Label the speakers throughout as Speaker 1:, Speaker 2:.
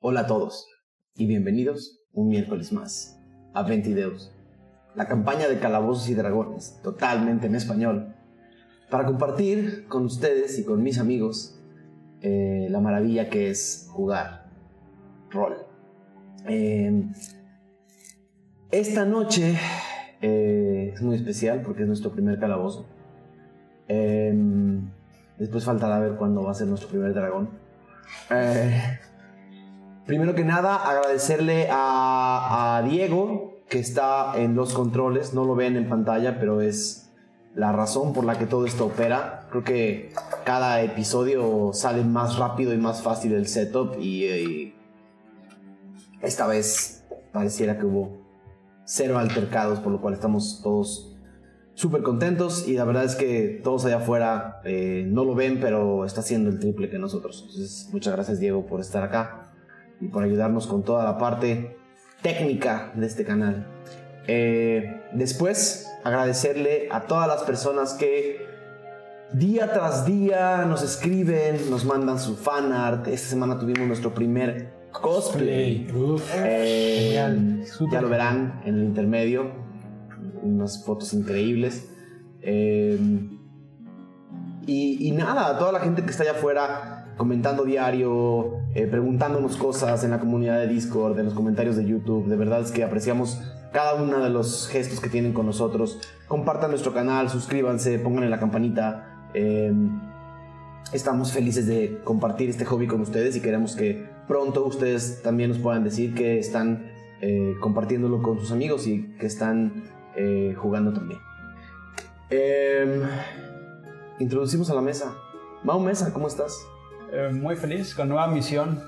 Speaker 1: Hola a todos y bienvenidos un miércoles más a Ventideus, la campaña de Calabozos y Dragones, totalmente en español, para compartir con ustedes y con mis amigos eh, la maravilla que es jugar rol. Eh, esta noche eh, es muy especial porque es nuestro primer calabozo. Em, después faltará ver cuándo va a ser nuestro primer dragón. Eh, primero que nada, agradecerle a, a Diego, que está en los controles. No lo ven en pantalla, pero es la razón por la que todo esto opera. Creo que cada episodio sale más rápido y más fácil el setup y, y esta vez pareciera que hubo cero altercados, por lo cual estamos todos súper contentos y la verdad es que todos allá afuera eh, no lo ven, pero está haciendo el triple que nosotros. Entonces, muchas gracias Diego por estar acá y por ayudarnos con toda la parte técnica de este canal. Eh, después, agradecerle a todas las personas que día tras día nos escriben, nos mandan su fanart. Esta semana tuvimos nuestro primer cosplay.
Speaker 2: Uf.
Speaker 1: Eh,
Speaker 2: Genial, súper.
Speaker 1: ya lo verán en el intermedio. Unas fotos increíbles. Eh, y, y nada, a toda la gente que está allá afuera comentando diario, eh, preguntándonos cosas en la comunidad de Discord, en los comentarios de YouTube. De verdad es que apreciamos cada uno de los gestos que tienen con nosotros. Compartan nuestro canal, suscríbanse, pónganle la campanita. eh, estamos felices de compartir este hobby con ustedes y queremos que pronto ustedes también nos puedan decir que están eh, compartiéndolo con sus amigos y que están eh, jugando también. Em, introducimos a la mesa. Mau Mesa, ¿cómo estás?
Speaker 2: Eh, muy feliz con nueva misión.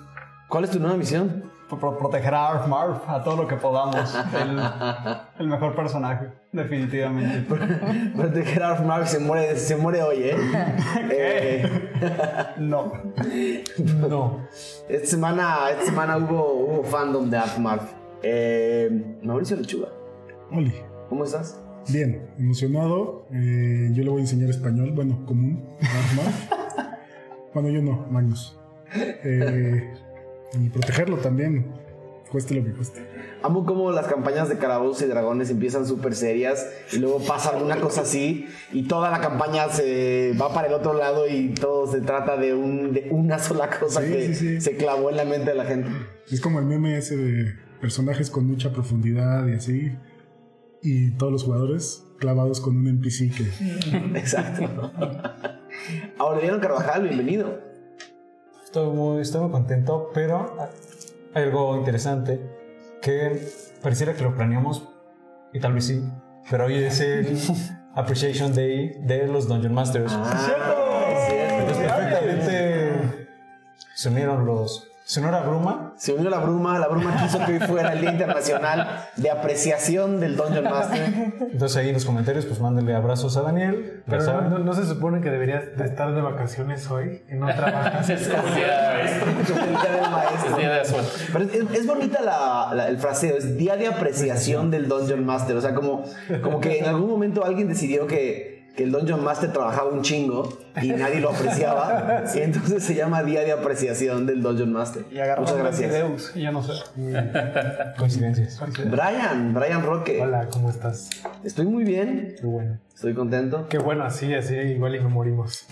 Speaker 1: ¿Cuál es tu nueva misión?
Speaker 2: Pro- pro- proteger a Arf Marf a todo lo que podamos. El, el mejor personaje, definitivamente.
Speaker 1: Proteger a Arf Marx se muere, se muere hoy, ¿eh? Eh,
Speaker 2: No. No.
Speaker 1: esta, semana, esta semana hubo, hubo fandom de Arf Marx. Eh, Mauricio Lechuga,
Speaker 3: Oli,
Speaker 1: ¿cómo estás?
Speaker 3: bien, emocionado. eh, yo le voy a enseñar español, bueno, común. normal. bueno, yo no, Magnus. Eh, y protegerlo también, cueste lo que cueste.
Speaker 1: Amo como las campañas de Calabozos y Dragones empiezan súper serias y luego pasa alguna cosa así y toda la campaña se va para el otro lado y todo se trata de, un, de una sola cosa
Speaker 3: Sí,
Speaker 1: que
Speaker 3: sí, sí.
Speaker 1: se clavó en la mente de la gente.
Speaker 3: Es como el meme ese de personajes con mucha profundidad y así. Y todos los jugadores clavados con un NPC que...
Speaker 1: Exacto. Aureliano Carvajal, bienvenido.
Speaker 4: Estoy muy, estoy muy contento, pero hay algo interesante que pareciera que lo planeamos, y tal vez sí, pero hoy es el Appreciation Day de los Dungeon Masters.
Speaker 1: Ah, es
Speaker 4: Entonces,
Speaker 1: cierto.
Speaker 4: perfectamente se unieron los... Se unió la bruma.
Speaker 1: Se unió la bruma, la bruma quiso que hoy fuera el Día Internacional de Apreciación del Dungeon Master.
Speaker 4: Entonces ahí en los comentarios, pues mándenle abrazos a Daniel. ya
Speaker 5: Pero no,
Speaker 4: saben.
Speaker 5: no- ¿no se supone que deberías de estar de vacaciones hoy y no trabajas.
Speaker 6: Es el día de-
Speaker 1: El día del maestro.
Speaker 6: es día de azul.
Speaker 1: Pero es, es- es bonita la, la- el fraseo, es día de apreciación del Dungeon Master. O sea, como, como que en algún momento alguien decidió que, que el Dungeon Master trabajaba un chingo y nadie lo apreciaba. Y entonces se llama día de apreciación del Dungeon Master.
Speaker 2: Y agarramos
Speaker 1: Muchas gracias.
Speaker 2: Deus, y yo no sé.
Speaker 4: Mm. Coincidencias.
Speaker 1: Brian, Brian Roque.
Speaker 5: Hola, ¿cómo estás?
Speaker 1: Estoy muy bien,
Speaker 5: Qué bueno.
Speaker 1: estoy contento.
Speaker 5: Qué bueno, así, así igual y nos morimos.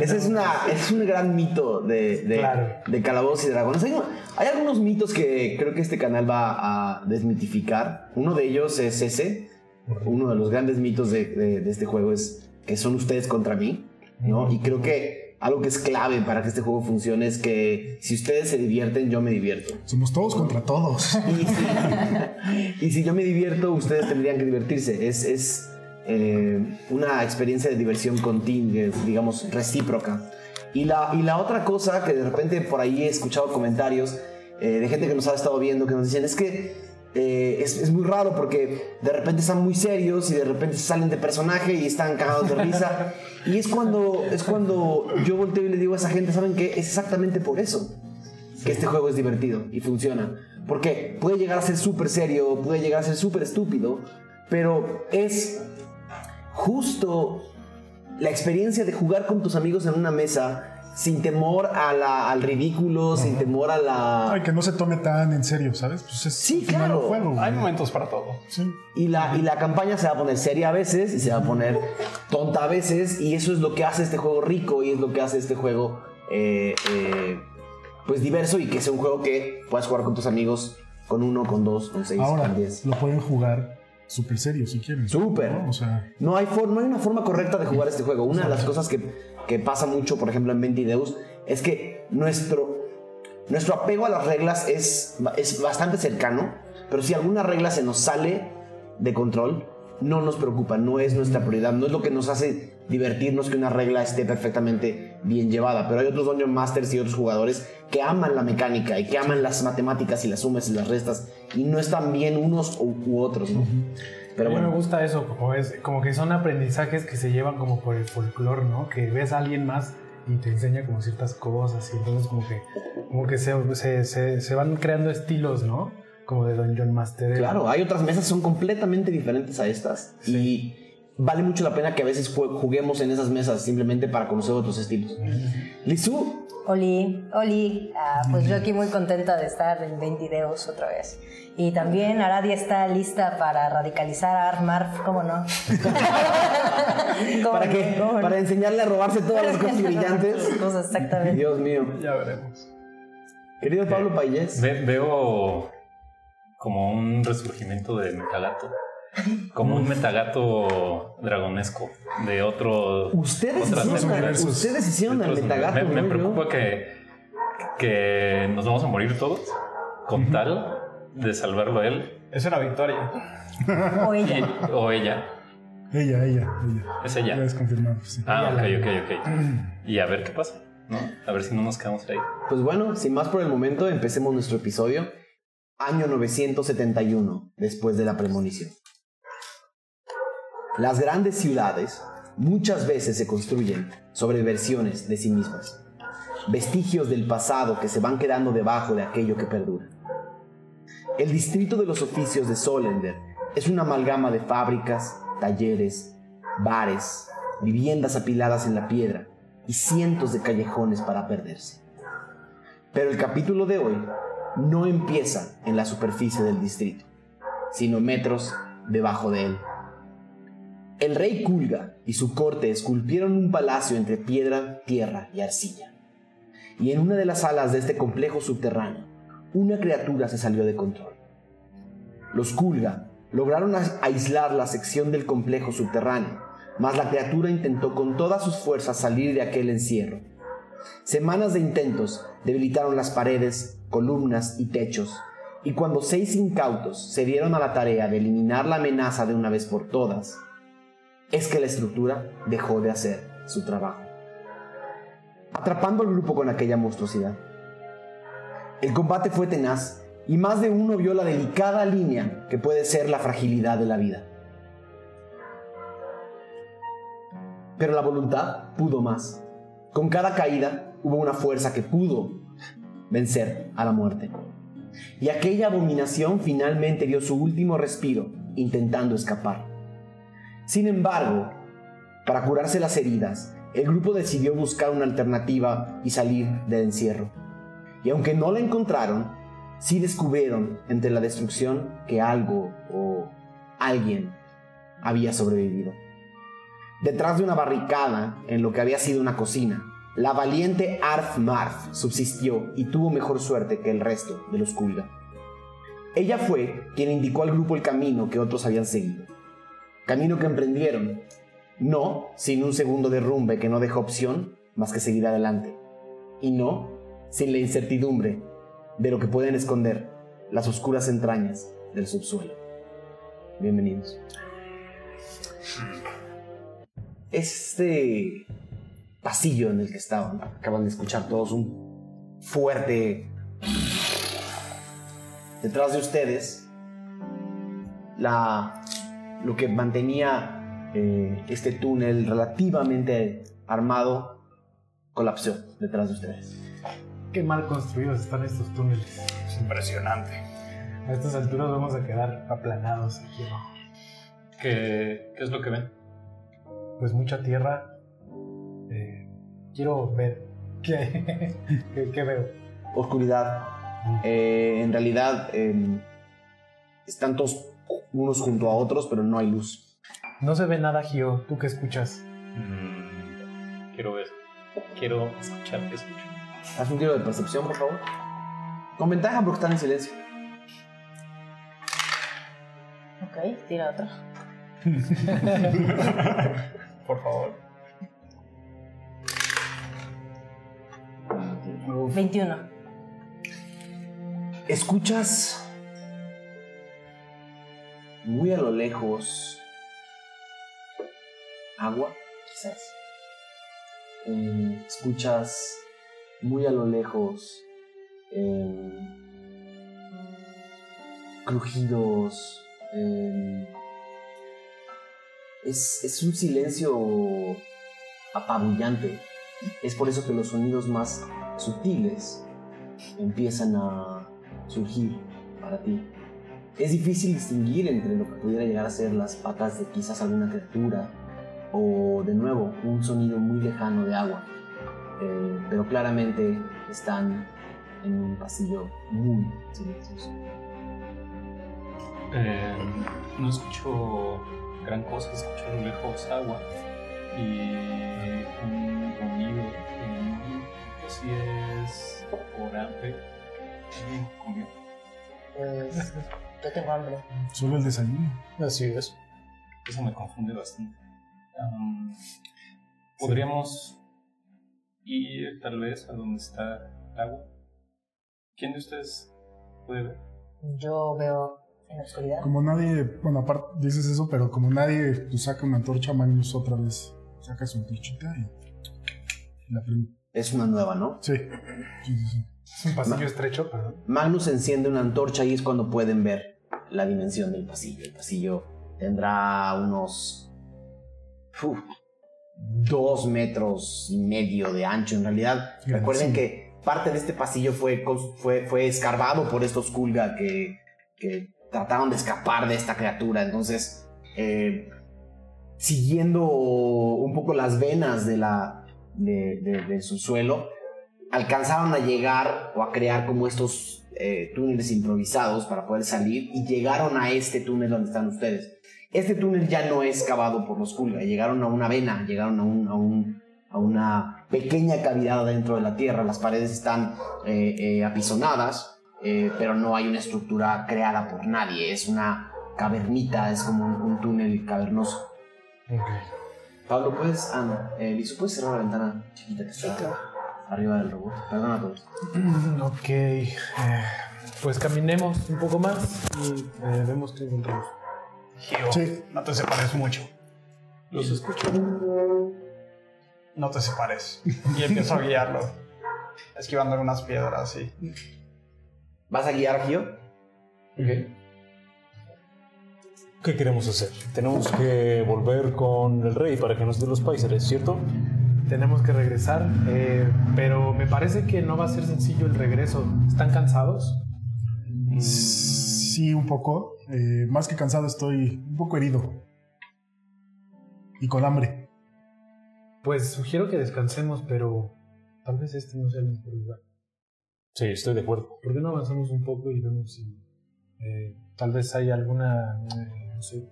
Speaker 1: Ese es, una, es un gran mito de, de,
Speaker 5: Claro.
Speaker 1: de calabozos y dragones. Hay, hay algunos mitos que creo que este canal va a desmitificar. Uno de ellos es ese. Uno de los grandes mitos de, de- de este juego es que son ustedes contra mí, ¿no? Y creo que algo que es clave para que este juego funcione es que si ustedes se divierten, yo me divierto.
Speaker 3: Somos todos contra todos.
Speaker 1: Y si, y si yo me divierto, ustedes tendrían que divertirse. Es, es, eh, una experiencia de diversión continua, digamos, recíproca. Y la, y la otra cosa que de repente por ahí he escuchado comentarios eh, de gente que nos ha estado viendo que nos dicen es que eh, es, es muy raro porque de repente están muy serios y de repente salen de personaje y están cagados de risa. Y es cuando, es cuando yo volteo y le digo a esa gente, ¿saben qué? Es exactamente por eso que este juego es divertido y funciona. Porque puede llegar a ser súper serio, puede llegar a ser súper estúpido, pero es justo la experiencia de jugar con tus amigos en una mesa sin temor a la- al ridículo, sin temor a la...
Speaker 3: Ay, que no se tome tan en serio, ¿sabes? Pues es
Speaker 1: Sí,
Speaker 3: al final
Speaker 1: claro.
Speaker 3: un juego. güey.
Speaker 2: Hay momentos para todo.
Speaker 3: Sí.
Speaker 1: Y la, y la campaña se va a poner seria a veces y se va a poner tonta a veces y eso es lo que hace este juego rico y es lo que hace este juego eh, eh, pues diverso y que sea un juego que puedas jugar con tus amigos con uno, con dos, con seis,
Speaker 3: Ahora
Speaker 1: con diez.
Speaker 3: lo pueden jugar súper serio si quieren.
Speaker 1: Súper.
Speaker 3: ¿no? O sea,
Speaker 1: No hay, forma, no hay una forma correcta de jugar este juego. Una de las cosas que, que pasa mucho, por ejemplo, en 20 Deus, es que nuestro, nuestro apego a las reglas es, ba- es bastante cercano, pero si alguna regla se nos sale de control, no nos preocupa, no es nuestra prioridad, no es lo que nos hace divertirnos que una regla esté perfectamente bien llevada. Pero hay otros Dungeon Masters y otros jugadores que aman la mecánica y que aman las matemáticas y las sumas y las restas, y no están bien unos u, u otros, ¿no? Pero
Speaker 5: a mí
Speaker 1: bueno.
Speaker 5: me gusta eso, como, es, como que son aprendizajes que se llevan como por el folclore, ¿no? Que ves a alguien más y te enseña como ciertas cosas y entonces como que, como que se, se, se- se van creando estilos, ¿no? Como de Don John Master.
Speaker 1: Claro, hay otras mesas que son completamente diferentes a estas. Y vale mucho la pena que a veces jue- juguemos en esas mesas simplemente para conocer otros estilos. Lizu,
Speaker 6: Oli, Oli, ah, pues yo aquí muy contenta de estar en 20 Deus otra vez. Y también Aradia está lista para radicalizar a Armarf, ¿cómo no? ¿Cómo
Speaker 1: ¿para
Speaker 6: no?
Speaker 1: qué?
Speaker 6: ¿Cómo no?
Speaker 1: Para enseñarle a robarse todas las cosas brillantes.
Speaker 6: Las cosas, exactamente.
Speaker 1: Dios mío.
Speaker 2: Ya veremos.
Speaker 1: Querido Pablo Payés,
Speaker 7: Eh, Ve- veo como un resurgimiento de Metagato. Como un Metagato dragonesco de otro.
Speaker 1: ustedes
Speaker 7: otras
Speaker 1: hicieron, al-
Speaker 7: épocas.
Speaker 1: ustedes hicieron al
Speaker 7: Otros universos.
Speaker 1: metagato,
Speaker 7: Me, me
Speaker 1: ¿no?
Speaker 7: preocupa que, que nos vamos a morir todos con tal de salvarlo a él
Speaker 2: Es una victoria.
Speaker 6: O
Speaker 7: y-
Speaker 6: ella.
Speaker 7: o ella.
Speaker 3: ella, ella, ella.
Speaker 7: Es
Speaker 3: Ya
Speaker 7: ella.
Speaker 3: es confirmado, sí.
Speaker 7: Ah, ok, ok, ok. Y a ver qué pasa. ¿no? A ver si no nos quedamos ahí.
Speaker 1: Pues bueno, sin más por el momento, empecemos nuestro episodio. Año 971, después de la premonición. Las grandes ciudades muchas veces se construyen sobre versiones de sí mismas, vestigios del pasado que se van quedando debajo de aquello que perdura. El distrito de los oficios de Solender es una amalgama de fábricas, talleres, bares, viviendas apiladas en la piedra y cientos de callejones para perderse. Pero el capítulo de hoy no empieza en la superficie del distrito, sino metros debajo de él. El rey Kulga y su corte esculpieron un palacio entre piedra, tierra y arcilla. Y en una de las alas de este complejo subterráneo, una criatura se salió de control. Los Kulga lograron a- aislar la sección del complejo subterráneo, mas la criatura intentó con todas sus fuerzas salir de aquel encierro Semanas de intentos debilitaron las paredes, columnas y techos, y cuando seis incautos se dieron a la tarea de eliminar la amenaza de una vez por todas, es que la estructura dejó de hacer su trabajo, atrapando al grupo con aquella monstruosidad. El combate fue tenaz y más de uno vio la delicada línea que puede ser la fragilidad de la vida. Pero la voluntad pudo más. Con cada caída hubo una fuerza que pudo vencer a la muerte. Y aquella abominación finalmente dio su último respiro intentando escapar. Sin embargo, para curarse las heridas, el grupo decidió buscar una alternativa y salir del encierro. Y aunque no la encontraron, sí descubrieron entre la destrucción que algo o alguien había sobrevivido. Detrás de una barricada, en lo que había sido una cocina, la valiente Arf Marf subsistió y tuvo mejor suerte que el resto de los Kulga. Ella fue quien indicó al grupo el camino que otros habían seguido. Camino que emprendieron, no sin un segundo derrumbe que no dejó opción más que seguir adelante, y no sin la incertidumbre de lo que pueden esconder las oscuras entrañas del subsuelo. Bienvenidos este pasillo en el que estaban. Acaban de escuchar todos un fuerte... Detrás de ustedes, la, lo que mantenía eh, este túnel relativamente armado colapsó detrás de ustedes.
Speaker 5: Qué mal construidos están estos túneles.
Speaker 2: Es impresionante.
Speaker 5: A estas alturas vamos a quedar aplanados aquí abajo.
Speaker 7: ¿Qué, qué es lo que ven?
Speaker 5: Pues mucha tierra. Eh, quiero ver ¿Qué, qué, qué veo?
Speaker 1: oscuridad. Eh, en realidad eh, están todos unos junto a otros, pero no hay luz.
Speaker 5: No se ve nada, Gio. ¿Tú qué escuchas?
Speaker 7: Mm, quiero ver. Quiero escuchar. ¿Qué escucho?
Speaker 1: Haz un tiro de percepción, por favor. Con ventaja porque están en silencio.
Speaker 6: Ok, tira otro.
Speaker 7: Por favor.
Speaker 6: 21.
Speaker 1: Escuchas muy a lo lejos agua, quizás. Eh, escuchas muy a lo lejos Eh, em, crujidos. em, es, es un silencio apabullante. Es por eso que los sonidos más sutiles empiezan a surgir para ti. Es difícil distinguir entre lo que pudiera llegar a ser las patas de quizás alguna criatura o de nuevo un sonido muy lejano de agua, Eh, pero claramente están en un pasillo muy silencioso.
Speaker 7: Eh, no escucho gran cosa, escucho a lo lejos agua y un sonido que no sé si es por hambre. Alguien comió.
Speaker 6: Pues yo tengo hambre.
Speaker 3: Solo el desayuno.
Speaker 4: Así es.
Speaker 7: Eso me confunde bastante. Am, Podríamos ir tal vez a donde está el agua. ¿Quién de ustedes puede ver?
Speaker 6: Yo veo en la oscuridad.
Speaker 3: Como nadie, bueno, aparte dices eso, pero como nadie pues, saca una antorcha, Magnus otra vez saca su antorchita y la prende.
Speaker 1: Es una nueva, ¿no?
Speaker 3: Sí. sí, sí, sí.
Speaker 5: Es un pasillo estrecho, pero
Speaker 1: Magnus enciende una antorcha y es cuando pueden ver la dimensión del pasillo. El pasillo tendrá unos uf, dos metros y medio de ancho en realidad.
Speaker 3: Grandísimo.
Speaker 1: Recuerden que parte de este pasillo fue, cons- fue, fue escarbado por estos Kulga que, que trataron de escapar de esta criatura. Entonces, eh, siguiendo un poco las venas de, la, de, de- de su suelo, alcanzaron a llegar o a crear como estos eh, túneles improvisados para poder salir y llegaron a este túnel donde están ustedes. Este túnel ya no es cavado por los Kulga, llegaron a una vena, llegaron a, un, a, un- a una pequeña cavidad dentro de la tierra, las paredes están eh, eh, apisonadas, eh, pero no hay una estructura creada por nadie, es una cavernita, es como un, un túnel cavernoso. Pablo, puedes, ah, no, eh, Lizu, puedes cerrar la ventana chiquita que está arriba del robot. Perdona a todos.
Speaker 5: Ok, eh, pues caminemos un poco más y eh, vemos qué encontramos.
Speaker 4: Gio,
Speaker 3: Sí.
Speaker 4: no te separes mucho.
Speaker 7: Los escucho.
Speaker 4: No te separes. Y empiezo a guiarlo. Esquivando algunas piedras y...
Speaker 1: ¿Vas a guiar, Gio?
Speaker 8: ¿Qué queremos hacer? Tenemos que volver con el rey para que nos dé los paisares, ¿cierto?
Speaker 5: Tenemos que regresar, eh, pero me parece que no va a ser sencillo el regreso. ¿Están cansados?
Speaker 3: Sí, un poco. Eh, más que cansado estoy un poco herido. Y con hambre.
Speaker 5: Pues sugiero que descansemos, pero tal vez este no sea el mejor lugar.
Speaker 8: Sí, estoy de acuerdo.
Speaker 5: ¿Por qué no avanzamos un poco y vemos si eh, tal vez hay alguna, eh, no sé,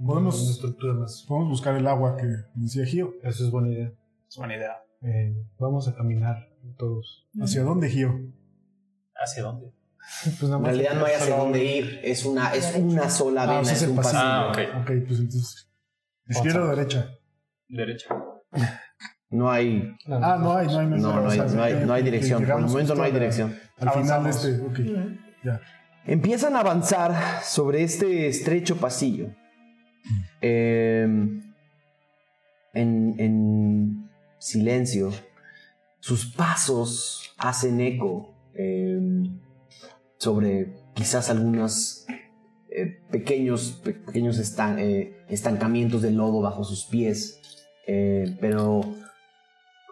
Speaker 3: Podemos-
Speaker 5: una estructura más?
Speaker 3: Podemos buscar el agua que decía Gio.
Speaker 5: Eso es buena idea.
Speaker 4: Es buena idea.
Speaker 5: Eh, vamos a caminar todos.
Speaker 3: ¿Hacia dónde, Gio?
Speaker 7: ¿Hacia dónde?
Speaker 5: Pues nada
Speaker 1: En
Speaker 5: más
Speaker 1: realidad no hay hacia
Speaker 5: solo-
Speaker 1: dónde ir, es una, es una sola vena,
Speaker 3: o sea,
Speaker 1: es
Speaker 3: es el
Speaker 1: un
Speaker 3: pasillo.
Speaker 1: pasillo.
Speaker 7: Ah, ok.
Speaker 3: Ok, pues entonces. ¿Izquierda o derecha?
Speaker 7: Derecha.
Speaker 1: No hay,
Speaker 3: Ah, no
Speaker 1: no,
Speaker 3: hay, no hay.
Speaker 1: no hay,
Speaker 3: o sea, eh,
Speaker 1: no hay, no hay
Speaker 3: que
Speaker 1: dirección, por el
Speaker 3: llegamos
Speaker 1: momento no hay
Speaker 3: justo a-
Speaker 1: dirección.
Speaker 3: Al final de
Speaker 4: Avanzamos.
Speaker 3: este, ok.
Speaker 1: Empiezan a avanzar sobre este estrecho pasillo. Eh, en, en silencio, sus pasos hacen eco eh, sobre quizás algunos pequeños, pe- pequeños estan- eh, estancamientos de lodo bajo sus pies. Eh, pero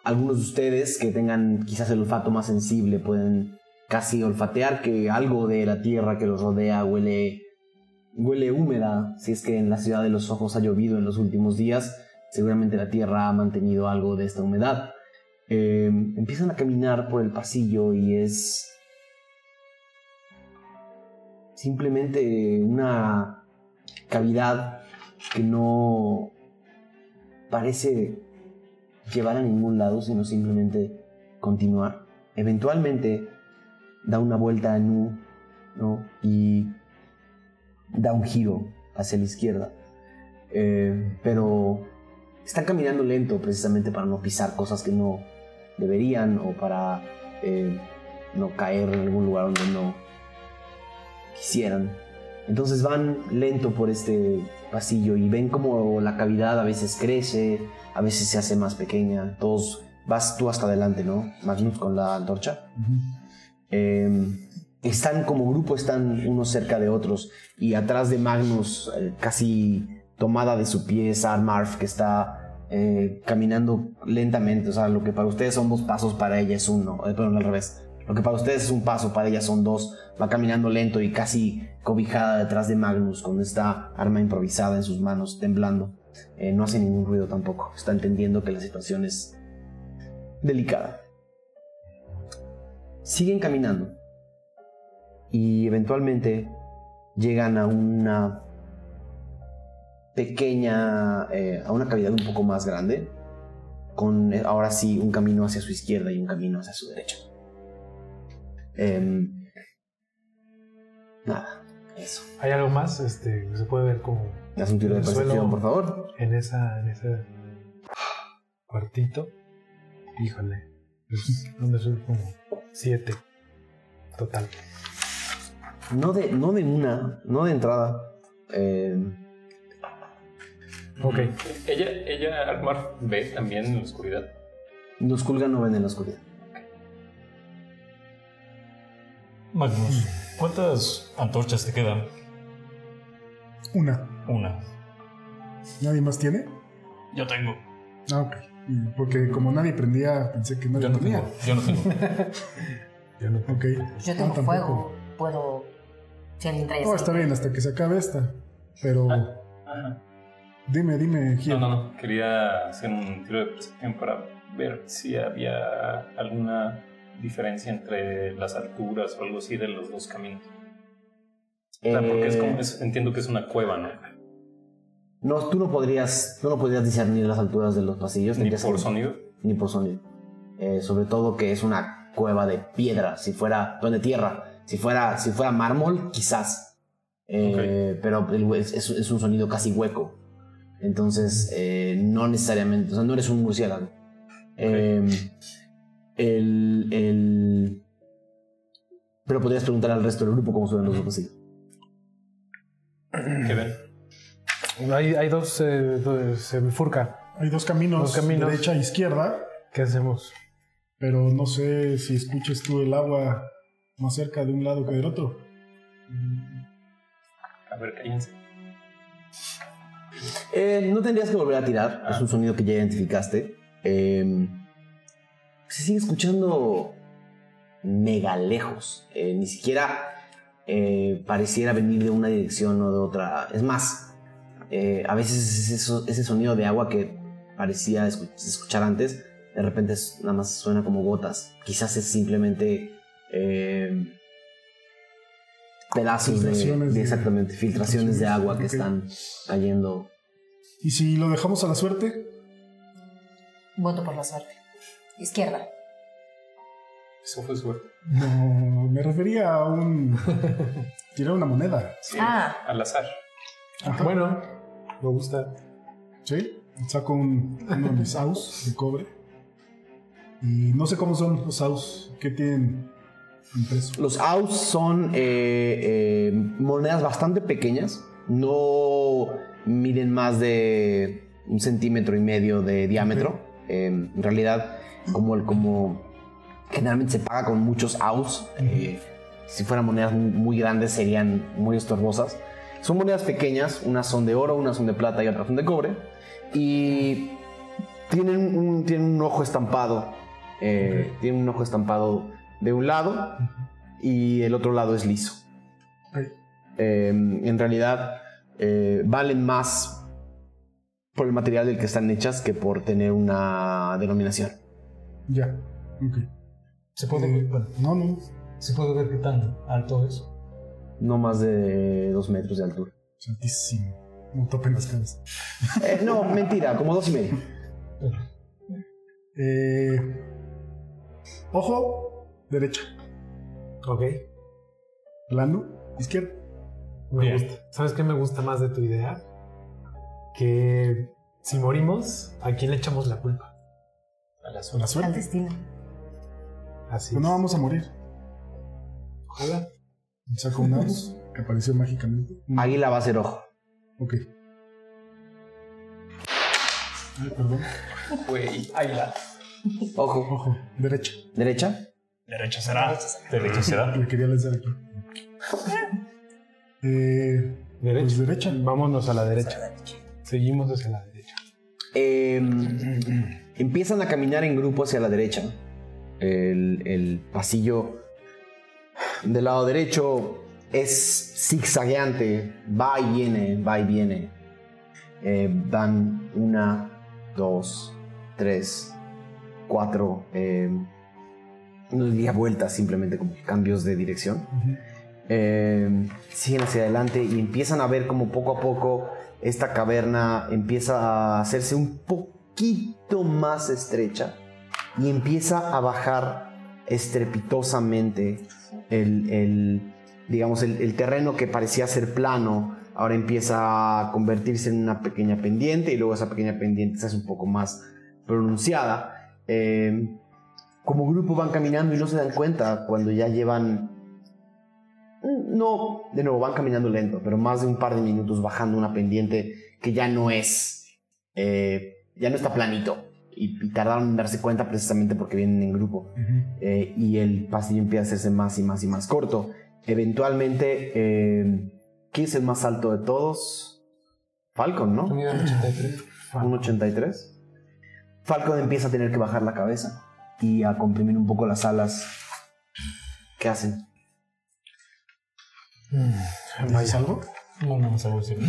Speaker 1: algunos de ustedes que tengan quizás el olfato más sensible pueden casi olfatear que algo de la tierra que los rodea huele huele húmeda, si es que en la ciudad de los ojos ha llovido en los últimos días, seguramente la tierra ha mantenido algo de esta humedad. Eh, empiezan a caminar por el pasillo y es simplemente una cavidad que no parece llevar a ningún lado, sino simplemente continuar. Eventualmente da una vuelta a Nu ¿no? y da un giro hacia la izquierda. Eh, pero están caminando lento precisamente para no pisar cosas que no deberían o para eh, no caer en algún lugar donde no quisieran. Entonces van lento por este pasillo y ven como la cavidad a veces crece, a veces se hace más pequeña. Todos vas tú hasta adelante, ¿no? Magnus con la antorcha. Eh, están como grupo, están unos cerca de otros. Y atrás de Magnus, eh, casi tomada de su pie, es Marf, que está eh, caminando lentamente. O sea, lo que para ustedes son dos pasos, para ella es uno. Eh, perdón, al revés. Lo que para ustedes es un paso, para ella son dos. Va caminando lento y casi cobijada detrás de Magnus, con esta arma improvisada en sus manos, temblando. Eh, no hace ningún ruido tampoco. Está entendiendo que la situación es delicada. Siguen caminando y eventualmente llegan a una pequeña, eh, a una cavidad un poco más grande, con eh, ahora sí un camino hacia su izquierda y un camino hacia su derecha. Em, nada, eso.
Speaker 5: ¿Hay algo más? Este, se puede ver como
Speaker 1: Haz un tiro de
Speaker 5: El suelo-
Speaker 1: percepción, por favor.
Speaker 5: en esa, en ese cuartito. Híjole. Pues, ¿Dónde soy? Como siete. Total.
Speaker 1: No de, no de una, no de entrada. Em,
Speaker 5: Ok.
Speaker 7: Ella, ella, Almar, ve también en la oscuridad.
Speaker 1: los Kulga no ven en la oscuridad.
Speaker 8: Magnus, ¿cuántas antorchas te quedan?
Speaker 3: Una.
Speaker 8: Una.
Speaker 3: ¿Nadie más tiene?
Speaker 8: Yo tengo.
Speaker 3: Ah, ok. Y Porque como nadie prendía, pensé que nadie
Speaker 8: Yo no
Speaker 3: tenía.
Speaker 8: tengo. Yo no tengo.
Speaker 3: Ok.
Speaker 6: Yo
Speaker 3: Ah,
Speaker 6: tengo
Speaker 3: tampoco.
Speaker 6: fuego. Puedo. Si alguien trae
Speaker 3: No,
Speaker 6: aceite.
Speaker 3: está bien, hasta que se acabe esta. Pero
Speaker 7: Ajá.
Speaker 3: dime, dime, Gil.
Speaker 7: No, no, no. Quería hacer un tiro de percepción para ver si había alguna diferencia entre las alturas o algo así de los dos caminos. O sea, porque es
Speaker 1: Eh,
Speaker 7: como, es- entiendo que es una cueva, ¿no?
Speaker 1: No, tú no podrías, tú no podrías discernir las alturas de los pasillos.
Speaker 7: Ni
Speaker 1: tendrías
Speaker 7: por
Speaker 1: que-
Speaker 7: sonido.
Speaker 1: ni por sonido. Eh, sobre todo que es una cueva de piedra, si fuera, donde tierra, si fuera, si fuera mármol, quizás. Eh, Pero el hue- es, es- es un sonido casi hueco. Entonces, eh, no necesariamente, o sea, no eres un murciélago. Eh, el, el- Pero podrías preguntar al resto del grupo cómo suenan los dos pasillos.
Speaker 7: ¿Qué ven?
Speaker 5: Hay, hay dos, eh, dos- se bifurca.
Speaker 3: Hay dos caminos,
Speaker 5: Dos caminos.
Speaker 3: derecha e izquierda,
Speaker 5: ¿Qué hacemos?
Speaker 3: pero no sé si escuches tú el agua más cerca de un lado que del otro.
Speaker 7: A ver, cállense.
Speaker 1: Eh, no tendrías que volver a tirar.
Speaker 7: Ah.
Speaker 1: Es un sonido que ya identificaste. Eh, se sigue escuchando mega lejos. Eh, ni siquiera eh, pareciera venir de una dirección o de otra. Es más, eh, a veces es eso- ese sonido de agua que parecía escu- escuchar antes, de repente es- nada más suena como gotas. Quizás es simplemente eh, pedazos de,
Speaker 3: Filtraciones
Speaker 1: de-
Speaker 3: de-
Speaker 1: exactamente filtraciones de agua que
Speaker 3: Ok.
Speaker 1: están cayendo
Speaker 3: ¿Y si lo dejamos a la suerte?
Speaker 6: Voto por la suerte. Izquierda.
Speaker 7: Eso fue suerte.
Speaker 3: No, me refería a un... tirar una moneda.
Speaker 7: Sí,
Speaker 6: Ah.
Speaker 7: al azar.
Speaker 3: Ajá.
Speaker 5: Ah, Bueno, me gusta.
Speaker 3: Sí, saco un, uno de mis aus de cobre. Y no sé cómo son los aus. ¿Qué tienen impreso?
Speaker 1: Los outs son eh, eh, monedas bastante pequeñas. No miden más de un centímetro y medio de diámetro. Eh, en realidad, como el como generalmente se paga con muchos outs. eh, si fueran monedas muy, muy grandes serían muy estorbosas. Son monedas pequeñas, unas son de oro, unas son de plata y otras son de cobre. Y tienen un, tienen un ojo estampado. eh, Tienen un ojo estampado de un lado y el otro lado es liso.
Speaker 3: Ok.
Speaker 1: Eh, en realidad eh, valen más por el material del que están hechas que por tener una denominación.
Speaker 3: Ya. Ok.
Speaker 4: ¿Se puede,
Speaker 3: Eh,
Speaker 4: ver, bueno,
Speaker 3: No, no.
Speaker 4: ¿se puede ver qué tan alto es?
Speaker 1: No más de dos metros de altura.
Speaker 3: Santísimo. No topen las cabezas.
Speaker 1: Eh, no, mentira, como dos y medio.
Speaker 3: Eh, ojo, derecha.
Speaker 5: Ok.
Speaker 3: Plano, izquierda.
Speaker 5: Me gusta. ¿Sabes qué me gusta más de tu idea? Que si morimos, ¿a quién le echamos la culpa?
Speaker 7: A la zona.
Speaker 3: La
Speaker 6: Al
Speaker 3: suerte.
Speaker 6: destino.
Speaker 5: Así.
Speaker 3: Pero
Speaker 5: es.
Speaker 3: no vamos a morir.
Speaker 5: Ojalá.
Speaker 3: Saco un mouse que apareció mágicamente.
Speaker 1: Águila va a ser ojo.
Speaker 3: Ok. Ay, perdón.
Speaker 7: Güey.
Speaker 1: Ojo.
Speaker 3: Ojo, derecha.
Speaker 1: Derecha.
Speaker 8: Derecha será. Derecha será.
Speaker 3: Le quería lanzar aquí. Eh,
Speaker 5: Derecha.
Speaker 3: pues derecha.
Speaker 5: Vámonos a la derecha. Seguimos hacia la derecha.
Speaker 1: Eh, empiezan a caminar en grupo hacia la derecha. El, el pasillo del lado derecho es zigzagueante, va y viene, va y viene. Eh, van una, dos, tres, cuatro. eh, no diría vueltas, simplemente como cambios de dirección. Eh, siguen hacia adelante y empiezan a ver como poco a poco esta caverna empieza a hacerse un poquito más estrecha y empieza a bajar estrepitosamente el, el, digamos, el, el terreno que parecía ser plano. Ahora empieza a convertirse en una pequeña pendiente y luego esa pequeña pendiente se hace un poco más pronunciada. Eh, como grupo van caminando y no se dan cuenta cuando ya llevan no, de nuevo, van caminando lento, pero más de un par de minutos bajando una pendiente que ya no es, eh, ya no está planito. Y, y tardaron en darse cuenta precisamente porque vienen en grupo. Eh, y el pasillo empieza a hacerse más y más y más corto. Eventualmente, eh, ¿quién es el más alto de todos? Falcon, ¿no?
Speaker 4: Comida 83.
Speaker 1: un 83. Falcon empieza a tener que bajar la cabeza y a comprimir un poco las alas. ¿Qué hacen?
Speaker 3: ¿Dices algo?
Speaker 4: No, no, más algo así.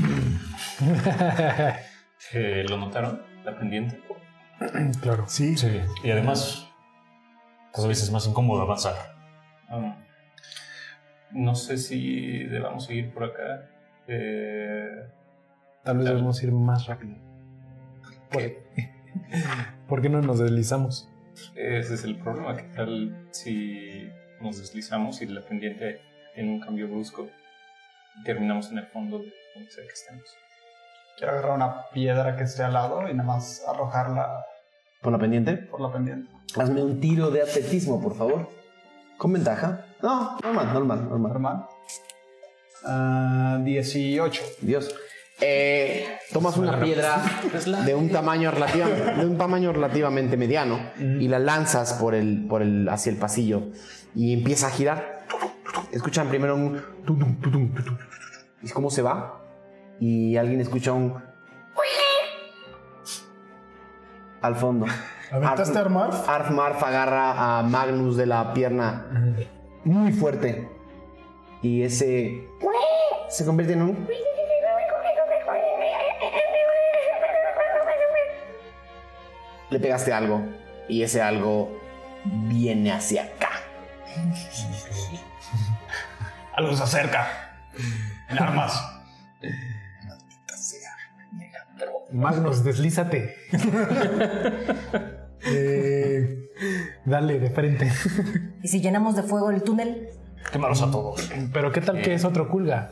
Speaker 7: Eh, ¿Lo notaron? La pendiente.
Speaker 5: Claro.
Speaker 3: Sí.
Speaker 8: Sí. Y además, pues a veces es más incómodo avanzar.
Speaker 7: Ah. no sé si debamos seguir por acá. Eh,
Speaker 5: Tal vez
Speaker 7: Claro.
Speaker 5: debemos ir más rápido.
Speaker 7: ¿qué?
Speaker 5: ¿Por qué no nos deslizamos?
Speaker 7: Ese es el problema. ¿Qué tal si nos deslizamos y la pendiente en un cambio brusco y terminamos en el fondo de donde sea que estemos?
Speaker 2: Quiero agarrar una piedra que esté al lado y nada más arrojarla
Speaker 1: ¿Por la pendiente?
Speaker 2: por la pendiente.
Speaker 1: Hazme un tiro de atletismo, por favor. Con ventaja. No, normal, normal, normal.
Speaker 2: Hermano. Ah, 18.
Speaker 1: Dios. Eh, tomas una piedra de un tamaño relativamente, de un tamaño relativamente mediano y la lanzas por el, por el, hacia el pasillo y empieza a girar. Escuchan primero un tutum, tutum, tutum. ¿Y cómo se va? Y alguien escucha un al fondo.
Speaker 3: ¿Aventaste a armar?
Speaker 1: Arf Marf agarra a Magnus de la pierna muy fuerte. Y ese se convierte en un. Le pegaste algo. Y ese algo viene hacia acá.
Speaker 8: Algo se acerca. En armas.
Speaker 5: Magnus, deslízate.
Speaker 3: Eh,
Speaker 5: Dale, de frente.
Speaker 6: ¿Y si llenamos de fuego el túnel?
Speaker 8: Quémalos a todos.
Speaker 5: Pero ¿qué tal que es otro culga?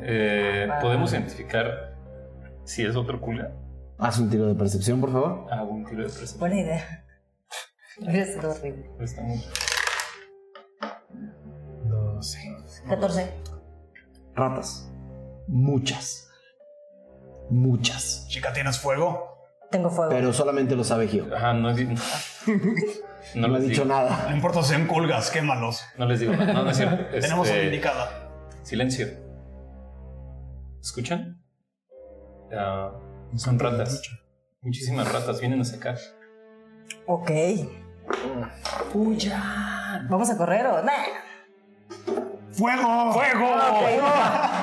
Speaker 7: Eh, ¿Podemos identificar si es otro culga?
Speaker 1: Haz un tiro de percepción, por favor.
Speaker 7: Hago un tiro de presa.
Speaker 6: Buena idea. Hubiera sido horrible.
Speaker 7: Está muy-
Speaker 6: 14.
Speaker 1: Ratas. Muchas. Muchas.
Speaker 8: Chica, ¿tienes fuego?
Speaker 6: Tengo fuego.
Speaker 1: Pero solamente lo sabe Gio.
Speaker 7: Ajá, no he di-
Speaker 1: No
Speaker 7: No,
Speaker 1: ha
Speaker 7: les
Speaker 1: dicho
Speaker 7: digo,
Speaker 1: nada.
Speaker 8: No importa si son colgas, quémalos.
Speaker 7: no les digo nada. No, no es cierto.
Speaker 8: Tenemos
Speaker 7: Este,
Speaker 8: una indicada.
Speaker 7: Silencio. ¿Escuchan? Ah, son ratas. Muchísimas ratas vienen a sacar.
Speaker 6: Ok. Huya. ¿Vamos a correr o...? Nah.
Speaker 3: ¡Fuego!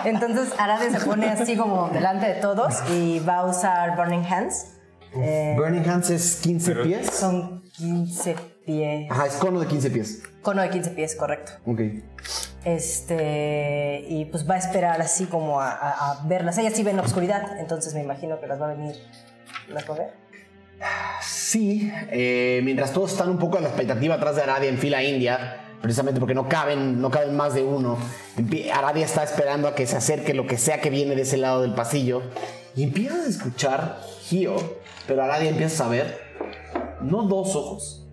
Speaker 6: Entonces Arade se pone así como delante de todos y va a usar Burning Hands Eh,
Speaker 1: Burning Hands es 15
Speaker 7: Pero-
Speaker 1: pies.
Speaker 6: son 15 pies.
Speaker 1: Ajá, es cono de 15 pies.
Speaker 6: Cono de 15 pies, correcto.
Speaker 1: Ok.
Speaker 6: Este, y pues va a esperar así como a, a- a verlas. Ellas sí ven obscuridad, entonces me imagino que las va a venir. ¿Las va a ver?
Speaker 1: Sí, eh, mientras todos están un poco a la expectativa atrás de Aradia en fila india, precisamente porque no caben, no caben más de uno, empie- Aradia está esperando a que se acerque lo que sea que viene de ese lado del pasillo y empiezas a escuchar Gio, pero Aradia empieza a ver no dos ojos,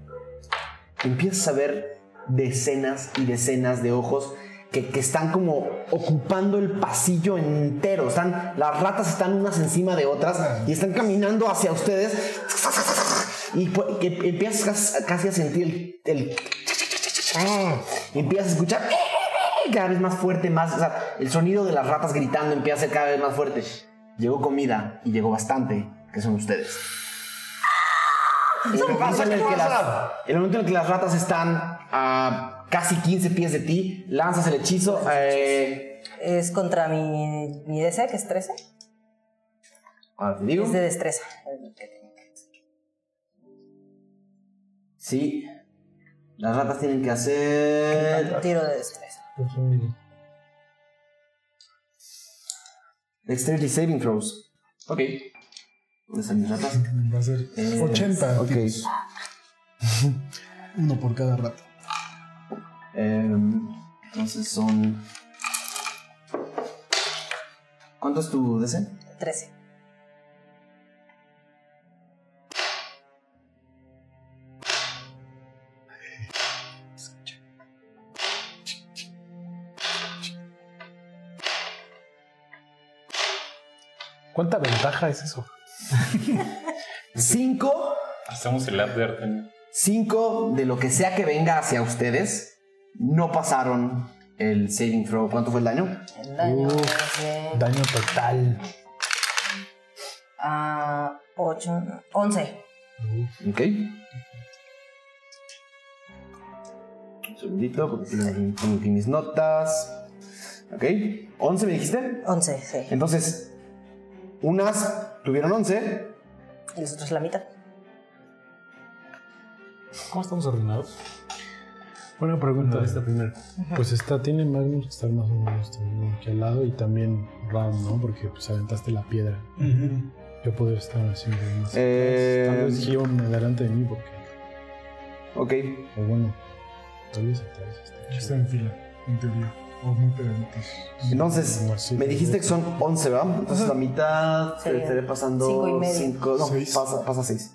Speaker 1: empiezas a ver decenas y decenas de ojos que, que están como ocupando el pasillo entero. Están, las ratas están unas encima de otras y están caminando hacia ustedes. Y pu- que empiezas cas- casi a sentir el, el- y empiezas a escuchar ah, cada vez más fuerte, más. o sea, el sonido de las ratas gritando empieza a ser cada vez más fuerte. Llegó comida y llegó bastante, que son ustedes. En el, momento en el que las, en el momento en el que las ratas están a casi 15 pies de ti, lanzas el hechizo. eh,
Speaker 6: Es contra mi, mi DC, que es 13.
Speaker 1: ahora te digo.
Speaker 6: Es de destreza. el que tengo.
Speaker 1: Sí. Las ratas tienen que hacer.
Speaker 6: Tiro de destreza.
Speaker 1: Dexterity saving throws. Ok. ¿Dónde están mis ratas?
Speaker 3: Va a ser
Speaker 1: Eh,
Speaker 3: 80
Speaker 1: ok.
Speaker 3: tiros. Uno por cada rato.
Speaker 1: Em, entonces son. ¿Cuánto es tu DC?
Speaker 6: 13.
Speaker 5: ¿Cuánta ventaja es eso?
Speaker 1: 5.
Speaker 7: Hacemos el app de Artemio.
Speaker 1: 5 de lo que sea que venga hacia ustedes. No pasaron el saving throw. ¿Cuánto fue el daño?
Speaker 6: El daño es de.
Speaker 5: Daño total.
Speaker 6: ah, ocho, 11.
Speaker 1: Ok. Un segundito, porque tengo aquí- tengo aquí mis notas. Ok. 11 me dijiste.
Speaker 6: 11, sí.
Speaker 1: Entonces, unas tuvieron 11.
Speaker 6: Y los otros la mitad.
Speaker 8: ¿Cómo estamos ordenados?
Speaker 5: Buena pregunta.
Speaker 8: esta primera.
Speaker 5: Pues esta tiene Magnus que está más o menos también aquí al lado y también Ram, ¿no? Porque pues aventaste la piedra. Yo puedo estar haciendo más.
Speaker 1: Eh,
Speaker 5: pues, Tal vez Gion adelante de mí porque...
Speaker 1: Ok.
Speaker 5: O bueno, tal vez atrás está
Speaker 3: Ya
Speaker 5: chido.
Speaker 3: están en fila, en teoría. O muy pegaditos.
Speaker 1: Entonces,
Speaker 5: Como así,
Speaker 1: me dijiste que son 11, ¿verdad? Entonces, la mitad te
Speaker 6: Sería
Speaker 1: estaré
Speaker 6: cinco y
Speaker 1: pasando
Speaker 6: medio.
Speaker 1: 5. No,
Speaker 3: Seis.
Speaker 1: pasa- pasa 6.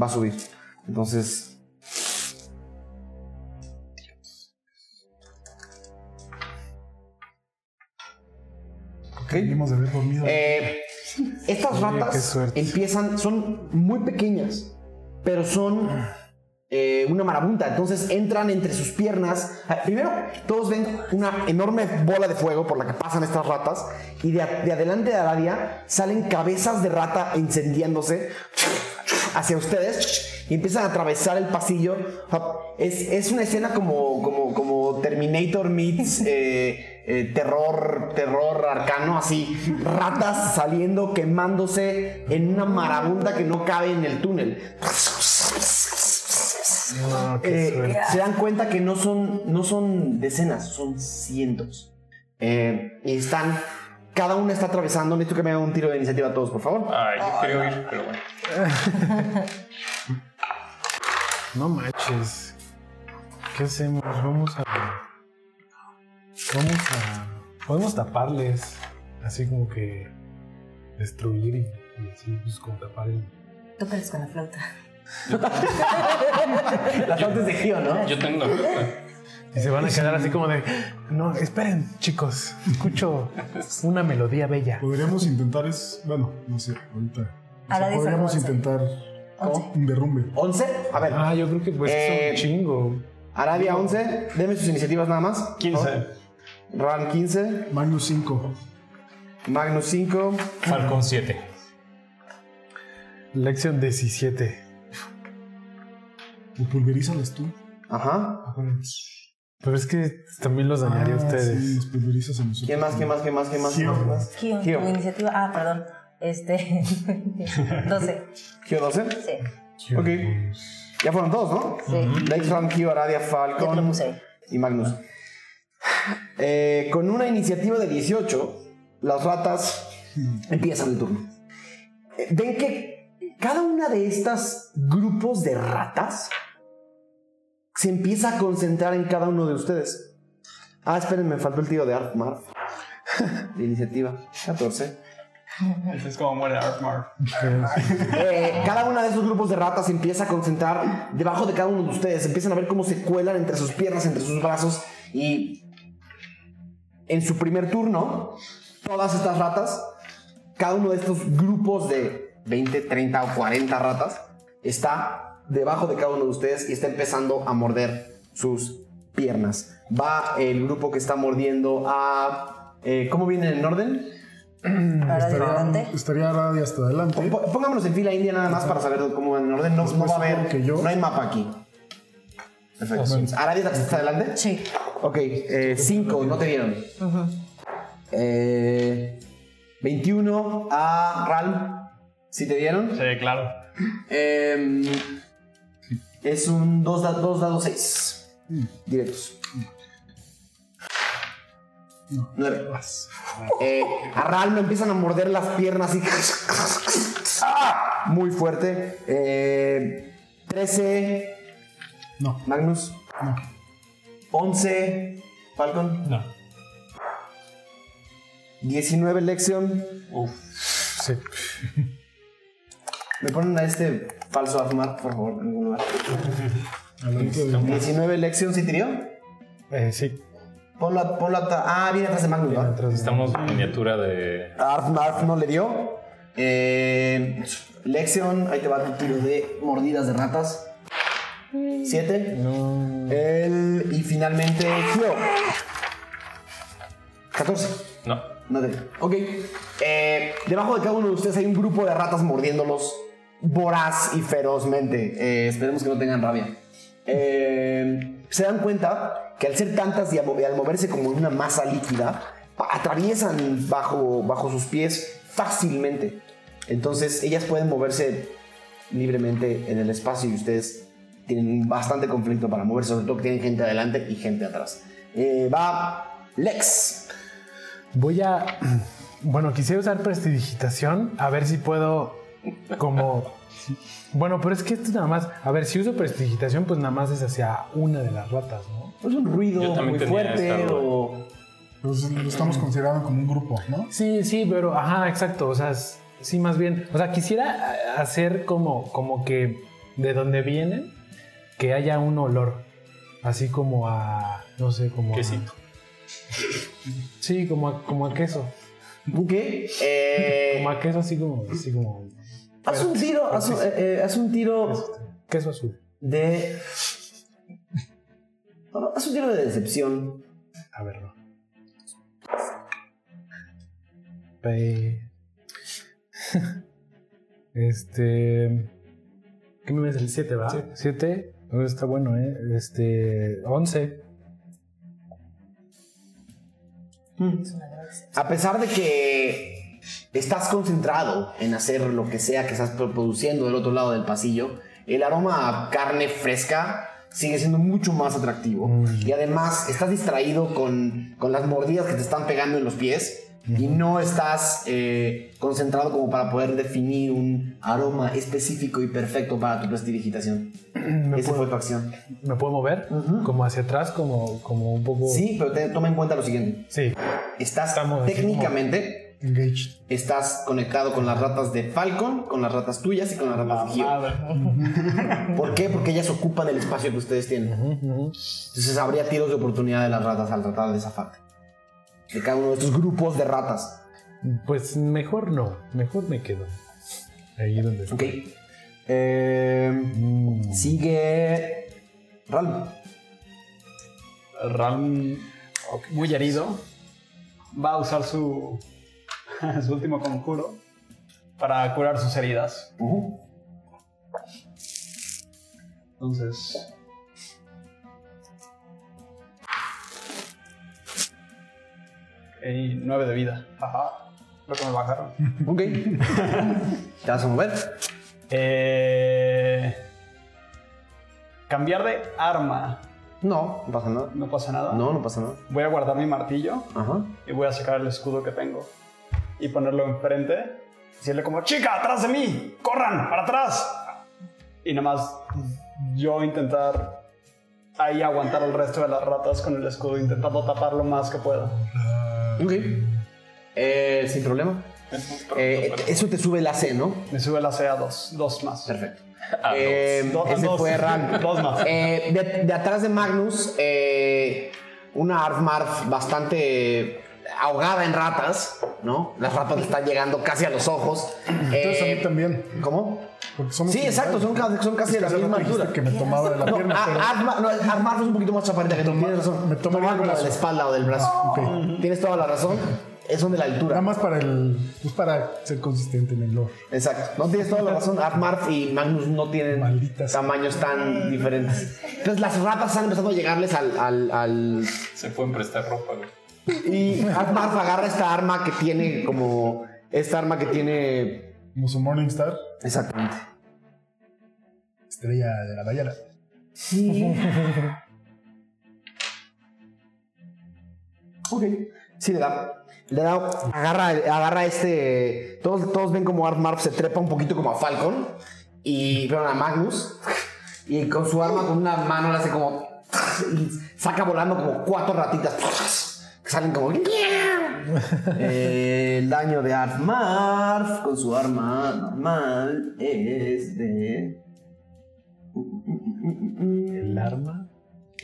Speaker 1: va a subir. Entonces. Ok.
Speaker 3: Debimos de haber dormido.
Speaker 1: Eh, estas
Speaker 5: Oye, qué
Speaker 1: ratas
Speaker 5: suerte.
Speaker 1: empiezan, son muy pequeñas, pero son eh, una marabunta. Entonces entran entre sus piernas. Ah, Primero, todos ven una enorme bola de fuego por la que pasan estas ratas. Y de, a- de adelante de Aradia salen cabezas de rata incendiándose hacia ustedes y empiezan a atravesar el pasillo. O sea, Es, es una escena como, como, como Terminator meets eh, eh, terror, terror arcano, así. Ratas saliendo, quemándose en una marabunta que no cabe en el túnel.
Speaker 5: No, qué
Speaker 1: Eh,
Speaker 5: suerte.
Speaker 1: se dan cuenta que no son, no son decenas, son cientos. Eh, y están, cada una está atravesando. Necesito que me hagan un tiro de iniciativa a todos, por favor.
Speaker 5: Ah,
Speaker 7: Ay, yo quería oír, pero bueno.
Speaker 5: No manches. ¿Qué hacemos? Vamos a... Vamos a... Podemos taparles. Así como que... Destruir y, y así pues como tapar el...
Speaker 6: Tócales con la flauta.
Speaker 1: Las partes de Gio, ¿no?
Speaker 7: Yo tengo la culpa.
Speaker 5: Y se van a quedar así como de... No, esperen, chicos. Escucho una melodía bella.
Speaker 3: Podríamos intentar es. Bueno, no sé, ahorita. O sea,
Speaker 6: Ahora dice
Speaker 3: podríamos
Speaker 6: once.
Speaker 3: intentar un derrumbe.
Speaker 1: 11. A ver,
Speaker 5: Ah, yo creo que pues
Speaker 1: Eh,
Speaker 5: es un chingo.
Speaker 1: Arabia 11. Deme sus iniciativas nada más.
Speaker 4: 15.
Speaker 1: Ran 15.
Speaker 3: Magnus 5.
Speaker 1: Magnus 5.
Speaker 8: Falcón 7.
Speaker 5: Lección 17.
Speaker 3: O pulverízalas tú.
Speaker 1: Ajá.
Speaker 5: Pero es que también los dañaría a
Speaker 3: Ah,
Speaker 5: ustedes.
Speaker 3: Sí, nos pulverizas a nosotros.
Speaker 1: ¿Quién más? ¿Quién más? ¿Quién más? ¿Quién más? ¿Quién más?
Speaker 6: Kion,
Speaker 1: Kion.
Speaker 6: tu iniciativa. Ah, perdón. Este. 12.
Speaker 1: Gio 12.
Speaker 6: Sí.
Speaker 1: Ok. Ya fueron todos, ¿no?
Speaker 6: Sí.
Speaker 1: Dex, Ram, Gio, Aradia,
Speaker 6: Yo te lo
Speaker 1: Falcon
Speaker 6: puse ahí.
Speaker 1: y Magnus. Eh, con una iniciativa de 18, las ratas empiezan el turno. Eh, Ven que cada una de estas grupos de ratas se empieza a concentrar en cada uno de ustedes. Ah, esperen, me faltó el tío de Arf Marf. De iniciativa 14.
Speaker 2: Así Este es como muere Artmar.
Speaker 1: Eh, cada una de esos grupos de ratas se empieza a concentrar debajo de cada uno de ustedes. Empiezan a ver cómo se cuelan entre sus piernas, entre sus brazos. Y en su primer turno, todas estas ratas, cada uno de estos grupos de 20, 30 o 40 ratas, está debajo de cada uno de ustedes y está empezando a morder sus piernas. Va el grupo que está mordiendo a... eh, ¿Cómo vienen en orden?
Speaker 6: Ahora adelante.
Speaker 3: Estaría, estaría Aradia hasta adelante.
Speaker 1: Po- Pongámonos en fila india nada más para saber cómo van en orden. No, no va a haber,
Speaker 3: que yo.
Speaker 1: no hay mapa aquí. Perfecto. Aradia es la que está adelante.
Speaker 6: Sí.
Speaker 1: Ok, eh, cinco, no te dieron.
Speaker 6: Ujú.
Speaker 1: Eh, 21 a Ral. ¿Sí te dieron?
Speaker 2: Sí, claro.
Speaker 1: Em, es un 2 da, dos dados 6. Directos. 9. Eh, a Ral lo empiezan a morder las piernas y. ¡Ah! Muy fuerte. Eh, 13.
Speaker 3: No.
Speaker 1: Magnus.
Speaker 3: No.
Speaker 1: 11. Falcon.
Speaker 4: No.
Speaker 1: 19 Lexion.
Speaker 5: Sí.
Speaker 1: Me ponen a este falso Afmar, por favor, en algún lugar.
Speaker 3: Adelante de
Speaker 1: 19 Lexion, ¿sí te dio?
Speaker 5: Eh, sí.
Speaker 1: Ponlo, a- ponlo a ta- Ah, viene atrás de Magnus, ¿verdad?
Speaker 5: Atrás de-
Speaker 7: Necesitamos miniatura de.
Speaker 1: Arf, Marf no le dio. Eh, Lexion, ahí te va tu tiro de mordidas de ratas. Siete. El- y finalmente Gio. 14.
Speaker 7: No.
Speaker 1: No te- Ok. Eh, debajo de cada uno de ustedes hay un grupo de ratas mordiéndolos voraz y ferozmente. Eh, esperemos que no tengan rabia. Eh, se dan cuenta que al ser tantas y a mo- y al moverse como en una masa líquida, pa- atraviesan bajo, bajo sus pies fácilmente. Entonces ellas pueden moverse libremente en el espacio y ustedes tienen bastante conflicto para moverse, sobre todo que tienen gente adelante y gente atrás. Eh, va Lex.
Speaker 5: Voy a. Bueno, quisiera usar prestidigitación. A ver si puedo. Como. Bueno, pero es que esto nada más. A ver, si uso prestidigitación, pues nada más es hacia una de las ratas, ¿no?
Speaker 1: Es un ruido
Speaker 7: Yo también
Speaker 1: muy
Speaker 7: tenía
Speaker 1: fuerte
Speaker 7: esta duda.
Speaker 1: o...
Speaker 3: Entonces lo estamos considerando como un grupo, ¿no?
Speaker 5: Sí, sí, pero. Ajá, exacto. O sea, s- sí, más bien. O sea, quisiera a- hacer como, como que de donde vienen, que haya un olor. Así como a. No sé, como. a-
Speaker 7: Quesito.
Speaker 5: sí, como a, como a queso.
Speaker 1: Ok. eh,
Speaker 5: Como a queso, así como. Así como
Speaker 1: haz un tiro, haz un, eh, eh, haz un tiro
Speaker 5: queso azul.
Speaker 1: de... Bueno, haz un tiro de decepción.
Speaker 5: A ver, no. Pe- Este. ¿Qué me ves? El 7, ¿va? 7. está bueno, ¿eh? Este. 11.
Speaker 1: A pesar de que estás concentrado en hacer lo que sea que estás pro- produciendo del otro lado del pasillo, el aroma a carne fresca sigue siendo mucho más atractivo. Y además estás distraído con, con las mordidas que te están pegando en los pies y no estás eh, concentrado como para poder definir un aroma específico y perfecto para tu prestidigitación.
Speaker 5: ¿Me,
Speaker 1: Esa fue
Speaker 5: puedo,
Speaker 1: tu acción.
Speaker 5: ¿me puedo mover? Como hacia atrás, como, como un poco.
Speaker 1: Sí, pero te- toma en cuenta lo siguiente.
Speaker 5: Sí.
Speaker 1: Estás
Speaker 5: Estamos así como-
Speaker 1: técnicamente...
Speaker 3: Engaged.
Speaker 1: Estás conectado con las ratas de Falcon, con las ratas tuyas y con las ratas de Gio. ¿Por qué? Porque ellas ocupan el espacio que ustedes tienen. Entonces habría tiros de oportunidad de las ratas al tratar de zafarte. De cada uno de estos grupos de ratas.
Speaker 5: Pues mejor no. Mejor me quedo. Ahí donde
Speaker 1: Ok. Eh,
Speaker 5: Mm.
Speaker 1: sigue. Ral.
Speaker 2: Ram, muy herido, va a usar su, su último conjuro para curar sus heridas. Entonces. Y nueve de vida. Ajá. lo que me bajaron.
Speaker 1: Ok. ¿Te vas a mover?
Speaker 2: Eh, cambiar de arma.
Speaker 1: No, no pasa nada.
Speaker 2: No pasa nada.
Speaker 1: No, no pasa nada.
Speaker 2: Voy a guardar mi martillo
Speaker 1: Ajá.
Speaker 2: y voy a sacar el escudo que tengo y ponerlo enfrente. y Decirle como, chica, atrás de mí, corran, para atrás. Y nada más yo intentar ahí aguantar el resto de las ratas con el escudo, intentando tapar lo más que pueda.
Speaker 1: Ok. Eh, sin problema. Eh, eso te sube la C, ¿no?
Speaker 2: Me sube la C a dos, dos más.
Speaker 1: Perfecto. Eh,
Speaker 2: Dos,
Speaker 1: ese
Speaker 2: dos.
Speaker 1: fue Ram.
Speaker 2: Dos más.
Speaker 1: Eh, de, de atrás de Magnus, eh, una Arfmarf bastante ahogada en ratas, ¿no? Las ratas le están llegando casi a los ojos.
Speaker 3: Entonces a
Speaker 1: Eh,
Speaker 3: mí también.
Speaker 1: ¿Cómo?
Speaker 3: Porque somos
Speaker 1: Sí, exacto, son, ca- son casi de la
Speaker 3: Hace rato
Speaker 1: misma
Speaker 3: dijiste
Speaker 1: altura.
Speaker 3: que me tomaba de la
Speaker 1: No,
Speaker 3: pierna,
Speaker 1: ah,
Speaker 3: pero
Speaker 1: Arma- no, Armarf es un poquito más chaparita que tú, tienes razón.
Speaker 3: me toma el
Speaker 1: como de
Speaker 3: brazo.
Speaker 1: la espalda o del brazo. Tienes toda la razón. Es son de la altura.
Speaker 3: nada más para el. Pues para ser consistente en el lore.
Speaker 1: Exacto. No tienes toda la razón. Armarf y Magnus no tienen
Speaker 3: Malditas.
Speaker 1: tamaños tan diferentes. Entonces las ratas están empezando a llegarles al. al- al-
Speaker 7: Se pueden prestar ropa, güey.
Speaker 1: Y Armarf agarra esta arma que tiene como. Esta arma que tiene.
Speaker 3: Como su Morningstar,
Speaker 1: Exactamente.
Speaker 3: estrella de la Dayala.
Speaker 1: Ok. Sí, le da. Le da. Agarra, agarra este. Todos, todos ven como Armarf se trepa un poquito como a Falcon. Y. Pero a Magnus. Y con su arma, con una mano, le hace como. y saca volando como cuatro ratitas. Que salen como. Eh, el daño de Armarf con su arma normal es de.
Speaker 5: El arma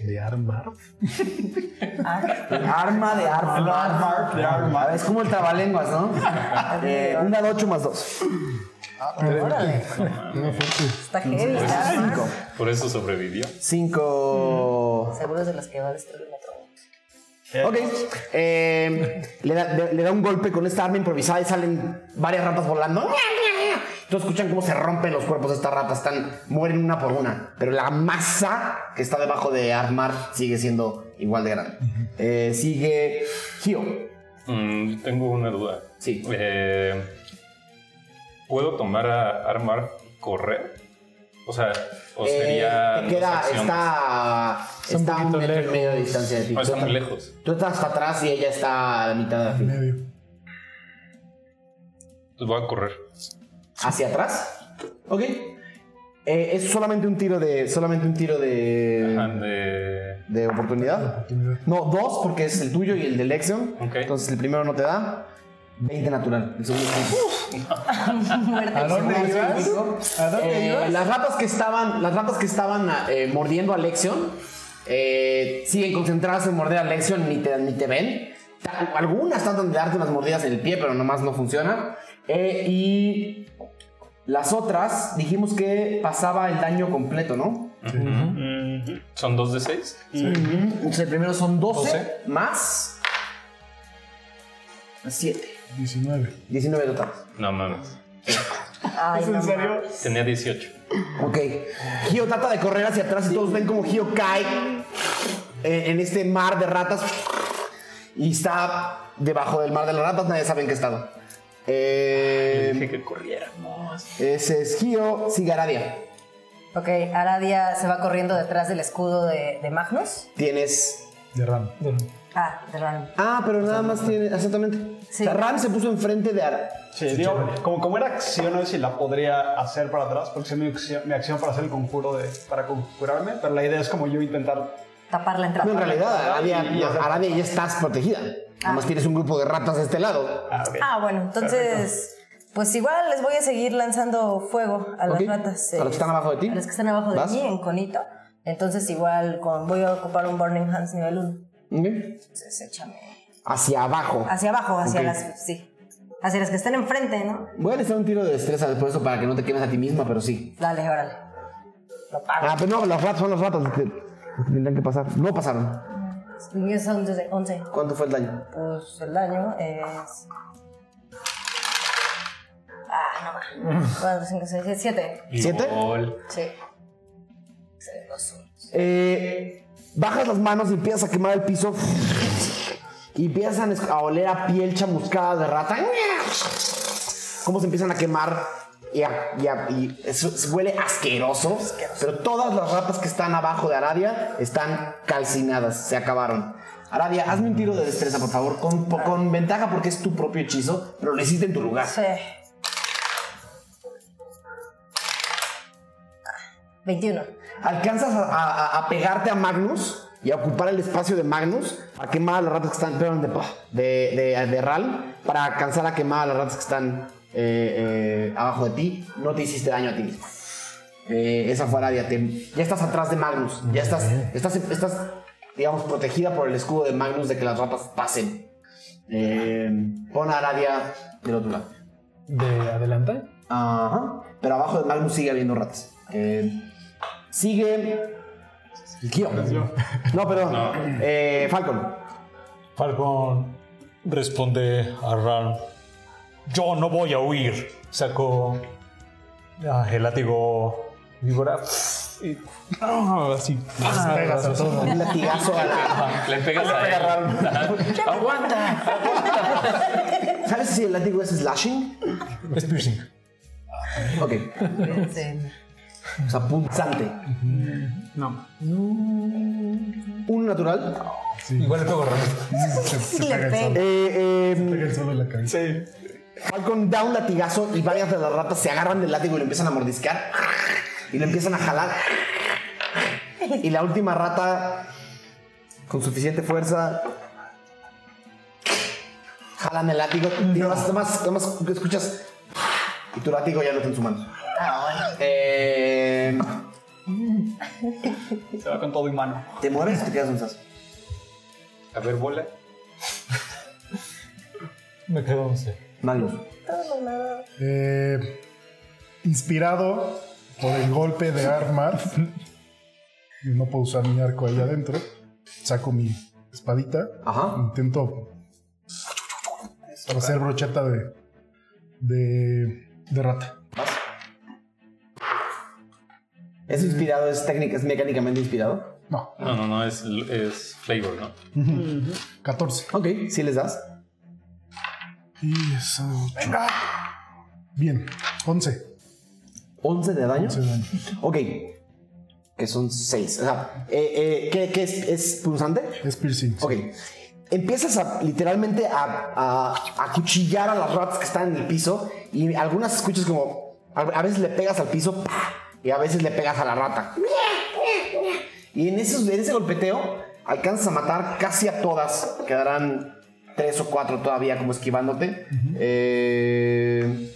Speaker 5: de armar.
Speaker 6: Ah,
Speaker 1: El arma de Arf.
Speaker 2: Armarf de Armarf.
Speaker 1: A ver, Es como el trabalenguas, ¿no? Eh, un dado 8 más 2.
Speaker 6: Órale, está heavy. está arma.
Speaker 7: Por eso sobrevivió.
Speaker 1: 5.
Speaker 6: Seguro es de los que va a destruir metro.
Speaker 1: Ok. eh, le, da, le- le da un golpe con esta arma improvisada y salen varias ratas volando. Entonces escuchan cómo se rompen los cuerpos de estas ratas. Están, mueren una por una. Pero la masa que está debajo de Armar sigue siendo igual de grande. Eh, sigue Gio.
Speaker 7: Mm, tengo una duda.
Speaker 1: Sí.
Speaker 7: Eh, ¿Puedo tomar a Armar y correr? O sea, o
Speaker 1: Eh,
Speaker 7: pues sería.
Speaker 1: te queda, está, está
Speaker 5: un
Speaker 1: un
Speaker 5: poquito
Speaker 1: metro y
Speaker 5: lejos.
Speaker 1: medio de distancia de ti.
Speaker 7: No, está
Speaker 1: Tú
Speaker 7: muy
Speaker 1: estás-
Speaker 7: lejos.
Speaker 1: Tú estás hasta atrás y ella está a la mitad de la
Speaker 3: En
Speaker 1: fila.
Speaker 3: medio.
Speaker 7: Pues voy a correr.
Speaker 1: ¿Hacia atrás? Ok. Eh, es solamente un tiro de. Solamente un tiro de.
Speaker 7: Ajá, de-
Speaker 1: De oportunidad. No, dos, porque es el tuyo y el de Lexion.
Speaker 7: Ok.
Speaker 1: Entonces el primero no te da. 20 natural. El segundo sí.
Speaker 6: Muerte.
Speaker 3: ¿A dónde ibas? ¿A dónde
Speaker 1: Eh,
Speaker 3: ibas?
Speaker 1: las ratas que estaban, las ratas que estaban eh, mordiendo a Lexion eh, siguen concentradas en morder a Lexion ni te, ni te ven. Ta- Algunas tratan de darte unas mordidas en el pie, pero nomás no funciona. Eh, y las otras, dijimos que pasaba el daño completo, ¿no?
Speaker 7: Ujú. Son dos de seis.
Speaker 1: Entonces el primero son 12, más 7.
Speaker 3: 19.
Speaker 1: 19 total.
Speaker 7: No mames.
Speaker 6: Ay, no, ma.
Speaker 7: Tenía 18.
Speaker 1: Ok. Gio trata de correr hacia atrás y todos ven como Gio cae eh, en este mar de ratas y está debajo del mar de las ratas. Nadie sabe en qué estado. Eh,
Speaker 7: Dije que corriéramos.
Speaker 1: ese es Gio Sigaradia.
Speaker 6: Ok, Aradia se va corriendo detrás del escudo de, de Magnus.
Speaker 1: Tienes.
Speaker 3: De Ram.
Speaker 6: Ah, de Ram.
Speaker 1: Ah, pero nada más tiene. Exactamente.
Speaker 6: Sí.
Speaker 1: O sea, Ram se puso enfrente de Ara.
Speaker 2: Sí, digo, como, como era acción, no sé si la podría hacer para atrás, porque es mi acción, mi acción para hacer el conjuro de, para conjurarme, pero la idea es como yo intentar...
Speaker 6: Tapar la entrada.
Speaker 1: No, en realidad,
Speaker 2: Y- y-
Speaker 1: Aradia, Aradia ya Ah. estás protegida. Nada más tienes un grupo de ratas de este lado.
Speaker 2: Ah, ok.
Speaker 6: Ah, bueno, entonces, pues igual les voy a seguir lanzando fuego a las
Speaker 1: Ok.
Speaker 6: ratas.
Speaker 1: ¿A los que están abajo de ti?
Speaker 6: A los que están abajo
Speaker 1: ¿Vas?
Speaker 6: de mí, en conito. Entonces igual con, voy a ocupar un Burning Hands nivel 1.
Speaker 1: Ok.
Speaker 6: Entonces échame.
Speaker 1: Hacia abajo.
Speaker 6: Hacia abajo, hacia
Speaker 1: Ok.
Speaker 6: las... Sí. Hacia las que estén enfrente, ¿no?
Speaker 1: Voy a necesitar un tiro de destreza después de eso para que no te quemes a ti misma, pero sí.
Speaker 6: Dale, órale. Lo pago.
Speaker 1: Ah, pero no, los ratos son los ratos los que los que tendrían que pasar. No pasaron.
Speaker 6: Los míos son desde 11.
Speaker 1: ¿Cuánto fue el daño?
Speaker 6: Pues el daño es... Ah, no
Speaker 1: Mm.
Speaker 6: más. 4, 5, 6, 7.
Speaker 1: ¿Siete?
Speaker 7: Lol.
Speaker 6: Sí. Sí, dos, uno.
Speaker 1: Eh, bajas las manos y empiezas a quemar el piso. y empiezan a oler a piel chamuscada de rata. Cómo se empiezan a quemar y, a- y a- y eso- se huele asqueroso, Pero todas las ratas que están abajo de Aradia están calcinadas, se acabaron. Aradia, hazme un tiro de destreza, por favor, con, po- con ventaja porque es tu propio hechizo, pero lo hiciste en tu lugar.
Speaker 6: Sí. 21.
Speaker 1: Alcanzas a, a- a pegarte a Magnus y a ocupar el espacio de Magnus, a quemar a las ratas que están perdón, de, de, de- de Ral, para alcanzar a quemar a las ratas que están eh, eh, abajo de ti. No te hiciste daño a ti mismo. Eh, esa fue Aradia. te- ya estás atrás de Magnus. Ya estás, estás, estás, digamos, protegida por el escudo de Magnus de que las ratas pasen. Eh, pon a Aradia del otro lado.
Speaker 5: ¿De adelante?
Speaker 1: Ajá. Pero abajo de Magnus sigue habiendo ratas. Eh, sigue. El Kio. No, perdón. Eh, Falcon.
Speaker 8: Falcon responde a Ram. Yo no voy a huir. Sacó ah, el látigo víbora. Y, ah, así. ah,
Speaker 5: a todo.
Speaker 1: Un latigazo a la.
Speaker 7: Le pegas a él. ¡Aguanta!
Speaker 1: ¿Sabes si el látigo es slashing?
Speaker 8: Es piercing.
Speaker 1: Ok. O sea, punzante.
Speaker 5: No.
Speaker 1: Un natural.
Speaker 4: Igual le pego a Ram.
Speaker 6: Sí, le pego.
Speaker 1: Eh, eh,
Speaker 3: Pega el sol de la cabeza.
Speaker 1: Falcon da un latigazo y varias de las ratas se agarran del látigo y lo empiezan a mordiscar. Y lo empiezan a jalar. Y la última rata, con suficiente fuerza, jalan el látigo. Y nomás, nomás- nomás escuchas. Y tu látigo ya no está en su mano. Ah, Eh,
Speaker 2: Se va con todo y mano.
Speaker 1: ¿Te mueres o te quedas un sazo?
Speaker 7: A ver, bola.
Speaker 4: Me quedo, no sé.
Speaker 1: Magnus.
Speaker 3: Eh, inspirado por el golpe de Armar, no puedo usar mi arco ahí adentro. Saco mi espadita,
Speaker 1: Ajá.
Speaker 3: intento hacer brocheta de, de, de rata.
Speaker 1: ¿Es inspirado? ¿Es técnica? ¿Es mecánicamente inspirado?
Speaker 3: No,
Speaker 7: No, no, no, es, es flavor, ¿no?
Speaker 3: 14.
Speaker 1: Ok, sí les das.
Speaker 3: Y eso. ¡Venga! Bien, 11.
Speaker 1: 11 de daño.
Speaker 3: 11 de daño.
Speaker 1: Ok. Que son seis. O sea, eh, eh, ¿qué, qué es, es punzante?
Speaker 3: Es piercing.
Speaker 1: Ok. Empiezas a literalmente a, a, a cuchillar a las ratas que están en el piso y algunas escuchas como a, a veces le pegas al piso ¡pa! y a veces le pegas a la rata. Y en, esos, en ese golpeteo alcanzas a matar casi a todas. Quedarán tres o cuatro todavía como esquivándote. Eh,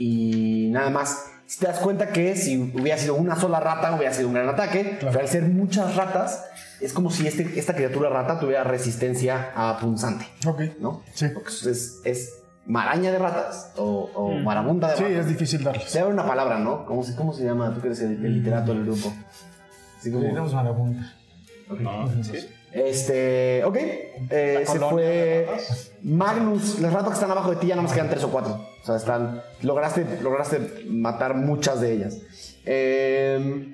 Speaker 1: y nada más. Si te das cuenta que si hubiera sido una sola rata, hubiera sido un gran ataque. Pero al ser muchas ratas, es como si este- esta criatura rata tuviera resistencia a punzante,
Speaker 3: Ok.
Speaker 1: ¿no?
Speaker 3: Sí.
Speaker 1: Porque es, es maraña de ratas o, o marabunda de
Speaker 3: Sí,
Speaker 1: ratas.
Speaker 3: es difícil darles.
Speaker 1: Se abre una palabra, ¿no? ¿Cómo se, cómo se llama? Tú que eres el, el literato del grupo. Así como-
Speaker 4: Tenemos marabunta.
Speaker 7: No, sí.
Speaker 1: Este. Ok. eh, se fue. Magnus, las ratas que están abajo de ti ya no más quedan tres o cuatro. O sea, están. Lograste, lograste matar muchas de ellas. Eh,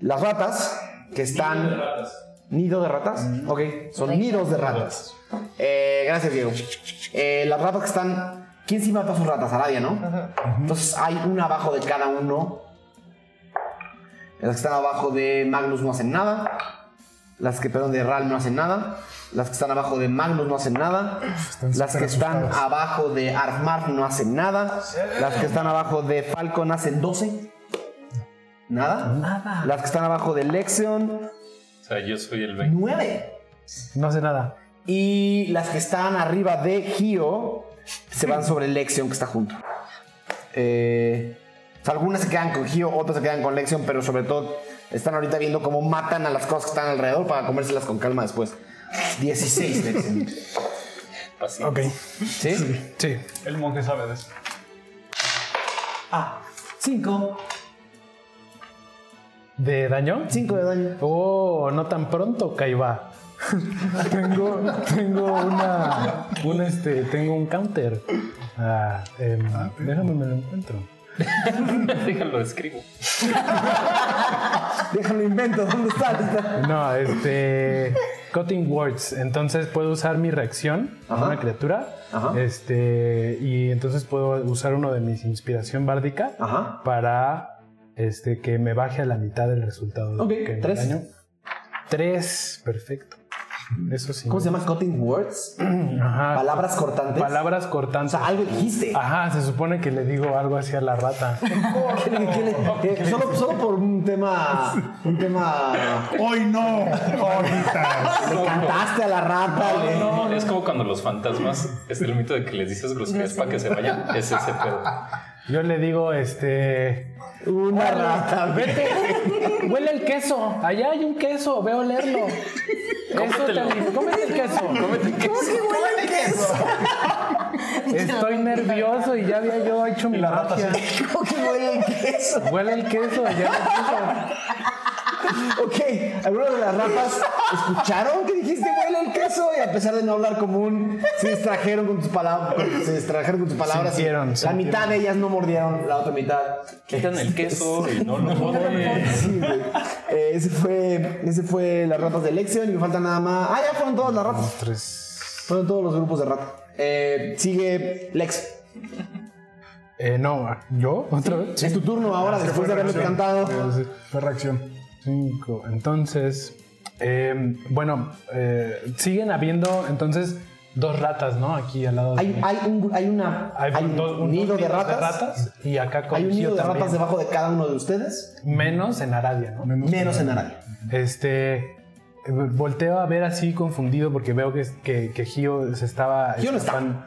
Speaker 1: las ratas que están. Nido de ratas. Ok. Son nidos de ratas. Eh, gracias, Diego. Eh, las ratas que están. ¿Quién sí mató a sus ratas? Aradia, ¿no? Entonces hay una abajo de cada uno. Las que están abajo de Magnus no hacen nada. Las que, perdón, de Ral no hacen nada. Las que están abajo de Magnus no hacen nada.
Speaker 3: Están
Speaker 1: las que
Speaker 3: súper
Speaker 1: están
Speaker 3: asustadas.
Speaker 1: abajo de Armar no hacen nada. Las que están abajo de Falcon hacen 12. Nada. Las que están abajo de Lexion,
Speaker 7: O sea, yo soy el 20.
Speaker 1: 9.
Speaker 5: No hace nada.
Speaker 1: Y las que están arriba de Gio se van sobre Lexion que está junto. Eh, o sea, algunas se quedan con Gio, otras se quedan con Lexion, pero sobre todo están ahorita viendo cómo matan a las cosas que están alrededor para comérselas con calma después. 16 Lexion.
Speaker 7: Paciente.
Speaker 1: ¿Sí?
Speaker 5: Sí.
Speaker 2: El monje sabe de eso.
Speaker 1: Ah, 5.
Speaker 5: ¿De daño?
Speaker 1: 5 de daño.
Speaker 5: Oh, no tan pronto, Caiba. tengo, tengo
Speaker 1: Ah,
Speaker 5: una, un este, tengo un counter. Ah, em, déjame me lo encuentro.
Speaker 7: Déjalo, escribo.
Speaker 1: Déjalo invento, ¿dónde está?
Speaker 5: No, este. Cutting words. Entonces puedo usar mi reacción a
Speaker 1: Ajá.
Speaker 5: una criatura.
Speaker 1: Ajá.
Speaker 5: Este. Y entonces puedo usar uno de mis inspiración bárdica
Speaker 1: Ajá.
Speaker 5: para este, que me baje a la mitad del resultado.
Speaker 1: Ok,
Speaker 5: que me
Speaker 1: tres.
Speaker 5: daño. Tres, perfecto. Eso sí.
Speaker 1: ¿Cómo se llama? Cutting words.
Speaker 5: Ajá.
Speaker 1: Ah, Palabras Ah, cortantes.
Speaker 5: Palabras
Speaker 1: O
Speaker 5: cortantes.
Speaker 1: sea, algo dijiste.
Speaker 5: Ajá, se supone que le digo algo hacia la rata.
Speaker 1: ¿Qué le- qué le- qué- solo, solo por un tema. Un tema.
Speaker 3: ¡Hoy no! ¡Ahorita!
Speaker 1: Le cantaste a la rata. le-
Speaker 7: No, es como cuando los fantasmas, es el mito de que les dices groserías para que se vayan. Es ese pedo.
Speaker 5: Yo le digo, este.
Speaker 1: Una rata.
Speaker 5: Vete, huele el queso. Allá hay un queso, ve a olerlo. Eso te lo- cómete el queso. Estoy nervioso y ya había yo hecho mi magia.
Speaker 1: ¿Cómo que huele el queso?
Speaker 5: Huele el queso, ya lo puso.
Speaker 1: Ok, algunas de las ratas escucharon que dijiste huele el queso y a pesar de no hablar común, se distrajeron con tus palabras. Se distrajeron con tus palabras. y
Speaker 5: Sintieron,
Speaker 1: la
Speaker 5: sintieron.
Speaker 1: mitad de ellas no mordieron, la otra mitad.
Speaker 7: Quitan el queso y no lo ponen.
Speaker 1: Sí, güey. Eh, ese fue, ese fue las ratas de elección y me falta nada más. Ah, ya fueron todas las ratas. Fueron todos los grupos de ratas. Eh, sigue Lex.
Speaker 5: Eh, no, ¿yo? ¿Otra vez?
Speaker 1: Es tu turno
Speaker 5: Ah,
Speaker 1: ahora, después de haberme cantado.
Speaker 3: Fue reacción.
Speaker 5: Cinco. Entonces, eh, bueno, eh, siguen habiendo entonces dos ratas, ¿no? Aquí al lado de
Speaker 1: Hay,
Speaker 5: mí.
Speaker 1: hay, un, hay una,
Speaker 5: Hay
Speaker 1: hay un
Speaker 5: dos- un-
Speaker 1: nido
Speaker 5: dos
Speaker 1: de
Speaker 5: nidos
Speaker 1: ratas.
Speaker 5: y acá
Speaker 1: Hay un
Speaker 5: coincido
Speaker 1: nido de
Speaker 5: también.
Speaker 1: ratas debajo de cada uno de ustedes,
Speaker 5: Menos en Aradia, ¿no?
Speaker 1: menos en Arabia.
Speaker 5: Este. eh, Volteo a ver así confundido porque veo que, que, que Gio se estaba.
Speaker 1: Gio no está.
Speaker 5: escapando.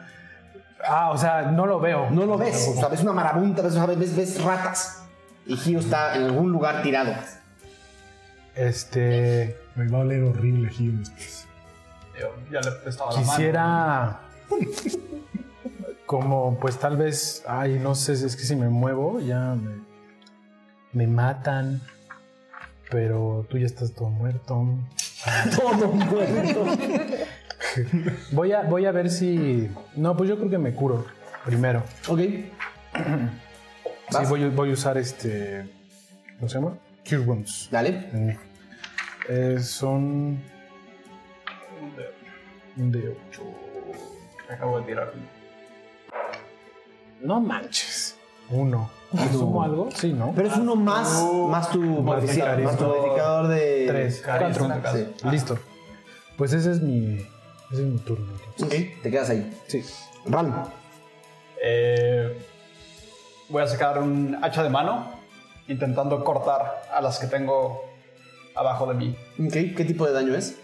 Speaker 5: Ah, o sea, no lo veo.
Speaker 1: No lo ves, o sea, ves una marabunta, ves, ves, ves ratas. Y Gio está en algún lugar tirado.
Speaker 5: Este.
Speaker 3: Me va a oler horrible, Gio. después.
Speaker 2: Yo ya le prestaba la mano.
Speaker 5: Quisiera. Como, pues tal vez. Ay, no sé, es que si me muevo ya me. Me matan. Pero tú ya estás todo muerto.
Speaker 1: Todo muerto.
Speaker 5: Voy a, voy a ver si. No, pues yo creo que me curo primero.
Speaker 1: Ok.
Speaker 5: Sí,
Speaker 1: ¿Vas?
Speaker 5: voy, voy a usar este. ¿Cómo se llama? Cure Wounds.
Speaker 1: Dale.
Speaker 5: en mí. Eh, son. Un de 8.
Speaker 2: Acabo de tirar.
Speaker 5: No manches. Uno. ¿Le ¿Sumo algo? Sí, ¿no?
Speaker 1: Pero es uno más, más tu Uh, modificador, más tu
Speaker 5: carisma.
Speaker 1: modificador de...
Speaker 5: Tres,
Speaker 2: Carisma.
Speaker 5: cuatro. Ah.
Speaker 1: Sí.
Speaker 5: Listo. Pues ese es mi. Ese es mi turno.
Speaker 1: Ok, te quedas ahí.
Speaker 5: Sí.
Speaker 1: Ral.
Speaker 2: Eh, voy a sacar un hacha de mano intentando cortar a las que tengo abajo de mí.
Speaker 1: Ok, ¿qué tipo de daño es?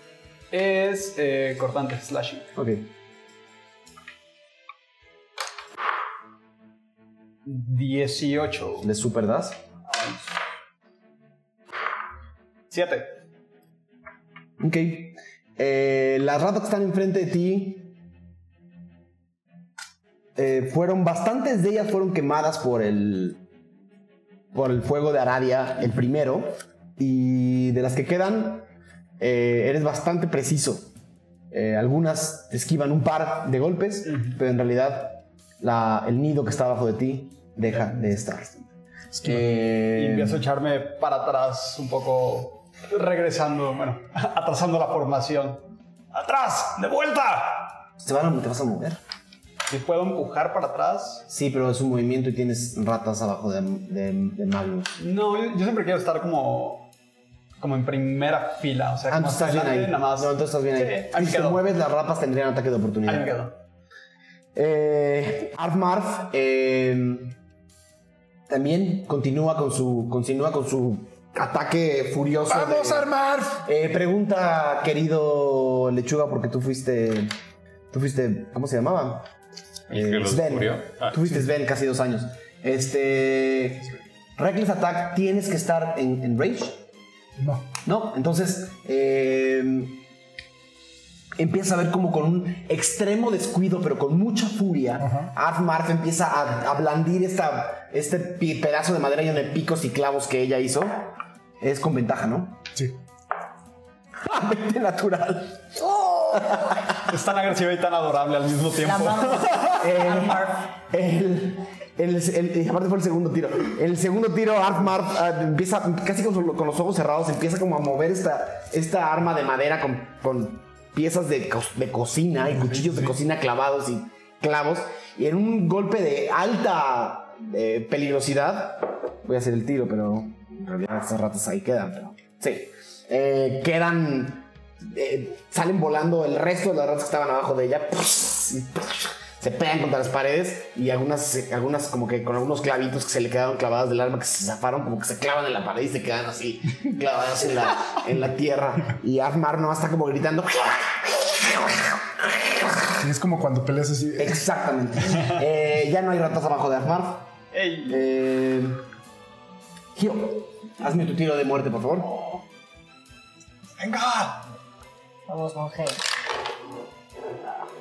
Speaker 2: Es eh, cortante, slashing.
Speaker 1: Ok. ¿Qué
Speaker 2: 18.
Speaker 1: ¿Le super das?
Speaker 2: 7.
Speaker 1: Ok. Eh, las ratas que están enfrente de ti eh, fueron bastantes de ellas fueron quemadas por el por el fuego de Aradia el primero y de las que quedan eh, eres bastante preciso. Eh, algunas esquivan un par de golpes, pero en realidad la- el nido que está abajo de ti deja de estar. Eh,
Speaker 2: Y empiezo a echarme para atrás un poco, regresando, bueno, atrasando la formación. ¡Atrás! ¡De vuelta!
Speaker 1: ¿te van a- ¿Te vas a mover?
Speaker 2: Si puedo empujar para atrás.
Speaker 1: Sí, pero es un movimiento y tienes ratas abajo de, de, de Magnus.
Speaker 2: No, yo, yo siempre quiero estar como, como en primera fila. O sea,
Speaker 1: Ah,
Speaker 2: como
Speaker 1: entonces estás bien
Speaker 2: adelante,
Speaker 1: ahí.
Speaker 2: Nada más.
Speaker 1: No, entonces estás bien ahí.
Speaker 2: Sí, ahí me
Speaker 1: si te
Speaker 2: quedo.
Speaker 1: mueves, las ratas tendrían ataque de
Speaker 2: Ahí me
Speaker 1: oportunidad.
Speaker 2: quedo.
Speaker 1: Eh, Arf Marf eh, también continúa con su continúa con su ataque furioso. ¡Vamos, Armarf! pregunta, querido Lechuga, porque tú fuiste. Tú fuiste. ¿Cómo se llamaba? Eh,
Speaker 7: ¿El que lo descubrió? Ah,
Speaker 1: tú fuiste Sven casi dos años. Este. Reckless Attack, ¿tienes que estar en, en Rage?
Speaker 3: No.
Speaker 1: ¿no? Entonces, eh, empieza a ver como con un extremo descuido, pero con mucha furia,
Speaker 3: Ajá.
Speaker 1: Arf Marf empieza a, a blandir esta, este pi- pedazo de madera lleno de picos y clavos que ella hizo. Es con ventaja, ¿no?
Speaker 3: Sí.
Speaker 1: ¡Ah, 20 natural.
Speaker 2: Es tan agresiva y tan adorable al mismo tiempo.
Speaker 6: La mano.
Speaker 1: Eh, El, el- El, el- y aparte fue el segundo tiro. El segundo tiro, Armar empieza casi con, su- con los ojos cerrados, empieza como a mover esta, esta arma de madera con, con piezas de, co- de cocina y cuchillos de cocina clavados y clavos. Y en un golpe de alta eh, peligrosidad, voy a hacer el tiro, pero en realidad estas ratas Ah, ahí quedan. Pero, sí, Eh, quedan, eh, salen volando el resto de las ratas que estaban abajo de ella. y se pegan contra las paredes y algunas, se- algunas como que con algunos clavitos que se le quedaron clavadas del arma que se zafaron, como que se clavan en la pared y se quedan así, clavadas en la, en la tierra. Y Armar no está como gritando.
Speaker 3: Y es como cuando peleas así.
Speaker 1: Exactamente. Eh, ya no hay ratas abajo de Armar.
Speaker 2: Ey,
Speaker 1: Eh, Gio, hazme tu tiro de muerte, por favor.
Speaker 6: Vamos, monje.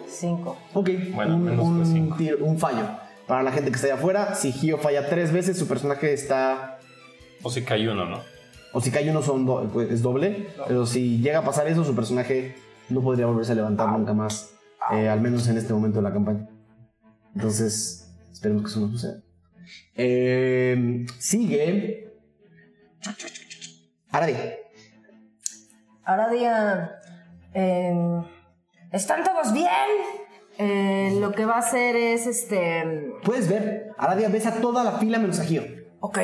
Speaker 6: Cinco.
Speaker 1: Ok,
Speaker 7: Bueno,
Speaker 1: un,
Speaker 7: menos fue
Speaker 1: un
Speaker 7: cinco.
Speaker 1: tiro- un fallo. Para la gente que está allá afuera, si Gio falla tres veces, su personaje está
Speaker 7: O si cae uno, ¿no?
Speaker 1: O si cae uno son do- pues, es doble. Pero si llega a pasar eso, su personaje no podría volverse a levantar
Speaker 7: Ah.
Speaker 1: nunca más. eh, al menos en este momento de la campaña. Entonces, esperemos que eso no suceda. Eh, sigue. Arade.
Speaker 6: Ahora día, ¿están todos bien? Eh, lo que va a hacer es este... em,
Speaker 1: Puedes ver. Aradia ves a toda la fila menos a Gio.
Speaker 6: Ok.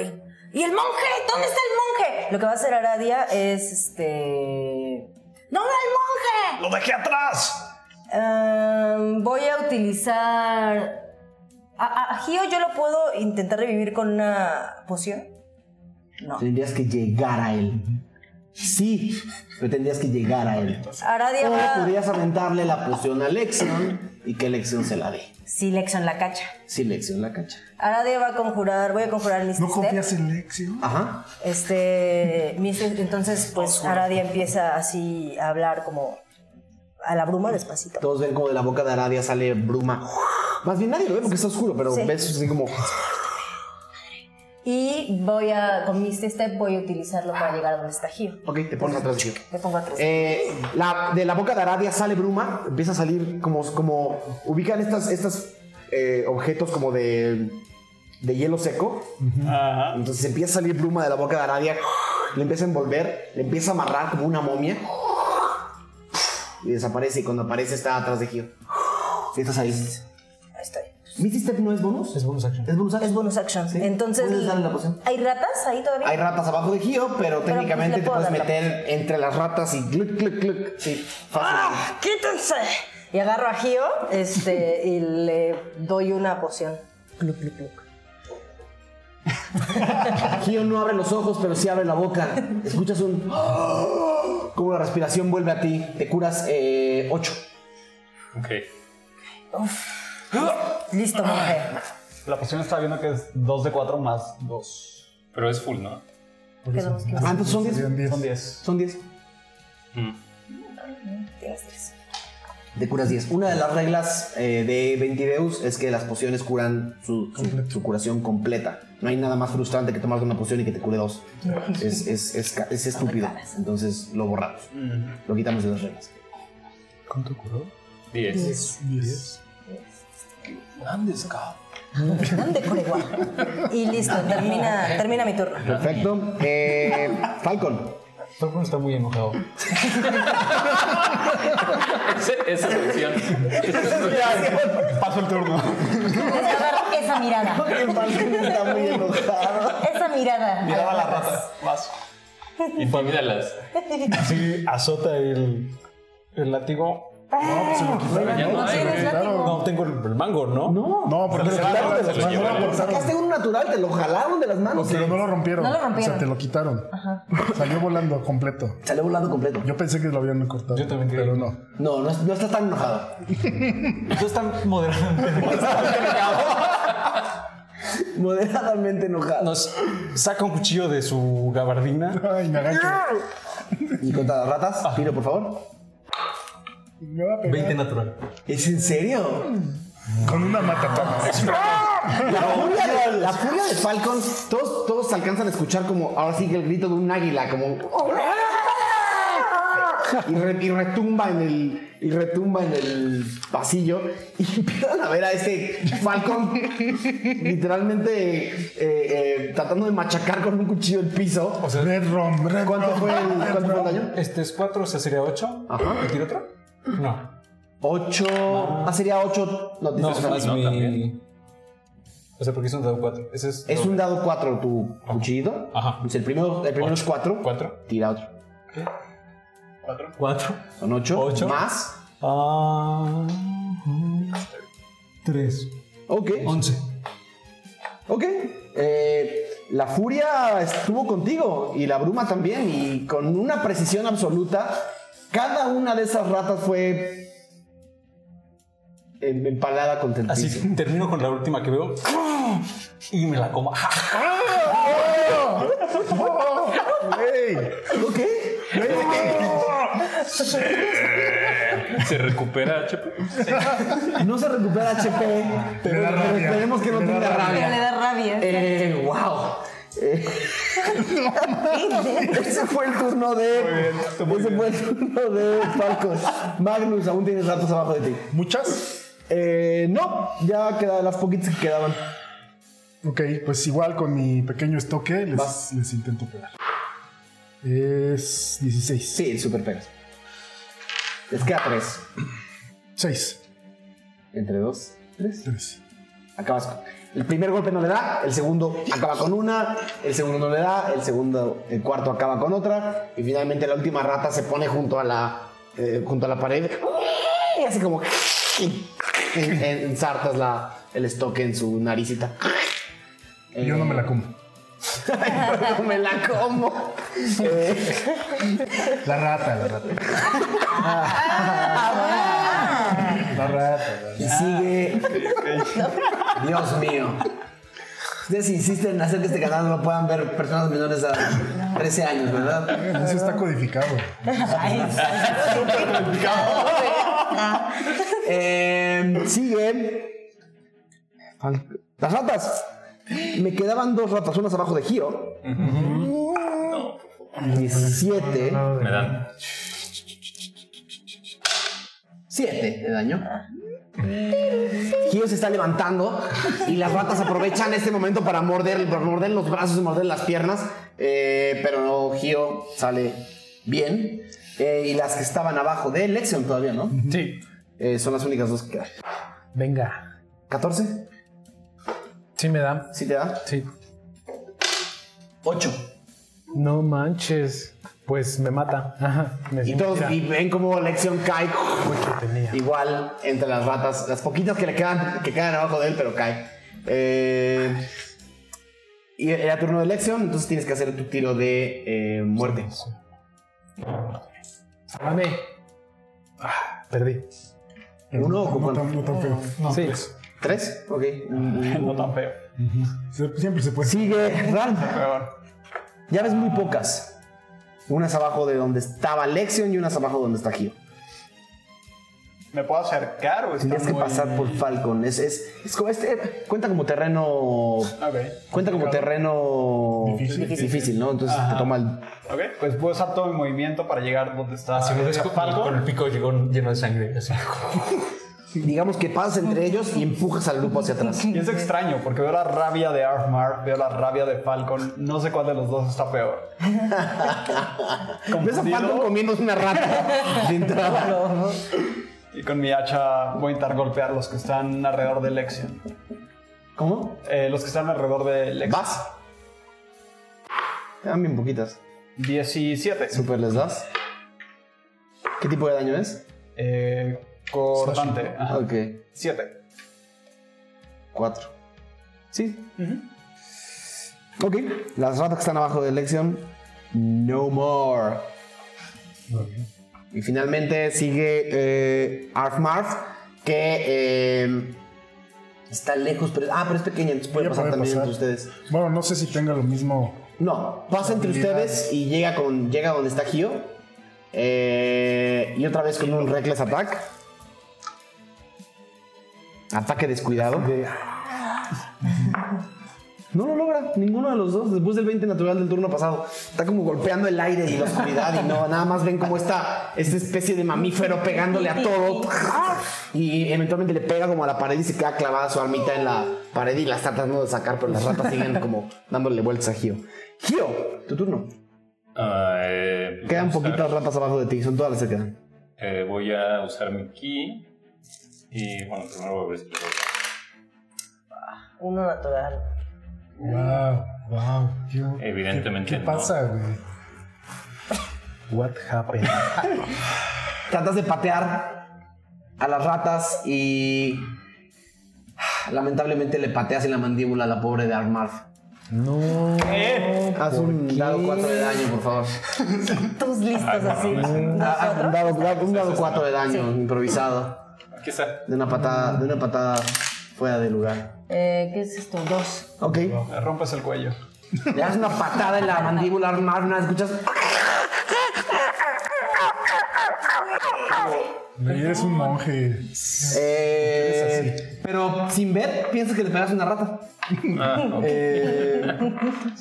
Speaker 6: ¿Y el monje? ¿Dónde está el monje? Lo que va a hacer Aradia es este. ¿Dónde el monje?
Speaker 2: lo dejé atrás.
Speaker 6: Ehm, voy a utilizar. A, a Gio yo lo puedo intentar revivir con una poción. No.
Speaker 1: Tendrías que llegar a él. Sí, pero tendrías que llegar a él.
Speaker 6: Aradia
Speaker 1: O
Speaker 6: va.
Speaker 1: podrías aventarle la poción a Lexion y que Lexion se la dé.
Speaker 6: Sí, Lexon la cacha.
Speaker 1: Si Lexion la cacha.
Speaker 6: Aradia va a conjurar. Voy a conjurar mis
Speaker 3: ¿No confías en Lexio?
Speaker 6: Ah,
Speaker 1: Ajá.
Speaker 6: Este, mis- entonces, pues Aradia empieza así a hablar como a la bruma despacito.
Speaker 1: Todos ven como de la boca de Aradia sale bruma. Más bien nadie lo ve porque está oscuro, pero
Speaker 6: Sí.
Speaker 1: ves así como.
Speaker 6: Y voy a, con mi step voy a utilizarlo para llegar a donde está Gio.
Speaker 1: Ok, te pones atrás de Gio.
Speaker 6: Le pongo atrás.
Speaker 1: Eh, la, de la boca de Aradia sale bruma, empieza a salir como. como ubican estas, estas eh, objetos como de, de hielo seco.
Speaker 2: Ajá.
Speaker 1: Entonces empieza a salir bruma de la boca de Aradia, le empieza a envolver, le empieza a amarrar como una momia. Y desaparece, y cuando aparece está atrás de Gio. Y estás ahí.
Speaker 6: Ahí estoy.
Speaker 1: ¿Misty Step no es bonus?
Speaker 5: Es bonus action.
Speaker 1: ¿Es bonus action?
Speaker 6: Es bonus action.
Speaker 1: Sí.
Speaker 6: Entonces,
Speaker 1: ¿Puedes darle la poción?
Speaker 6: ¿hay ratas ahí todavía?
Speaker 1: Hay ratas abajo de Gio, pero
Speaker 6: pues,
Speaker 1: técnicamente
Speaker 6: le
Speaker 1: te
Speaker 6: puedo
Speaker 1: puedes
Speaker 6: dar la
Speaker 1: meter entre las ratas y gluc, gluc, gluc. Sí, fácil.
Speaker 6: ¡Ah! ¡Quítense! Y agarro a Gio este, y le doy una poción. Pluc, pluc, pluc.
Speaker 1: Gio no abre los ojos, pero sí abre la boca. Escuchas un... Como la respiración vuelve a ti. Te curas eh, 8.
Speaker 7: Ok.
Speaker 6: Listo, monje.
Speaker 2: La poción está viendo que es 2 de 4 más 2.
Speaker 7: Pero es full, ¿no?
Speaker 6: Quedamos que
Speaker 1: ah, entonces son 10.
Speaker 3: Serían 10.
Speaker 2: Son 10.
Speaker 1: Son 10.
Speaker 7: Mm.
Speaker 6: tienes tres.
Speaker 1: Te curas 10. Una de las reglas eh, de 20 Deus es que las pociones curan su, su, su curación completa. No hay nada más frustrante que tomarte una poción y que te cure dos. Es, es, es, ca- es estúpido. Entonces lo borramos. Lo quitamos de las reglas.
Speaker 7: Diez.
Speaker 3: 10.
Speaker 6: ¿Dónde Coregua? Y listo, termina, termina mi turno.
Speaker 1: Perfecto. Eh, Falcon.
Speaker 5: Falcon está muy enojado.
Speaker 7: Ese- Esa es opción.
Speaker 2: Paso el turno.
Speaker 6: Agarro esa mirada.
Speaker 1: Falcon está muy enojado.
Speaker 6: Esa mirada.
Speaker 2: Miraba a la rata. Vas.
Speaker 7: Intimídalas.
Speaker 5: Sí, azota el, el látigo.
Speaker 7: Pero ya no hay,
Speaker 6: tienes
Speaker 7: güey.
Speaker 6: látigo.
Speaker 5: No, tengo el, el mango, ¿no? No.
Speaker 3: No, porque lo quitaron de las
Speaker 7: se lo
Speaker 3: manos.
Speaker 7: llevaron.
Speaker 3: No lo
Speaker 1: Sacaste
Speaker 3: cortaron,
Speaker 1: uno natural, te lo jalaron de las manos.
Speaker 3: Pero no lo rompieron.
Speaker 6: No lo rompieron.
Speaker 3: O sea, te lo quitaron. Salió volando completo.
Speaker 1: Salió volando completo.
Speaker 3: Yo pensé que lo habían cortado.
Speaker 5: Yo también creí.
Speaker 3: Pero no.
Speaker 1: No, no, es- no estás tan enojado.
Speaker 5: Tú estás moderadamente.
Speaker 1: Moderadamente enojado.
Speaker 5: Nos saca un cuchillo de su gabardina.
Speaker 3: Ay, me agacho.
Speaker 1: Y contra las ratas, Piro, por favor.
Speaker 3: Mm. Ah. Me va a pegar. Mm.
Speaker 5: 20 natural.
Speaker 1: ¿Es en serio? Ah.
Speaker 3: Con una matatona.
Speaker 1: La furia, de, la furia de Falcon, todos, todos alcanzan a escuchar como ahora sí que el grito de un águila, como. y, re- y retumba en el y retumba en el pasillo y empiezan a ver a este Falcon literalmente eh, eh, tratando de machacar con un cuchillo el piso.
Speaker 7: O sea,
Speaker 3: Red Rom, Red
Speaker 1: ¿Cuánto
Speaker 3: Rom.
Speaker 1: fue el, cuánto fue el daño?
Speaker 7: este es 4, o sea, sería 8.
Speaker 1: Ajá.
Speaker 7: ¿Y tiro otro? No.
Speaker 1: 8. Ah, sería 8. No,
Speaker 7: No,
Speaker 1: dices,
Speaker 7: más
Speaker 9: no,
Speaker 7: mi.
Speaker 9: también.
Speaker 7: O sea, porque es un dado 4. Ese es.
Speaker 1: es un dado 4 tu cuchillito.
Speaker 7: Ajá.
Speaker 1: Pues El primero, el primero es 4.
Speaker 7: 4.
Speaker 1: Tira otro.
Speaker 7: 4.
Speaker 1: Son 8.
Speaker 7: Ocho.
Speaker 1: Más.
Speaker 7: Ah. 3.
Speaker 1: Ok.
Speaker 7: 11.
Speaker 1: Ok. eh, la furia estuvo contigo y la bruma también y con una precisión absoluta, cada una de esas ratas fue em- empalada contra el piso.
Speaker 7: Así termino con la última que veo. Y me la como.
Speaker 1: Ok.
Speaker 9: ¿Se recupera HP?
Speaker 1: No se recupera HP, pero,
Speaker 3: da
Speaker 1: pero
Speaker 3: rabia.
Speaker 1: esperemos que no
Speaker 3: Le da
Speaker 1: tenga
Speaker 3: rabia.
Speaker 6: Pero le
Speaker 1: rabia.
Speaker 6: da rabia.
Speaker 1: Eh, wow. Eh, ese fue el turno de. ese fue el turno de Falcon. Magnus, aún tienes ratas abajo de ti.
Speaker 3: ¿Muchas?
Speaker 1: Eh, no, ya quedaban las poquitas que quedaban.
Speaker 3: Ok, pues igual con mi pequeño estoque les,
Speaker 1: Vas.
Speaker 3: les intento pegar. Es 16.
Speaker 1: Sí, el super pegas. Les queda tres.
Speaker 3: 6.
Speaker 1: Entre dos, tres.
Speaker 3: 3.
Speaker 1: Acabas con. El primer golpe no le da, el segundo acaba con una, el segundo no le da, el segundo, el cuarto acaba con otra, y finalmente la última rata se pone junto a la, eh, junto a la pared y hace como en- en- ensartas la, el estoque en su naricita.
Speaker 3: Yo no me la como.
Speaker 1: No me la como. Eh,
Speaker 3: La rata, la rata. La rata, la rata.
Speaker 1: y sigue Dios mío. Ustedes insisten en hacer que este canal no lo puedan ver personas menores a 13 años, ¿verdad?
Speaker 3: Eso está codificado.
Speaker 1: Eh, sigue. Fal- Las ratas. Me quedaban dos ratas, unas abajo de giro. 17.
Speaker 9: Me dan.
Speaker 1: 7 de daño. Gio se está levantando y las ratas aprovechan este momento para morder, para morder los brazos y morder las piernas. eh, pero no, Gio sale bien. Eh, y las que estaban abajo de Lexion todavía, ¿no?
Speaker 5: Sí.
Speaker 1: Eh, son las únicas dos que quedan.
Speaker 5: Venga.
Speaker 1: ¿14?
Speaker 5: Sí me da.
Speaker 1: ¿Sí te da?
Speaker 5: Sí.
Speaker 1: 8.
Speaker 5: No manches. Pues me mata. Ajá. Me
Speaker 1: Y, todos,
Speaker 5: mira,
Speaker 1: y ven como Lexion cae
Speaker 5: ocho tenía.
Speaker 1: igual entre las ratas, las poquitas que le quedan, que quedan abajo de él, pero cae. Eh, y era turno de elección, entonces tienes que hacer tu tiro de eh, muerte.
Speaker 5: Sálvame. Ah, perdí.
Speaker 1: ¿Uno o con
Speaker 3: no, tan,
Speaker 1: cuánto?
Speaker 3: no tan feo.
Speaker 5: sí.
Speaker 1: ¿Tres? Ok.
Speaker 2: No tan feo.
Speaker 3: Se- Siempre se puede.
Speaker 1: Sigue, Ran.
Speaker 2: Peor.
Speaker 1: Ya ves muy pocas. Unas abajo de donde estaba Lexion y unas abajo donde está Gio.
Speaker 2: ¿Me puedo acercar o está
Speaker 1: Tendrías que
Speaker 2: muy-
Speaker 1: pasar por Falcon. Es, es, es como este. Cuenta como terreno.
Speaker 2: Ok.
Speaker 1: Cuenta como terreno.
Speaker 3: Difícil.
Speaker 1: Difícil, ¿no? Entonces te toma el
Speaker 2: Ok, pues puedo usar todo mi movimiento para llegar donde está
Speaker 7: Así me Ah, ves
Speaker 2: ese
Speaker 7: con, con el pico llegó lleno de sangre. Así.
Speaker 1: digamos que pasas entre ellos y empujas al grupo hacia atrás.
Speaker 2: Y es extraño, porque veo la rabia de Armar, veo la rabia de Falcon, no sé cuál de los dos está peor.
Speaker 1: Ves a Falcon
Speaker 2: Confundido,
Speaker 1: comiéndose una rata de entrada.
Speaker 2: y con mi hacha voy a intentar golpear los que están alrededor de Lexion.
Speaker 1: ¿Cómo?
Speaker 2: Eh, los que están alrededor de Lexion.
Speaker 1: ¿Vas? Quedan bien poquitas.
Speaker 2: 17.
Speaker 1: Super, ¿les das? ¿Qué tipo de daño es?
Speaker 2: Eh, cortante. Ajá.
Speaker 1: Ok,
Speaker 2: 7.
Speaker 1: cuatro. ¿Sí? Ok, las ratas que están abajo de Lexion, no more. Y finalmente sigue eh, Arfmarf, que eh, está lejos, pero... Ah, pero es pequeña, entonces puede
Speaker 3: Ella
Speaker 1: pasar
Speaker 3: puede
Speaker 1: también
Speaker 3: pasar.
Speaker 1: entre ustedes.
Speaker 3: Bueno, no sé si tenga lo mismo.
Speaker 1: No, pasa entre ustedes y llega con llega donde está Gio. Eh, y otra vez con un reckless attack. Ataque descuidado. No lo logra ninguno de los dos después del 20 natural del turno pasado. Está como golpeando el aire y la oscuridad y no, nada más ven cómo está esta especie de mamífero pegándole a todo. Y eventualmente le pega como a la pared y se queda clavada su armita en la pared y la está tratando de sacar, pero las ratas siguen como dándole vueltas a Gio. Gio, tu turno.
Speaker 7: Ah, eh, pues
Speaker 1: Quedan
Speaker 7: voy a usar-
Speaker 1: poquitas ratas abajo de ti, son todas las que quedan.
Speaker 7: eh, voy a usar mi ki. Y bueno, primero voy a ver si lo
Speaker 6: Uno natural.
Speaker 5: Wow, wow. yo-
Speaker 7: Evidentemente
Speaker 5: ¿Qué, qué
Speaker 7: no.
Speaker 5: pasa, güey? What happened?
Speaker 1: Tratas de patear a las ratas y lamentablemente le pateas en la mandíbula a la pobre de Armarf.
Speaker 5: No. Eh,
Speaker 1: Haz Ah, un dado 4 de daño, por favor.
Speaker 6: Todos listos así.
Speaker 1: Ah, ah, un
Speaker 6: Nosotros.
Speaker 1: dado, da- un dado 4 de daño improvisado.
Speaker 7: Aquí está.
Speaker 1: De una patada, de una patada fuera de lugar.
Speaker 6: Eh, ¿Qué es esto? Dos.
Speaker 1: Ok.
Speaker 4: Le rompes el cuello.
Speaker 1: Le das una patada en la mandíbula a Armarf, una vez escuchas.
Speaker 3: Güey, eres un monje.
Speaker 1: Eh, pero sin ver, piensas que le pegas una rata.
Speaker 7: Ah, ok.
Speaker 1: Eh,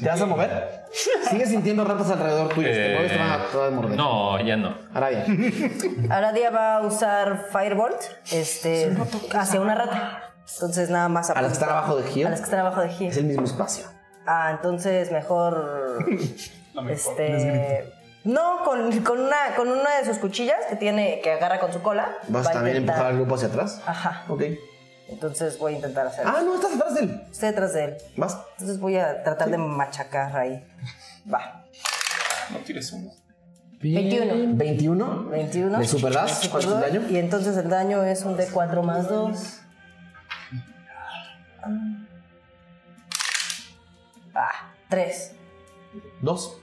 Speaker 1: ¿Te vas a mover? Sigues sintiendo ratas alrededor tuyo. Si Te mueves, te van este a, te van a morder.
Speaker 7: Eh, No, ya no.
Speaker 1: Arabia.
Speaker 6: Aradia va a usar Firebolt este, hacia una rata. Entonces nada más
Speaker 1: A las que están abajo de Gio.
Speaker 6: A las que están abajo de Gio.
Speaker 1: Es el mismo espacio.
Speaker 6: Ah, entonces mejor. este. No, con, con una, con una de sus cuchillas que tiene, que agarra con su cola.
Speaker 1: ¿Vas
Speaker 6: va a
Speaker 1: también a
Speaker 6: intentar-
Speaker 1: empujar al grupo hacia atrás?
Speaker 6: Ajá.
Speaker 1: Ok.
Speaker 6: Entonces voy a intentar hacer.
Speaker 1: Ah, no, estás atrás de él.
Speaker 6: Estoy detrás de él.
Speaker 1: Vas.
Speaker 6: Entonces voy a tratar de machacar ahí. Va.
Speaker 7: No tires uno.
Speaker 6: 21.
Speaker 1: 21.
Speaker 6: 21.
Speaker 1: ¿Le superas? ¿Cuál es el daño?
Speaker 6: Y entonces el daño es un D4 más 2. Ah, 3.
Speaker 1: Dos.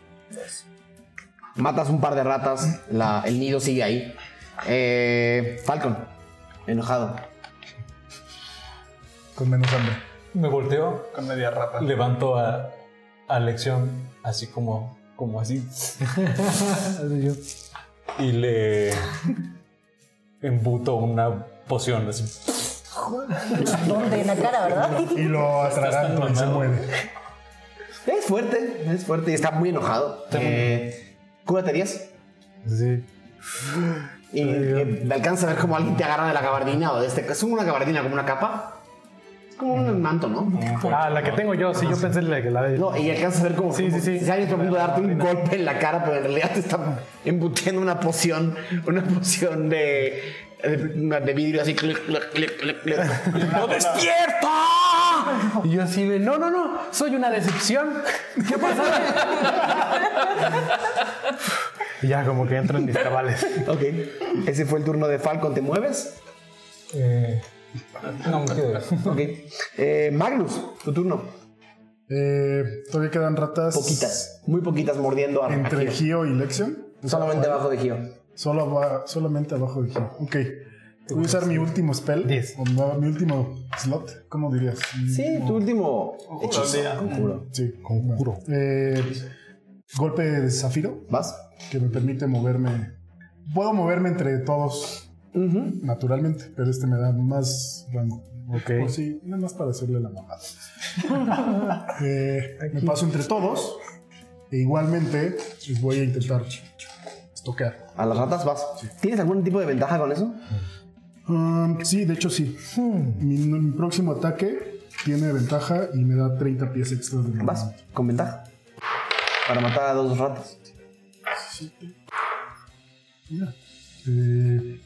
Speaker 1: Matas un par de ratas. la- el nido sigue ahí. Eh, Falcon. Enojado.
Speaker 3: Con menos hambre.
Speaker 10: Me volteo,
Speaker 4: Con media rata.
Speaker 10: levanto a, a Lección así como, como así. Así yo. Y le embuto una poción así.
Speaker 6: ¿Dónde? En la cara, ¿verdad?
Speaker 3: Y lo atraganta y se muere.
Speaker 1: Es fuerte, es fuerte y está muy enojado. Eh, cúrate 10.
Speaker 5: Sí.
Speaker 1: Y eh, alcanza a ver como alguien te agarra de la gabardina o de este. Es una gabardina, como una capa. Es como un manto, ¿no?
Speaker 5: Ah, la que tengo yo, sí, yo pensé en la que la de.
Speaker 1: No, y alcanzas a ver como,
Speaker 5: Sí,
Speaker 1: como
Speaker 5: sí, sí.
Speaker 1: si alguien está a punto de darte un golpe en la cara, pero en realidad te están embutiendo una poción, una poción de, de, de vidrio así. clic, clic, clic, clic, clic. ¡No despierta!
Speaker 5: Y yo así de, no, no, no, soy una decepción. ¿Qué pasa? y ya como que entro en mis cabales.
Speaker 1: Ok, ese fue el turno de Falcon. ¿Te mueves?
Speaker 10: Eh, no me quedo.
Speaker 1: Ok. Eh, Magnus, tu turno.
Speaker 3: Eh, todavía quedan ratas.
Speaker 1: Poquitas, muy poquitas mordiendo a
Speaker 3: Entre
Speaker 1: a Gio.
Speaker 3: Gio y Lexion.
Speaker 1: Solamente abajo de Gio.
Speaker 3: Solo aba- solamente abajo de Gio. Ok. Voy a usar mi último spell.
Speaker 5: Diez.
Speaker 3: O no, mi último slot. ¿Cómo dirías? Mm,
Speaker 1: Sí, tu último
Speaker 4: Conjuro,
Speaker 1: hechizo.
Speaker 4: mira.
Speaker 1: Conjuro.
Speaker 3: Sí. Conjuro. golpe de zafiro.
Speaker 1: ¿Vas?
Speaker 3: que me permite moverme. Puedo moverme entre todos naturalmente, pero este me da más rango.
Speaker 5: Ok.
Speaker 3: Por si, nada más para hacerle la mamada. Eh, me paso entre todos e igualmente pues, voy a intentar estoquear.
Speaker 1: ¿A las ratas vas? ¿Tienes algún tipo de ventaja con eso?
Speaker 3: Um, sí, de hecho sí. Mi, mi próximo ataque tiene ventaja y me da 30 pies extra de movimiento.
Speaker 1: Vas, con ventaja. Para matar a dos ratas.
Speaker 3: Mira. Eh,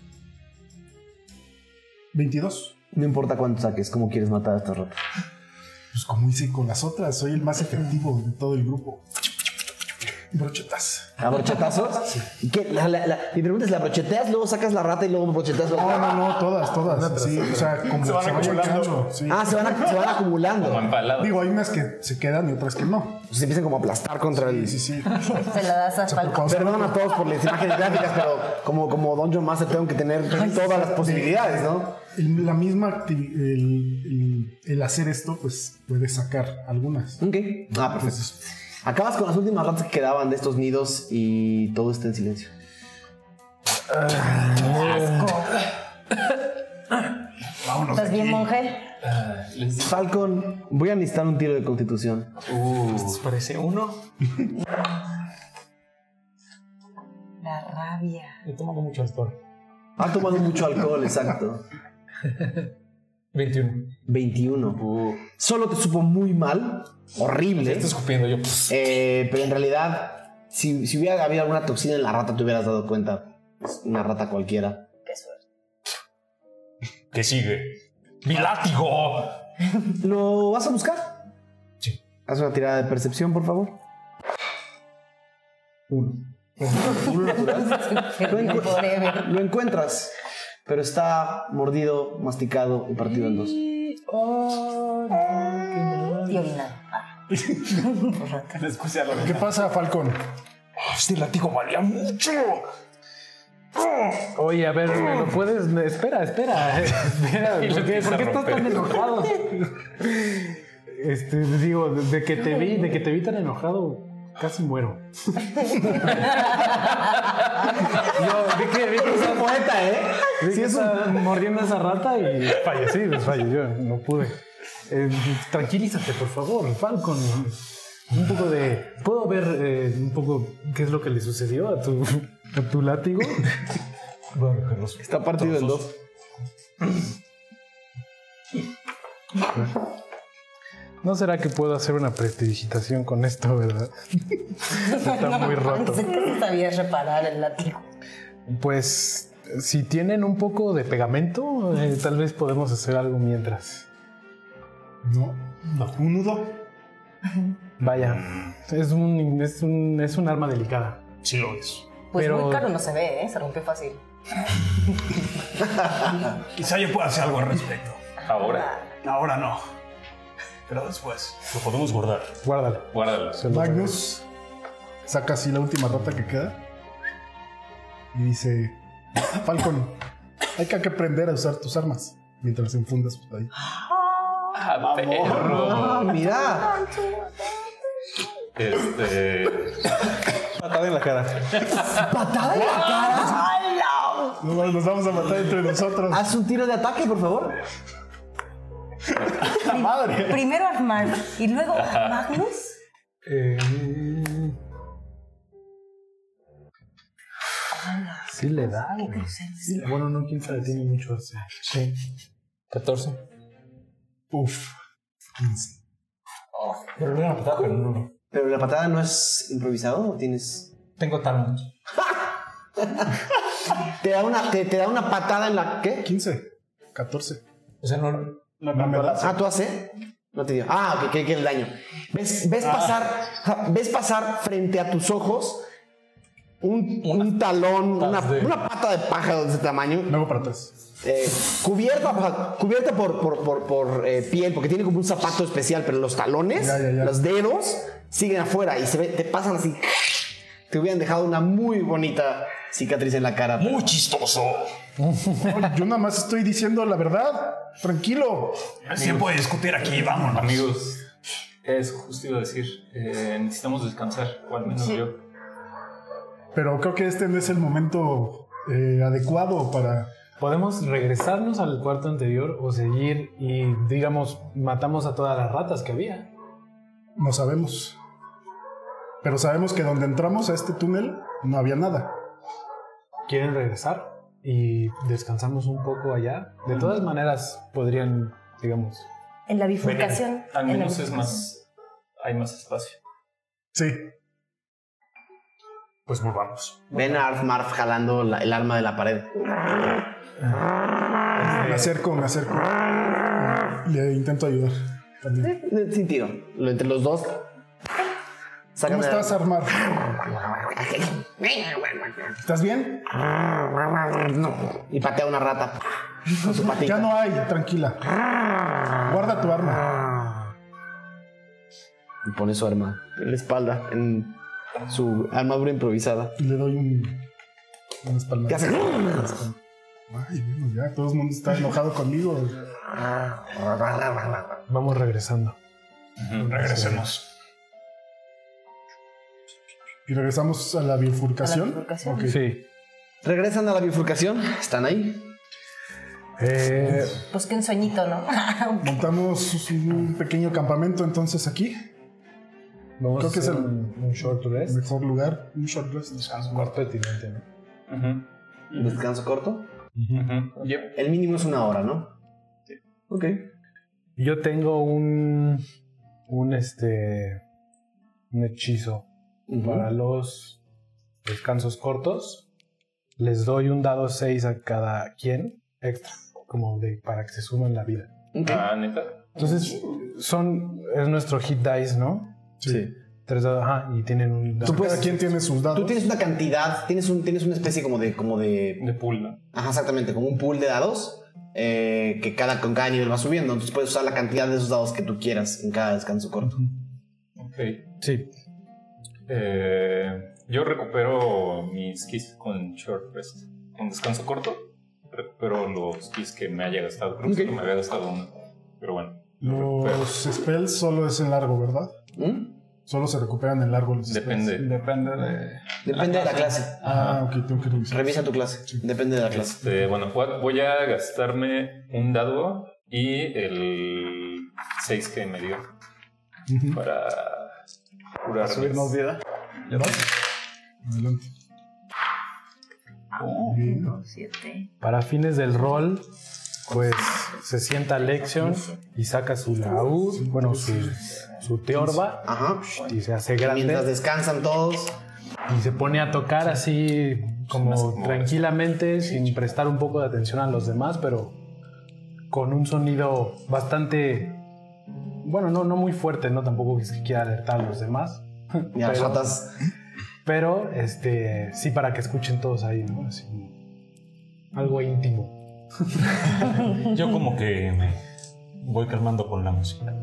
Speaker 3: 22.
Speaker 1: No importa cuánto saques, cómo quieres matar a estas ratas.
Speaker 3: Pues como hice con las otras, soy el más efectivo de todo el grupo. Brochetas.
Speaker 1: ¿A brochetazos? ¿Y qué? La, la, la- mi pregunta es, ¿la brocheteas, luego sacas la rata y luego brocheteas? luego-
Speaker 3: No, no, no, todas, todas. Sí, o sea, como
Speaker 4: Se van
Speaker 3: vaya
Speaker 4: acumulando.
Speaker 3: echando, sí.
Speaker 1: Ah, se van, ac- se van acumulando. Pues
Speaker 7: Como empalado.
Speaker 3: Digo, hay unas que se quedan y otras que no.
Speaker 1: Se empiezan como a aplastar contra el...
Speaker 3: Sí, sí, sí.
Speaker 6: Se la das a Falcon.
Speaker 3: Cuando se-
Speaker 1: Perdón a todos por las imágenes gráficas, pero como, como Dungeon Master tengo que tener todas las posibilidades, ¿no?
Speaker 3: el- la misma activi- el, el- el hacer esto, pues puede sacar algunas.
Speaker 1: Ok. Ah, perfecto. Acabas con las últimas ratas que quedaban de estos nidos y todo está en silencio.
Speaker 11: vámonos.
Speaker 6: ¿Estás bien, monje?
Speaker 7: Ah, les digo.
Speaker 1: Falcon, voy a necesitar un tiro de constitución.
Speaker 7: Uh,
Speaker 4: ¿Les parece uno?
Speaker 6: La rabia.
Speaker 4: He tomado mucho alcohol.
Speaker 1: Ha tomado mucho alcohol, exacto.
Speaker 4: 21.
Speaker 1: 21.
Speaker 7: uh,
Speaker 1: Solo te supo muy mal, horrible.
Speaker 4: Estoy escupiendo yo.
Speaker 8: pues.
Speaker 4: pss,
Speaker 1: Eh, pero en realidad, si, si hubiera habido alguna toxina en la rata, te hubieras dado cuenta. Es una rata cualquiera.
Speaker 6: Qué suerte.
Speaker 8: ¿Qué sigue? ¡Mi látigo!
Speaker 1: ¿Lo vas a buscar?
Speaker 8: Sí.
Speaker 1: Haz una tirada de percepción, por favor. Uno. Uno natural. Lo, encu-
Speaker 6: Forever.
Speaker 1: lo encuentras, pero está mordido, masticado y partido en dos.
Speaker 6: Tío Vinal.
Speaker 2: Les puse algo.
Speaker 3: ¿Qué pasa, Falcón?
Speaker 8: Este látigo valía mucho.
Speaker 5: Oye, a ver, ¿me lo puedes? me- Espera, espera. espera ¿por, qué,
Speaker 8: empieza
Speaker 5: por qué
Speaker 8: a
Speaker 5: estás tan enojado? Este, digo, de- de que te vi, de que te vi tan enojado, casi muero. Yo vi que vi que
Speaker 1: Es un poeta, ¿eh?
Speaker 5: Vi que estaba mordiendo a esa rata y fallecí, desfalleció, no pude. Eh, tranquilízate, por favor, Falcon. Un poco de. ¿Puedo ver eh, un poco qué es lo que le sucedió a tu, a tu látigo?
Speaker 4: Bueno, Carlos.
Speaker 1: Está partido en dos.
Speaker 5: ¿No será que puedo hacer una prestidigitación con esto, verdad? Está muy roto.
Speaker 6: Pensé que sí sabías reparar el látigo.
Speaker 5: Pues si tienen un poco de pegamento, eh, tal vez podemos hacer algo mientras.
Speaker 3: No. Un nudo.
Speaker 5: Vaya, es un, es un, es un arma delicada.
Speaker 8: Sí lo es.
Speaker 6: Pues
Speaker 5: Pero-
Speaker 6: muy caro no se ve, ¿eh? Se rompe fácil.
Speaker 2: Quizá yo pueda hacer algo al respecto.
Speaker 7: ahora,
Speaker 2: Ahora no. Pero después.
Speaker 8: Lo podemos guardar.
Speaker 5: Guárdalo.
Speaker 7: guárdala.
Speaker 5: se lo regreso.
Speaker 3: Magnus saca así la última rata que queda y dice: Falcon, hay que que aprender a usar tus armas mientras enfundas pues, ahí.
Speaker 7: Ah, perro.
Speaker 1: Ah, Mira,
Speaker 7: Este.
Speaker 4: Patada en la cara.
Speaker 3: No, mames, nos vamos a matar entre nosotros.
Speaker 1: haz un tiro de ataque, por favor.
Speaker 6: Primero Armand y luego Magnus.
Speaker 5: Eh, Sí le da. güey. Bueno, no, quién sabe, tiene mucho hacer. Sí.
Speaker 4: 14.
Speaker 3: Uf.
Speaker 4: Pero no era una patada, pero no, no.
Speaker 1: Pero la patada no es improvisado, ¿o tienes.
Speaker 4: Tengo talón.
Speaker 1: Te da una, te, te da una patada en la. ¿Qué?
Speaker 3: 15, 14.
Speaker 4: O sea, no.
Speaker 2: No me
Speaker 1: Ah, tú hace. No te dio. Ah, ok, que que el daño. ¿Ves,
Speaker 4: Ah.
Speaker 1: ves, pasar, ves pasar frente a tus ojos un, un talón, una,
Speaker 4: de-
Speaker 1: una pata de pájaro de ese tamaño,
Speaker 3: Me hago para atrás.
Speaker 1: eh, cubierta, o sea, cubierta por, por, por- por, eh, piel, porque tiene como un zapato especial, pero los talones,
Speaker 3: Ya, ya, ya.
Speaker 1: los dedos, siguen afuera y se ve- te pasan así. Te hubieran dejado una muy bonita cicatriz en la cara.
Speaker 8: Muy chistoso.
Speaker 3: No, yo nada más estoy diciendo la verdad. Tranquilo.
Speaker 2: Se puede discutir aquí, vámonos.
Speaker 7: Amigos, es justo iba a decir, eh, necesitamos descansar, o al menos yo.
Speaker 3: Pero creo que este no es el momento eh, adecuado para.
Speaker 5: Podemos regresarnos al cuarto anterior o seguir y, digamos, matamos a todas las ratas que había.
Speaker 3: No sabemos. Pero sabemos que donde entramos a este túnel no había nada.
Speaker 5: ¿Quieren regresar? Y descansamos un poco allá. De todas maneras, podrían, digamos.
Speaker 6: En la bifurcación.
Speaker 7: Al
Speaker 6: en la
Speaker 7: menos es
Speaker 6: bifurcación.
Speaker 7: más. Hay más espacio.
Speaker 3: Sí,
Speaker 8: Pues volvamos.
Speaker 1: Ven a Arf Marf jalando la- el arma de la pared.
Speaker 3: me acerco, me acerco. Le intento ayudar. También.
Speaker 1: Eh, Sin tiro. Lo- Entre los dos.
Speaker 3: ¿Cómo
Speaker 1: Sácame la-
Speaker 3: estás, Armar? ¿Estás bien?
Speaker 1: Y patea una rata con su patita.
Speaker 3: Ya no hay, tranquila. Guarda tu arma.
Speaker 1: Y pone su arma en la espalda, en su armadura improvisada.
Speaker 3: Y le doy un. Unas
Speaker 1: ¿Qué hace?
Speaker 3: palmadas. Ay, bueno, ya, todo el mundo está enojado conmigo.
Speaker 5: Vamos regresando.
Speaker 2: Regresemos.
Speaker 3: Y regresamos a la
Speaker 6: A la
Speaker 3: bifurcación.
Speaker 6: bifurcación.
Speaker 3: Ok.
Speaker 5: Sí.
Speaker 1: Regresan a la bifurcación. ¿Están ahí?
Speaker 3: Eh,
Speaker 6: Pues que un sueñito, ¿no?
Speaker 3: montamos un pequeño campamento entonces aquí.
Speaker 5: Vamos
Speaker 3: Creo que
Speaker 5: a
Speaker 3: es
Speaker 5: hacer
Speaker 3: el-
Speaker 5: un, un short rest.
Speaker 3: Mejor lugar, un short rest.
Speaker 5: Un cuarto de tinete, ¿no?
Speaker 1: Descanso corto.
Speaker 7: Ujú. Yep.
Speaker 1: El mínimo es una hora, ¿no? Ok.
Speaker 5: Yo tengo un. Un este. Un hechizo. Para los descansos cortos, les doy un dado 6 a cada quien extra, como de para que se sumen la vida.
Speaker 1: Ok.
Speaker 7: Ah, neta.
Speaker 5: Entonces, son. Es nuestro hit dice, ¿no?
Speaker 1: Sí.
Speaker 5: Tres dados, ajá, y tienen un dado.
Speaker 3: Tú Cada quien tiene sus dados.
Speaker 1: Tú tienes una cantidad, tienes, un, tienes una especie como de, como de
Speaker 7: De pool, ¿no?
Speaker 1: Ajá, exactamente, como un pool de dados eh, que cada, con cada nivel va subiendo. Entonces puedes usar la cantidad de esos dados que tú quieras en cada descanso corto.
Speaker 7: Ok.
Speaker 5: Sí.
Speaker 7: Eh, yo recupero mis keys con short rest. Con descanso corto, recupero los keys que me haya gastado. Creo que solo me había gastado uno. Pero bueno. lo recupero.
Speaker 3: Los spells solo es en largo, ¿verdad?
Speaker 1: ¿Mm?
Speaker 3: Solo se recuperan en largo los spells.
Speaker 7: Depende.
Speaker 2: Depende de.
Speaker 1: Depende de la clase.
Speaker 3: Ah, ok, tengo que revisar.
Speaker 1: Revisa tu clase. Depende de la clase.
Speaker 7: Este, bueno, voy- voy a gastarme un dado y el 6 que me dio
Speaker 3: Ujú,
Speaker 7: para curar.
Speaker 2: Subirnos vida.
Speaker 3: Adelante. Bien.
Speaker 6: Siete.
Speaker 5: Para fines del rol, pues se sienta Lexion y saca su laúd, bueno, su, su teorba,
Speaker 1: Ajá.
Speaker 5: y se hace
Speaker 1: Mientras
Speaker 5: grande
Speaker 1: descansan todos.
Speaker 5: y se pone a tocar así
Speaker 7: más
Speaker 5: como
Speaker 7: como-
Speaker 5: tranquilamente, sin prestar un poco de atención a los demás, pero con un sonido bastante, bueno, no, no muy fuerte, no tampoco es que quiera alertar a los demás,
Speaker 1: Y a las
Speaker 5: Pero-
Speaker 1: ratas.
Speaker 5: pero este sí para que escuchen todos ahí, ¿no? Así, algo íntimo.
Speaker 4: Yo como que me voy calmando con la música.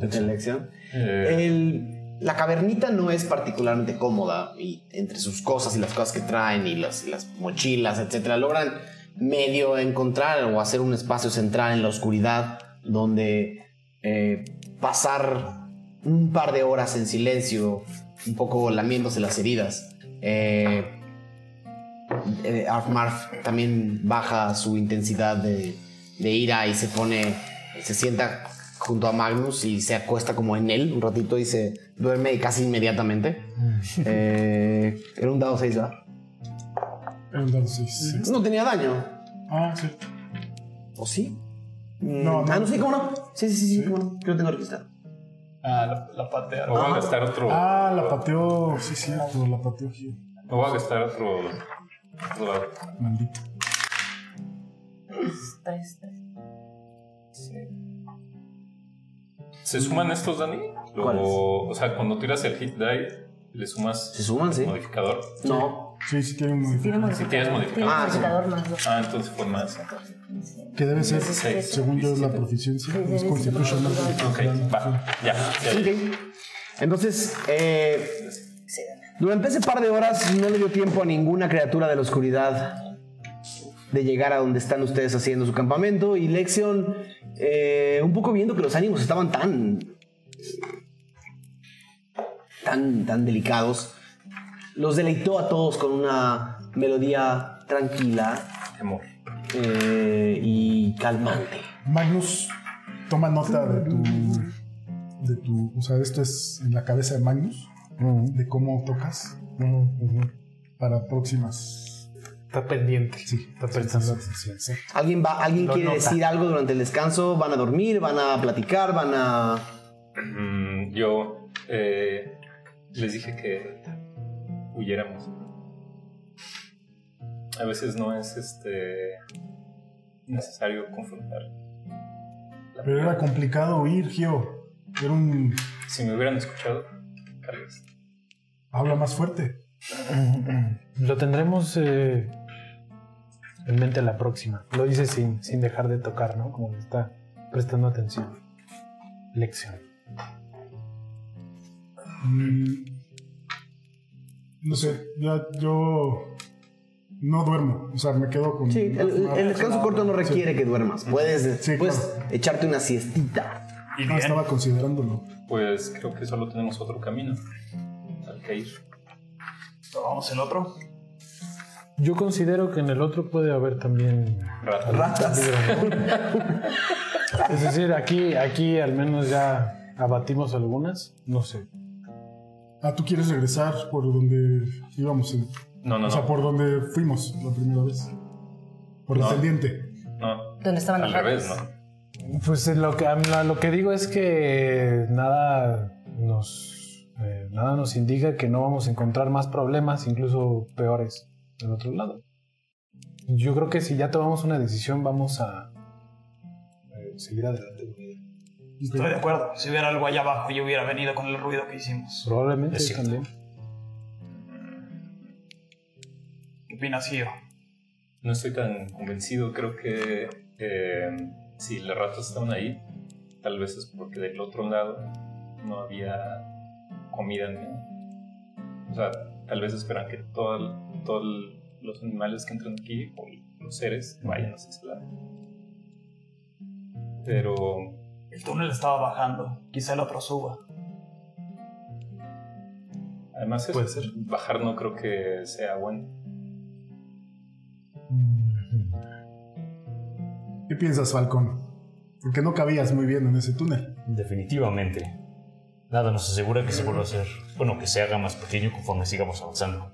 Speaker 1: de elección.
Speaker 7: Eh,
Speaker 1: El- la cavernita no es particularmente cómoda y entre sus cosas y las cosas que traen y las, y las mochilas, etcétera, logran medio encontrar o hacer un espacio central en la oscuridad donde eh, pasar un par de horas en silencio, un poco lamiéndose las heridas. Eh, eh, Arfmarf también baja su intensidad de, de ira y se pone, se sienta junto a Magnus y se acuesta como en él un ratito y se duerme casi inmediatamente. Eh, era un dado 6, ¿verdad?
Speaker 3: Era un dado seis, seis.
Speaker 1: No tenía daño.
Speaker 3: Ah, sí.
Speaker 1: ¿O sí?
Speaker 3: No,
Speaker 1: Mm,
Speaker 3: no.
Speaker 1: Ah, no, sí, cómo no. Sí, sí, sí, sí,
Speaker 3: Sí.
Speaker 1: cómo no. Yo lo tengo registrado.
Speaker 2: Ah, la, la patea.
Speaker 7: o voy a gastar otro.
Speaker 3: Ah, la pateó. Sí, cierto, la pateó Gio.
Speaker 7: o voy a gastar otro. otro dado.
Speaker 3: Maldito.
Speaker 6: Tres, tres.
Speaker 7: ¿Se suman estos, Dani? Lo-
Speaker 1: ¿Cuáles?
Speaker 7: o sea, cuando tiras el hit die, le sumas
Speaker 1: Se suman, sí.
Speaker 7: modificador.
Speaker 1: No.
Speaker 3: Sí, sí tiene un
Speaker 6: Tiene
Speaker 3: modificador.
Speaker 6: modificador.
Speaker 7: tienes modificador.
Speaker 1: Ah, sí.
Speaker 6: modificador más dos.
Speaker 7: Ah, entonces fue más.
Speaker 3: Que debe ser,
Speaker 7: Seis.
Speaker 3: según yo, la proficiencia.
Speaker 6: Sí, sí,
Speaker 3: Es
Speaker 6: sí,
Speaker 3: Constitution.
Speaker 6: sí.
Speaker 7: Ok, va. Ya, ya.
Speaker 1: Ok. Entonces, eh, durante ese par de horas no le dio tiempo a ninguna criatura de la oscuridad de llegar a donde están ustedes haciendo su campamento y Lexion, eh, un poco viendo que los ánimos estaban tan tan, tan delicados, los deleitó a todos con una melodía tranquila
Speaker 7: Temor.
Speaker 1: eh, y calmante.
Speaker 3: Magnus, toma nota de tu. De tu. O sea, esto es en la cabeza de Magnus. De cómo tocas. Para próximas.
Speaker 5: Está pendiente.
Speaker 3: Sí,
Speaker 5: Está pensando.
Speaker 1: ¿Alguien, va, ¿alguien
Speaker 5: Lo
Speaker 1: quiere
Speaker 5: nota.
Speaker 1: decir algo durante el descanso? ¿Van a dormir? ¿Van a platicar? ¿Van a...?
Speaker 7: Mm, yo eh, les dije que huyéramos. A veces no es este necesario confrontar.
Speaker 3: Pero era complicado oír, Gio. Era un.
Speaker 7: Si me hubieran escuchado, tal vez.
Speaker 3: Habla más fuerte.
Speaker 5: Lo tendremos eh, en mente la próxima. Lo dice sin, sin dejar de tocar, ¿no? Como que está prestando atención. Lección.
Speaker 3: Mm, No sé, ya yo. No duermo. O sea, me quedo con.
Speaker 1: Sí, el, el- el descanso corto no requiere que duermas. Puedes,
Speaker 3: Sí,
Speaker 1: puedes
Speaker 3: claro.
Speaker 1: echarte una siestita.
Speaker 7: Y
Speaker 3: No estaba considerándolo.
Speaker 7: Pues creo que solo tenemos otro camino al que ir.
Speaker 2: Vamos el otro.
Speaker 5: Yo considero que en el otro puede haber también
Speaker 7: Ratas.
Speaker 5: ratas. es decir, aquí, aquí al menos ya abatimos algunas. No sé.
Speaker 3: Ah, tú quieres regresar por donde íbamos, eh?
Speaker 7: No, no,
Speaker 3: o sea,
Speaker 7: no.
Speaker 3: por donde fuimos la primera vez. Por la
Speaker 7: No.
Speaker 3: pendiente.
Speaker 7: no.
Speaker 6: ¿Dónde estaban
Speaker 7: Al
Speaker 6: las ratas?
Speaker 7: revés, ¿no?
Speaker 5: Pues eh, lo que, a mí- lo que digo es que nada nos, eh, nada nos indica que no vamos a encontrar más problemas, incluso peores, del otro lado. Yo creo que si ya tomamos una decisión, vamos a eh, seguir adelante. con ella.
Speaker 2: Estoy de acuerdo. Si hubiera algo allá abajo, yo hubiera venido con el ruido que hicimos.
Speaker 5: Probablemente
Speaker 7: Es cierto.
Speaker 5: también.
Speaker 2: ¿Qué opinas, Gio?
Speaker 7: No estoy tan convencido. Creo que eh, si las ratas estaban ahí, tal vez es porque del otro lado no había comida. ¿no? O sea, tal vez esperan que todos los animales que entran aquí, o los seres, vayan a ese lado. Pero
Speaker 2: El túnel estaba bajando. Quizá el otro suba.
Speaker 7: además, eso,
Speaker 5: Puede
Speaker 3: Pues
Speaker 5: ser.
Speaker 7: bajar no creo que sea bueno.
Speaker 3: Mm. ¿Qué piensas, Falcón? Porque no cabías muy bien en ese túnel.
Speaker 8: Definitivamente. Nada nos asegura que se vuelva a hacer. Bueno, que se haga más pequeño conforme sigamos avanzando.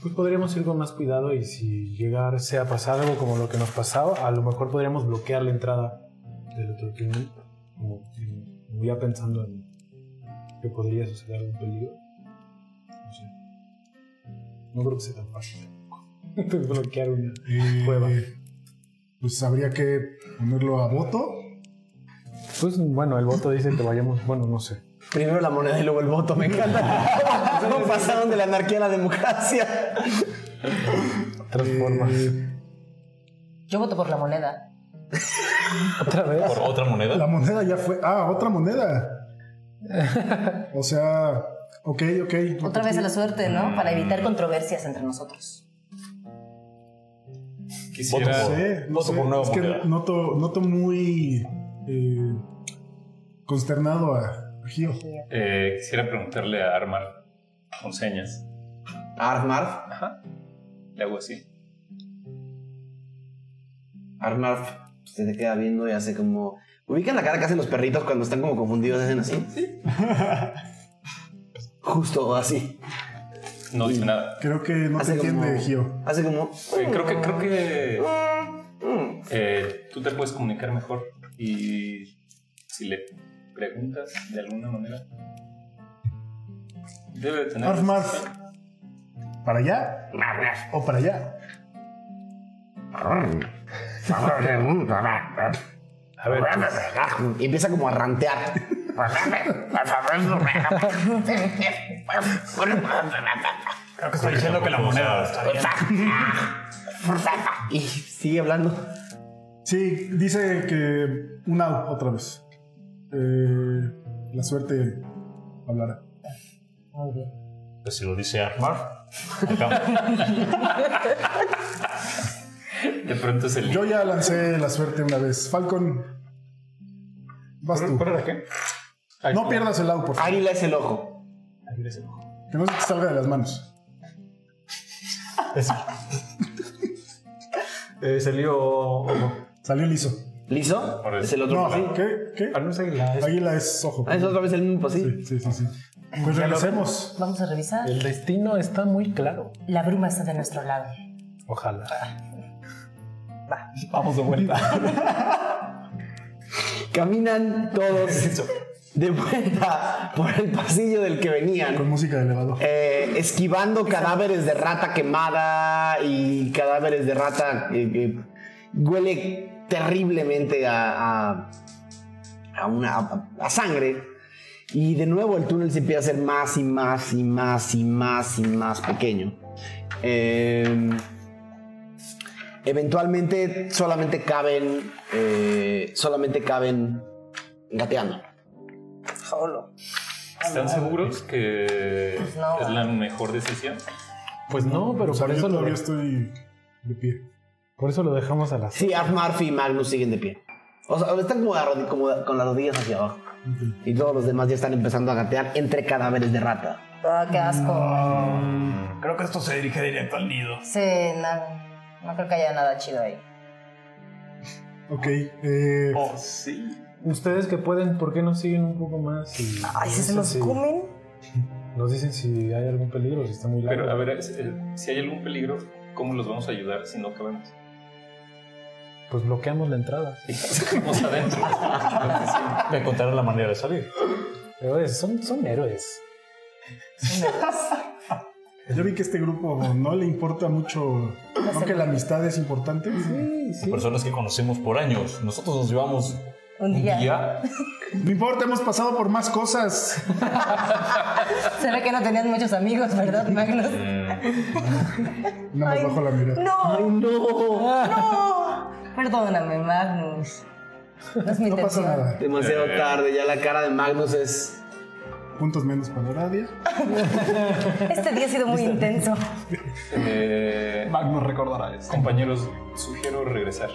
Speaker 5: Pues podríamos ir con más cuidado y si llegase a pasar algo como lo que nos pasaba, a lo mejor podríamos bloquear la entrada del otro túnel. Como mm, ya pensando en que podría suceder algún peligro. No sé. No creo que sea tan fácil. bloquear una.
Speaker 3: Eh,
Speaker 5: Cueva.
Speaker 3: Pues habría que ponerlo a voto.
Speaker 5: Pues bueno, el voto dice que vayamos. Bueno, no sé.
Speaker 1: Primero la moneda y luego el voto, me encanta. ¿Cómo pasaron de la anarquía a la democracia?
Speaker 5: Transforma.
Speaker 3: Eh,
Speaker 6: Yo voto por la moneda.
Speaker 5: Otra vez.
Speaker 8: ¿Por otra moneda?
Speaker 3: la moneda ya fue. Ah, otra moneda. o sea, ok, ok.
Speaker 6: Otra vez a la suerte, ¿no? Para evitar controversias entre nosotros.
Speaker 3: No
Speaker 7: Quisiera.
Speaker 3: sé, no
Speaker 8: Voto
Speaker 3: sé.
Speaker 8: por nueva
Speaker 3: es que
Speaker 8: moneda.
Speaker 3: noto, noto muy eh, consternado a a Gio.
Speaker 7: Eh, quisiera preguntarle a Armar con señas.
Speaker 1: Armarf.
Speaker 7: Ajá. Le hago así.
Speaker 1: Armarf se te queda viendo y hace como. ¿Ubican la cara que hacen los perritos cuando están como confundidos? Hacen así. Justo así.
Speaker 7: No dice nada.
Speaker 3: Creo que no te
Speaker 1: Hace como-
Speaker 3: entiende, Gio.
Speaker 1: Hace como.
Speaker 7: Eh, creo que, creo que
Speaker 1: Mm.
Speaker 7: eh, tú te puedes comunicar mejor y si le preguntas de alguna manera, debe de tener.
Speaker 3: Arf, marf. ¿Para allá? ¿O para allá?
Speaker 5: A ver,
Speaker 11: Y empieza como a rantear.
Speaker 2: Creo que está diciendo que la moneda está bien.
Speaker 1: Y sigue hablando.
Speaker 3: Sí, dice que un out otra vez. Eh, la suerte hablará.
Speaker 6: Muy bien.
Speaker 8: Pues si lo dice Armar. acá-
Speaker 7: De pronto es el.
Speaker 3: Yo ya lancé la suerte una vez. Falcon, vas tú.
Speaker 4: ¿Pero de qué?
Speaker 3: No pierdas el out, por favor.
Speaker 1: Águila es el ojo.
Speaker 3: Que no se te salga de las manos.
Speaker 4: Eh, salió.
Speaker 3: Salió liso.
Speaker 1: ¿Liso?
Speaker 7: Ahora
Speaker 1: Es el otro
Speaker 3: No,
Speaker 1: así.
Speaker 3: ¿qué? ¿Qué?
Speaker 4: Ah, no es águila, es-
Speaker 3: Águila es ojo.
Speaker 1: Ah, es otra vez el mismo Mm, así.
Speaker 3: Sí, sí, sí. sí. Pues regresemos.
Speaker 6: Vamos a revisar.
Speaker 5: el destino está muy claro.
Speaker 6: La bruma está de nuestro lado.
Speaker 5: Ojalá.
Speaker 2: Vamos de vuelta.
Speaker 1: Caminan todos de vuelta por el pasillo del que venían.
Speaker 3: Con música de elevador.
Speaker 1: eh, esquivando cadáveres de rata quemada y cadáveres de rata que huele terriblemente a, a, a una, a- a sangre. Y de nuevo el túnel se empieza a hacer más y más y más y más y más pequeño. Eh, eventualmente solamente caben, eh, solamente caben gateando.
Speaker 6: Solo.
Speaker 7: ¿Están seguros que
Speaker 6: Pues no,
Speaker 7: es la mejor decisión?
Speaker 5: Pues no, pero
Speaker 3: O sea,
Speaker 5: por
Speaker 3: yo
Speaker 5: eso, lo,
Speaker 3: todavía estoy de pie.
Speaker 5: por eso lo dejamos a las.
Speaker 1: Sí, Arf Murphy y Magnus siguen de pie. O sea, están como, de arrodi- como de- con las rodillas hacia abajo.
Speaker 12: Y todos los demás ya están empezando a gatear entre cadáveres de rata.
Speaker 6: Ah, qué asco.
Speaker 2: Um,
Speaker 4: Creo que esto se dirige directo al nido.
Speaker 6: Sí, no, no creo que haya nada chido ahí.
Speaker 3: Ok, eh,
Speaker 4: Oh, sí.
Speaker 5: Ustedes que pueden, ¿por qué no siguen un poco más? y
Speaker 6: Ay, si se
Speaker 5: nos
Speaker 6: los comen.
Speaker 5: Nos dicen si hay algún peligro, si está muy largo.
Speaker 7: Pero a ver, es- el- si hay algún peligro, ¿cómo los vamos a ayudar si no cabemos?
Speaker 5: Pues bloqueamos la entrada.
Speaker 7: Vamos adentro.
Speaker 13: Me encontraron la manera de salir.
Speaker 5: Héroes, son, son héroes.
Speaker 3: yo vi que este grupo no le importa mucho, no que la amistad es importante.
Speaker 5: Sí, sí.
Speaker 13: Personas que conocemos por años. Nosotros nos llevamos
Speaker 6: Un día.
Speaker 3: No importa, hemos pasado por más cosas.
Speaker 6: Se ve que no tenías muchos amigos, ¿verdad, Magnus?
Speaker 7: Mm.
Speaker 3: Nada más
Speaker 6: Ay,
Speaker 3: bajo la mirada.
Speaker 6: ¡No! ¡No! Perdóname, Magnus. No es mi
Speaker 3: No pasa
Speaker 6: intención.
Speaker 3: nada.
Speaker 12: Demasiado tarde, ya la cara de Magnus es.
Speaker 3: Puntos menos para Radia.
Speaker 6: Este día ha sido muy intenso.
Speaker 7: Eh,
Speaker 4: Magnus recordará esto.
Speaker 7: compañeros, sugiero regresar.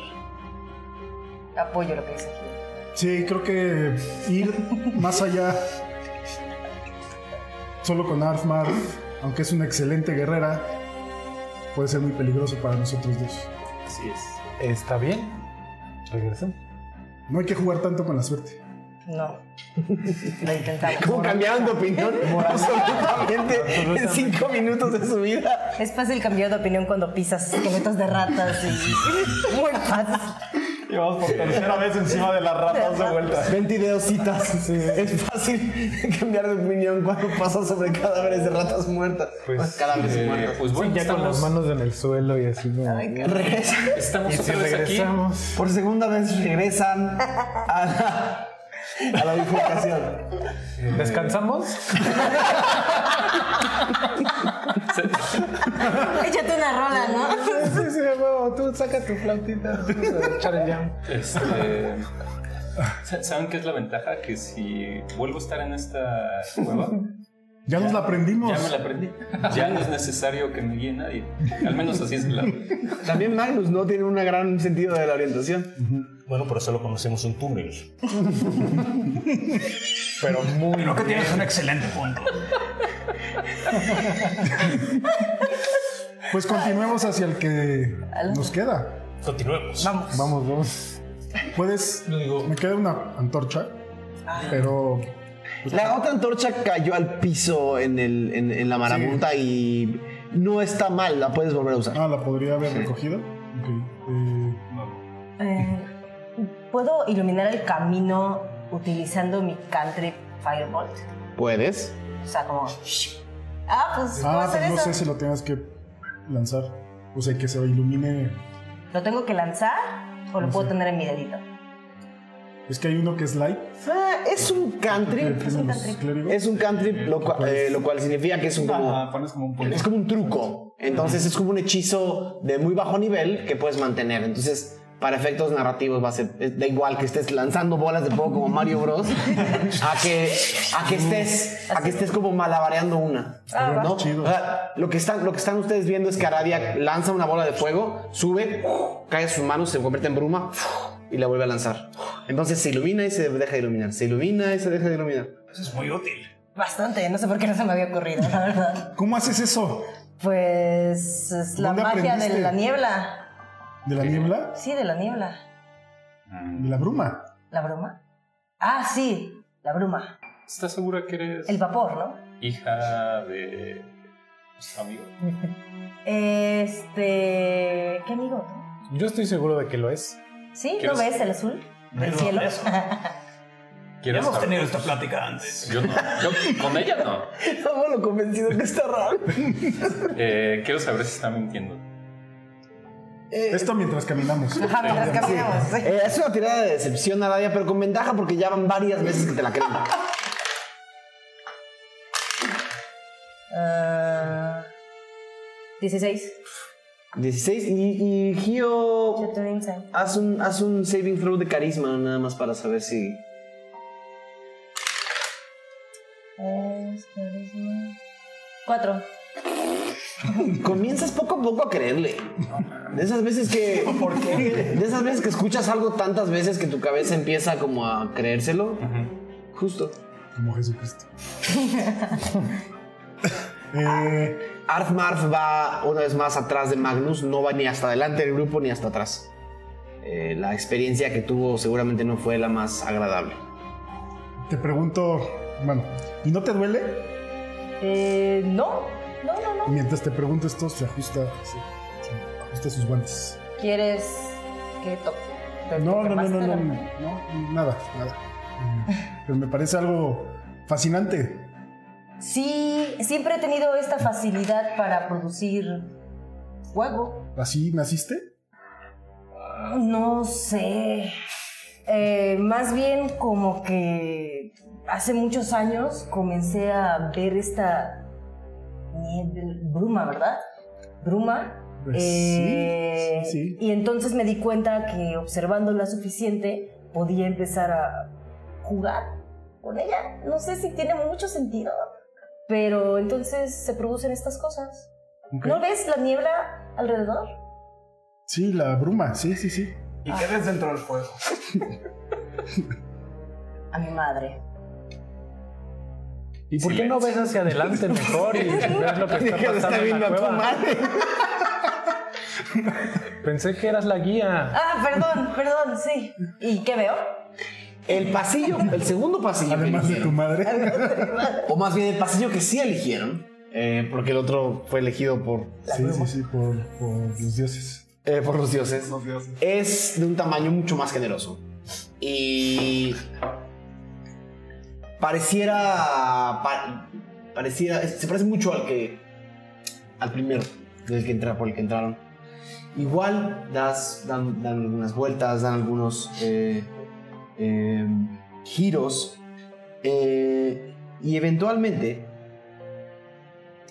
Speaker 6: Apoyo lo que dice aquí.
Speaker 3: Sí, creo que ir más allá solo con Arfmar, aunque es una excelente guerrera, puede ser muy peligroso para nosotros dos.
Speaker 7: Así es.
Speaker 5: Está bien. Regresamos.
Speaker 3: No hay que jugar tanto con la suerte.
Speaker 6: No. Lo intentamos.
Speaker 1: ¿Cómo cambiaron de opinión? Absolutamente en cinco minutos de su vida.
Speaker 6: Es fácil cambiar de opinión cuando pisas esqueletos de ratas y. Muy fácil.
Speaker 4: Y vamos por tercera vez encima de las ratas de vuelta.
Speaker 1: 20 videocitas. Es fácil cambiar de opinión cuando pasas sobre cadáveres de ratas muertas.
Speaker 5: Pues
Speaker 1: cadáveres
Speaker 7: Eh,
Speaker 1: muertos.
Speaker 7: pues bueno,
Speaker 5: ya con las
Speaker 7: estamos,
Speaker 5: manos en el suelo y así. como-
Speaker 1: Regresa.
Speaker 7: estamos
Speaker 5: Y si
Speaker 7: otra vez aquí.
Speaker 5: regresamos.
Speaker 1: Por segunda vez regresan a la, a la bifurcación.
Speaker 5: ¿Descansamos?
Speaker 6: Échate una rola, ¿no?
Speaker 5: Sí, sí, huevo, tú saca tu flautita. vamos a echar el jam.
Speaker 7: Este, sa- ¿Saben qué es la ventaja? Que si vuelvo a estar en esta cueva,
Speaker 3: Ya, nos la aprendimos.
Speaker 7: ya me la aprendí. Ya no es necesario que me guíe nadie. Al menos así es la.
Speaker 1: También Magnus no tiene un gran sentido de la orientación.
Speaker 13: Bueno, pero solo conocemos un túnel.
Speaker 5: Pero muy
Speaker 4: Creo que tienes un excelente punto.
Speaker 3: Pues continuemos hacia el que nos queda.
Speaker 13: Continuemos.
Speaker 5: Vamos, vamos.
Speaker 3: Puedes.
Speaker 13: Yo digo-
Speaker 3: Me queda una antorcha,
Speaker 6: Ah.
Speaker 3: pero
Speaker 1: La otra antorcha cayó al piso en, el, en, en la marabunta y no está mal, la puedes volver a usar.
Speaker 3: ah, la podría haber recogido. Ok, eh,
Speaker 6: Eh, ¿Puedo iluminar el camino utilizando mi country firebolt?
Speaker 1: ¿Puedes?
Speaker 6: O sea, como. Ah, pues puedo
Speaker 3: ah,
Speaker 6: hacer
Speaker 3: pero no
Speaker 6: eso.
Speaker 3: sé si lo tengas que lanzar. O sea, que se ilumine.
Speaker 6: ¿Lo tengo que lanzar o lo
Speaker 3: No
Speaker 6: puedo
Speaker 3: sé.
Speaker 6: tener en mi dedito?
Speaker 3: Es que hay uno que es light.
Speaker 1: Ah, es un country.
Speaker 3: que tienen los clérigos.
Speaker 1: Es un country, lo, cua- eh, lo cual significa que es un como,
Speaker 4: Ah, Pues, pones como un punto.
Speaker 1: es como un truco. Entonces es como un hechizo de muy bajo nivel que puedes mantener. Entonces, para efectos narrativos va a ser eh, da igual que estés lanzando bolas de fuego como Mario Bros. a que a que estés a que estés como malabareando una.
Speaker 6: Ah,
Speaker 1: ¿no?
Speaker 3: va. Chido.
Speaker 1: O sea, lo que están lo que están ustedes viendo es que Aradia lanza una bola de fuego, sube, cae a sus manos, se convierte en bruma y la vuelve a lanzar. Entonces se ilumina y se deja de iluminar, se ilumina y se deja de iluminar.
Speaker 6: Bastante, no sé por qué no se me había ocurrido, la verdad.
Speaker 3: ¿Cómo haces eso?
Speaker 6: Pues es la
Speaker 3: ¿Dónde
Speaker 6: magia de
Speaker 3: aprendiste?
Speaker 6: la niebla.
Speaker 3: ¿De la niebla?
Speaker 6: Sí, de la niebla.
Speaker 3: ¿De la bruma?
Speaker 6: ¿La bruma? Ah, sí, la bruma.
Speaker 7: ¿Estás segura que eres
Speaker 6: El vapor, ¿no?
Speaker 7: hija de tu amigo?
Speaker 6: Este. ¿Qué amigo?
Speaker 5: Yo estoy seguro de que lo es.
Speaker 6: ¿Sí? ¿No
Speaker 7: ¿Quieres-
Speaker 6: ves el azul? ¿Del
Speaker 4: Pero
Speaker 6: cielo?
Speaker 4: eso.
Speaker 7: ¿Quieres
Speaker 4: hemos
Speaker 7: saber?
Speaker 4: tenido esta plática antes.
Speaker 7: Yo no. Yo con ella no.
Speaker 1: Estamos lo convencido que está raro.
Speaker 7: Eh, quiero saber si está mintiendo.
Speaker 3: Esto mientras caminamos.
Speaker 6: Ajá, Ah, mientras caminamos. sí.
Speaker 1: Eh, es una tirada de decepción, Aradia, pero con ventaja porque ya van varias veces que te la creen.
Speaker 6: Ah, 16.
Speaker 1: 16 y, y Gio.
Speaker 6: Yo tengo insight.
Speaker 1: Haz un, haz un saving throw de carisma, nada más para saber si.
Speaker 6: Es clarísimo. 4.
Speaker 1: Comienzas poco a poco a creerle. De esas veces que. ¿Por qué? De esas veces que escuchas algo tantas veces que tu cabeza empieza como a creérselo. Justo.
Speaker 3: como Jesucristo. Eh,
Speaker 1: Arthmarf va una vez más atrás de Magnus, no va ni hasta adelante del grupo ni hasta atrás. Eh, la experiencia que tuvo seguramente no fue la más agradable.
Speaker 3: te pregunto, bueno, ¿y no te duele?
Speaker 6: Eh, no, no, no, no.
Speaker 3: Mientras te pregunto esto, se ajusta, se- se ajusta sus guantes.
Speaker 6: ¿Quieres que toque?
Speaker 3: No, no, no, no, no, no, no, nada, nada. Eh, Pero me parece algo fascinante.
Speaker 6: Sí, siempre he tenido esta facilidad para producir fuego.
Speaker 3: ¿Así naciste?
Speaker 6: No sé. Eh, más bien como que hace muchos años comencé a ver esta niebla- bruma, ¿verdad? Bruma.
Speaker 3: Pues
Speaker 6: Eh,
Speaker 3: sí, sí, sí.
Speaker 6: Y entonces me di cuenta que observándola suficiente podía empezar a jugar con ella. No sé si tiene mucho sentido, pero entonces se producen estas cosas.
Speaker 3: Ok.
Speaker 6: ¿No ves la niebla alrededor?
Speaker 3: Sí, la bruma, sí, sí, sí.
Speaker 2: ¿Y qué ves dentro del fuego?
Speaker 6: A mi madre.
Speaker 5: ¿Y por qué no ves hacia adelante mejor y ves lo que está pasando en la cueva? Pensé que eras la guía.
Speaker 6: Ah, perdón, perdón, sí. ¿Y qué veo?
Speaker 1: El pasillo, el segundo pasillo. que
Speaker 3: Además de tu
Speaker 1: eligieron,
Speaker 3: madre.
Speaker 1: o más bien el pasillo que sí eligieron, eh, porque el otro fue elegido por,
Speaker 3: Sí, sí, sí, por, por los dioses.
Speaker 1: eh, por los dioses. es de un tamaño mucho más generoso. Y pareciera pa- pareciera es- se parece mucho al que al primero del que entra por el que entraron. Igual das dan, dan algunas vueltas, dan algunos eh, eh, giros eh, y eventualmente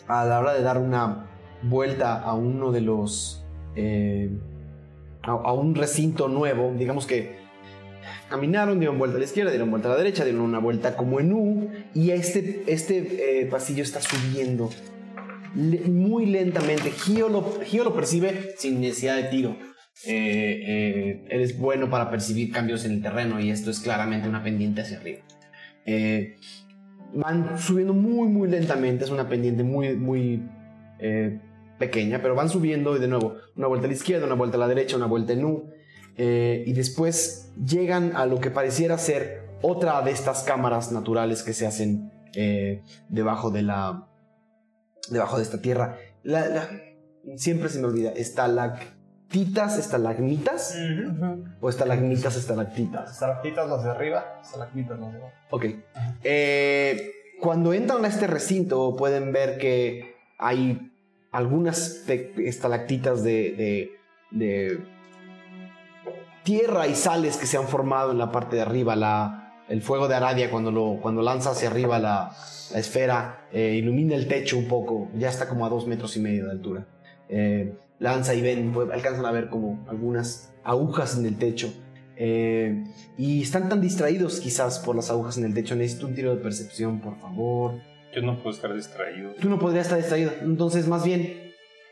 Speaker 1: a la hora de dar una vuelta a uno de los eh, a, a un recinto nuevo, digamos que caminaron, dieron vuelta a la izquierda, dieron vuelta a la derecha, dieron una vuelta como en U, y este, este eh, pasillo está subiendo le- muy lentamente. Gio lo, Gio lo percibe sin necesidad de tiro. Eh, eh, eres bueno para percibir cambios en el terreno y esto es claramente una pendiente hacia arriba. Eh, van subiendo muy, muy lentamente, es una pendiente muy, muy eh, pequeña, pero van subiendo y de nuevo, una vuelta a la izquierda, una vuelta a la derecha, una vuelta en U. eh, y después llegan a lo que pareciera ser otra de estas cámaras naturales que se hacen eh, debajo de la. debajo de esta tierra. La- la- siempre se me olvida, estalactitas, estalagmitas, o estalagmitas, estalactitas.
Speaker 2: Las estalactitas, las de arriba, estalagmitas, las de abajo.
Speaker 1: Ok. Eh, cuando entran a este recinto pueden ver que hay algunas pe- estalactitas de, de- de tierra y sales que se han formado en la parte de arriba. La, el fuego de Aradia cuando, lo, cuando lanza hacia arriba la, la esfera eh, ilumina el techo un poco. Ya está como a dos metros y medio de altura. Eh, lanza y ven, pues, alcanzan a ver como algunas agujas en el techo. Eh, y están tan distraídos quizás por las agujas en el techo. Necesito un tiro de percepción, por favor.
Speaker 7: Yo no puedo estar distraído.
Speaker 1: Tú no podrías estar distraído. Entonces, más bien,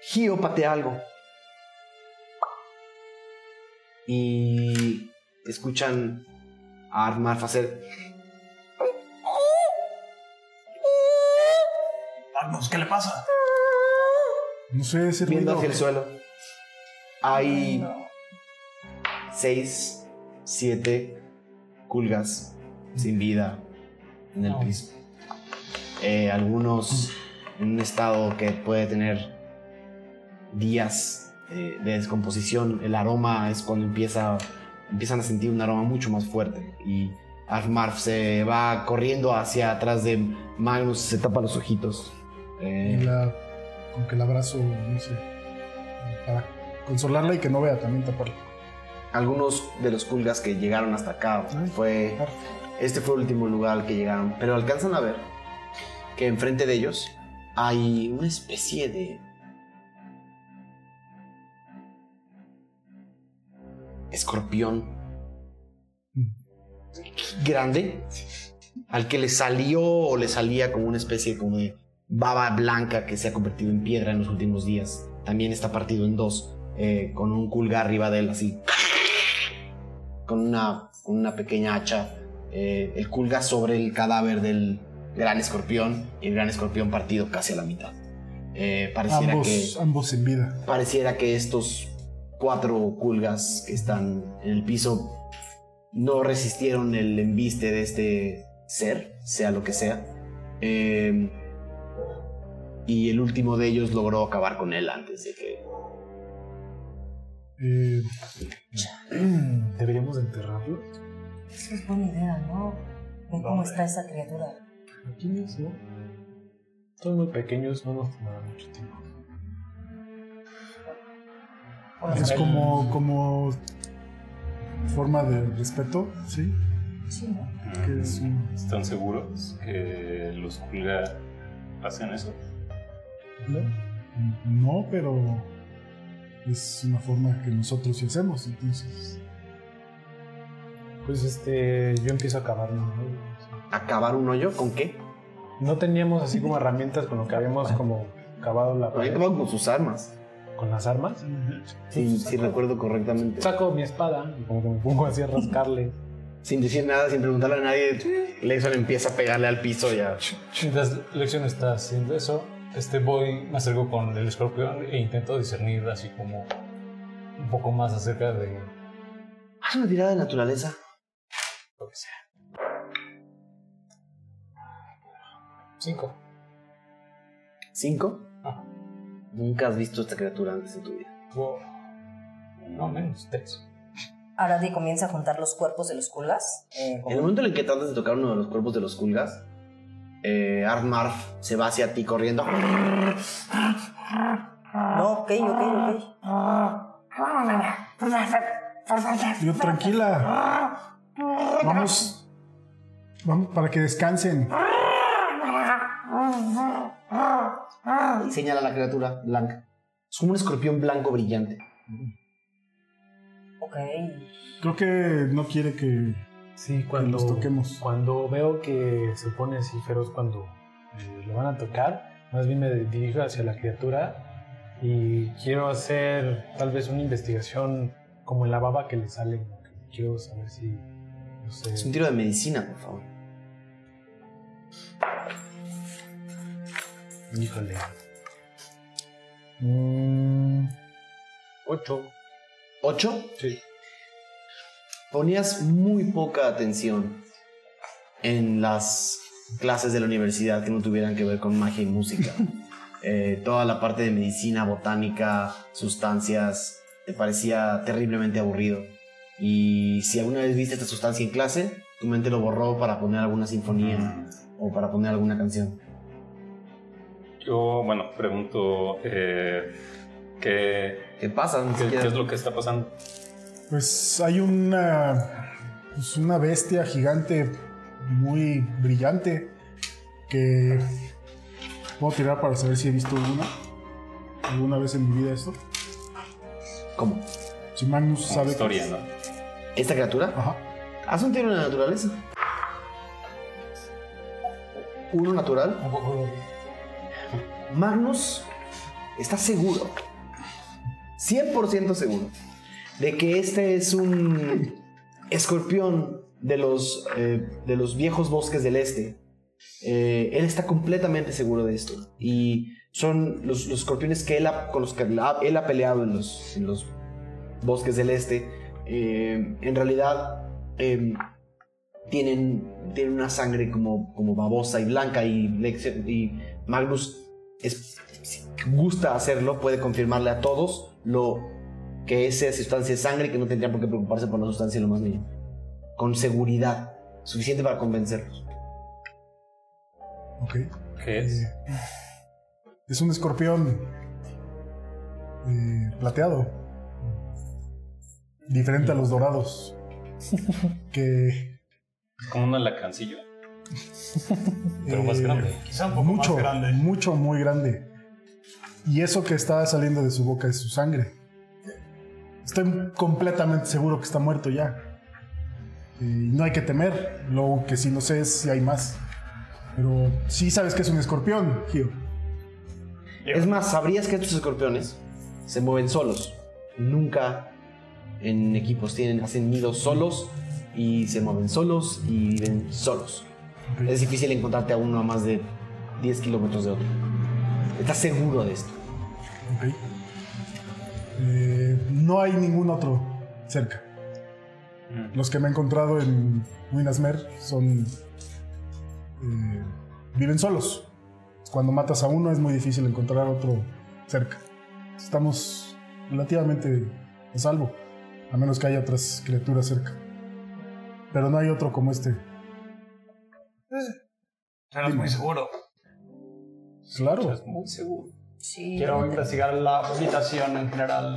Speaker 1: Gio patea algo. Y escuchan a Armarf hacer...
Speaker 2: Magnus, Ah, pues, ¿qué le pasa?
Speaker 3: No sé, ese
Speaker 1: Viendo
Speaker 3: ruido.
Speaker 1: hacia el suelo. Hay
Speaker 6: No.
Speaker 1: seis, siete culgas sin vida en el piso. Eh, algunos en un estado que puede tener días eh, de descomposición. El aroma es cuando empieza, empiezan a sentir un aroma mucho más fuerte. Y Arfmarf se va corriendo hacia atrás de Magnus, se tapa los ojitos.
Speaker 3: Y
Speaker 1: Eh,
Speaker 3: la, con que la abrazo, no sé. Para consolarla y que no vea también taparla.
Speaker 1: algunos de los culgas que llegaron hasta acá
Speaker 3: Ay,
Speaker 1: fue
Speaker 3: claro.
Speaker 1: este fue el último lugar al que llegaron pero alcanzan a ver que enfrente de ellos hay una especie de escorpión grande al que le salió o le salía como una especie como de baba blanca que se ha convertido en piedra en los últimos días también está partido en dos eh, con un culga arriba de él así con una, con una pequeña hacha eh, el Kulga sobre el cadáver del gran escorpión y el gran escorpión partido casi a la mitad. Eh, pareciera
Speaker 3: Ambos,
Speaker 1: que
Speaker 3: ambos en vida.
Speaker 1: pareciera que estos cuatro culgas que están en el piso no resistieron el embiste de este ser, sea lo que sea. Eh, y el último de ellos logró acabar con él antes de que...
Speaker 3: Eh,
Speaker 5: ¿Deberíamos enterrarlo?
Speaker 6: Eso es buena idea, ¿no? Ven cómo está esa criatura.
Speaker 5: Aquí mismo. Son muy pequeños, no nos tomará mucho tiempo.
Speaker 3: es como, como forma de respeto, ¿sí?
Speaker 6: Sí, ¿no?
Speaker 3: Que es un-
Speaker 7: ¿Están seguros que los Kulga hacen eso?
Speaker 3: No, pero es una forma que nosotros sí hacemos, entonces.
Speaker 5: Pues este, yo empiezo a cavar, ¿no?
Speaker 1: ¿Acabar un hoyo? ¿Con qué?
Speaker 5: No teníamos así como herramientas con lo que habíamos como cavado la
Speaker 1: Había
Speaker 5: pared
Speaker 1: acabado con sus armas,
Speaker 5: con las armas.
Speaker 1: si, si recuerdo correctamente.
Speaker 5: Saco mi espada y como que me pongo así a rascarle.
Speaker 1: Sin decir nada, sin preguntarle a nadie, Lexon empieza a pegarle al piso ya.
Speaker 4: Mientras Lección está haciendo eso, este voy, me acerco con el escorpión e intento discernir así como un poco más acerca de
Speaker 1: Haz una tirada de naturaleza.
Speaker 4: lo que sea. Cinco.
Speaker 1: ¿Cinco?
Speaker 4: Ajá.
Speaker 1: Nunca has visto esta criatura antes en tu vida.
Speaker 4: Wow. No, menos tres.
Speaker 6: Aradi comienza a juntar los cuerpos de los culgas. eh,
Speaker 1: En el
Speaker 6: como-
Speaker 1: momento en el que tratas de tocar uno de los cuerpos de los Kulgas, eh, Armarf se va hacia ti corriendo.
Speaker 6: No, ok, ok, ok.
Speaker 3: Yo, tranquila. Vamos. Vamos para que descansen.
Speaker 1: Y Ah, señala a la criatura blanca. Es como un escorpión blanco brillante.
Speaker 6: Ok.
Speaker 3: Creo que no quiere que,
Speaker 5: Sí,
Speaker 3: que
Speaker 5: cuando
Speaker 3: los toquemos.
Speaker 5: Cuando veo que se pone así feroz cuando eh, lo van a tocar, más bien me dirijo hacia la criatura y quiero hacer tal vez una investigación como en la baba que le sale. como que Quiero saber si, no sé,
Speaker 1: Es un tiro de medicina, por favor.
Speaker 5: híjole. Mm, ocho.
Speaker 1: ¿Ocho?
Speaker 5: Sí.
Speaker 1: Ponías muy poca atención en las clases de la universidad que no tuvieran que ver con magia y música. Eh, toda la parte de medicina, botánica, sustancias, te parecía terriblemente aburrido. Y si alguna vez viste esta sustancia en clase, tu mente lo borró para poner alguna sinfonía o para poner alguna canción.
Speaker 7: Yo, bueno, pregunto eh, ¿qué,
Speaker 1: ¿Qué pasa? Ni
Speaker 7: qué-
Speaker 1: siquiera-
Speaker 7: qué es lo que está pasando.
Speaker 3: Pues hay una. pues, una bestia gigante muy brillante que. Puedo tirar para saber si he visto alguna. Alguna vez en mi vida esto.
Speaker 1: ¿Cómo?
Speaker 3: Si Magnus
Speaker 7: Como
Speaker 3: sabe. que-
Speaker 7: historia, ¿no?
Speaker 1: ¿Esta criatura?
Speaker 3: Ajá.
Speaker 1: Haz un tiro de naturaleza. Uno natural.
Speaker 4: Un poco.
Speaker 1: Magnus está seguro, 100% seguro, de que este es un escorpión de los, eh, de los viejos bosques del este. Eh, él está completamente seguro de esto. Y son los, los escorpiones que él ha, con los que la- él ha peleado en los, en los bosques del este. eh, en realidad eh, tienen, tienen una sangre como, como babosa y blanca y, Lex- y Magnus es- si gusta hacerlo, puede confirmarle a todos lo que esa sustancia es sangre y que no tendrían por qué preocuparse por la sustancia en lo más mínimo. Con seguridad, suficiente para convencerlos.
Speaker 3: Ok.
Speaker 7: ¿Qué es?
Speaker 3: Es un escorpión eh, plateado, diferente a los dorados, que
Speaker 7: ¿Como un alcancillo?
Speaker 8: Pero más
Speaker 3: eh,
Speaker 8: grande.
Speaker 4: Quizá un poco
Speaker 3: mucho,
Speaker 4: más grande.
Speaker 3: mucho, muy grande. Y eso que está saliendo de su boca es su sangre. Estoy completamente seguro que está muerto ya. Eh, Y no hay que temer. Lo que sí no sé es si hay más. Pero sí sabes que es un escorpión, Gio.
Speaker 1: Es más, sabrías que estos escorpiones se mueven solos. Nunca en equipos tienen, hacen nidos solos
Speaker 11: y se mueven solos y viven solos. Es difícil encontrarte a uno a más de 10 kilómetros de otro. ¿Estás seguro de esto?
Speaker 3: Ok. Eh, no hay ningún otro cerca. Los que me he encontrado en Winasmer son. eh, viven solos. Cuando matas a uno es muy difícil encontrar otro cerca. Estamos relativamente a salvo, a menos que haya otras criaturas cerca. Pero no hay otro como este.
Speaker 4: Estás muy seguro.
Speaker 3: Claro.
Speaker 4: Estás muy seguro.
Speaker 6: Sí.
Speaker 2: Quiero investigar la habitación en general.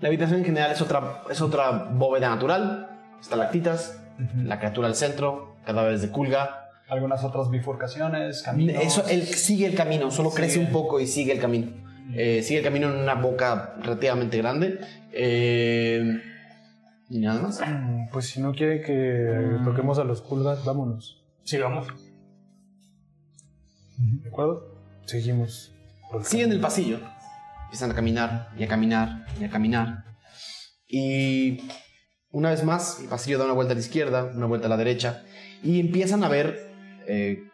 Speaker 1: La habitación en general es otra, es otra bóveda natural. Estalactitas, la criatura al centro, cadáveres de culga.
Speaker 2: Algunas otras bifurcaciones, caminos.
Speaker 1: Eso, él sigue el camino, solo crece
Speaker 2: Sigue.
Speaker 1: un poco y sigue el camino. Eh, sigue el camino en una boca relativamente grande. Eh, y nada más.
Speaker 5: Mm, Pues si no quiere que toquemos a los pulgas, vámonos.
Speaker 7: Sigamos.
Speaker 5: ¿De acuerdo? Seguimos. por el
Speaker 1: Siguen el pasillo. Empiezan a caminar y a caminar y a caminar. Y una vez más, el pasillo da una vuelta a la izquierda, una vuelta a la derecha. Y empiezan a ver eh,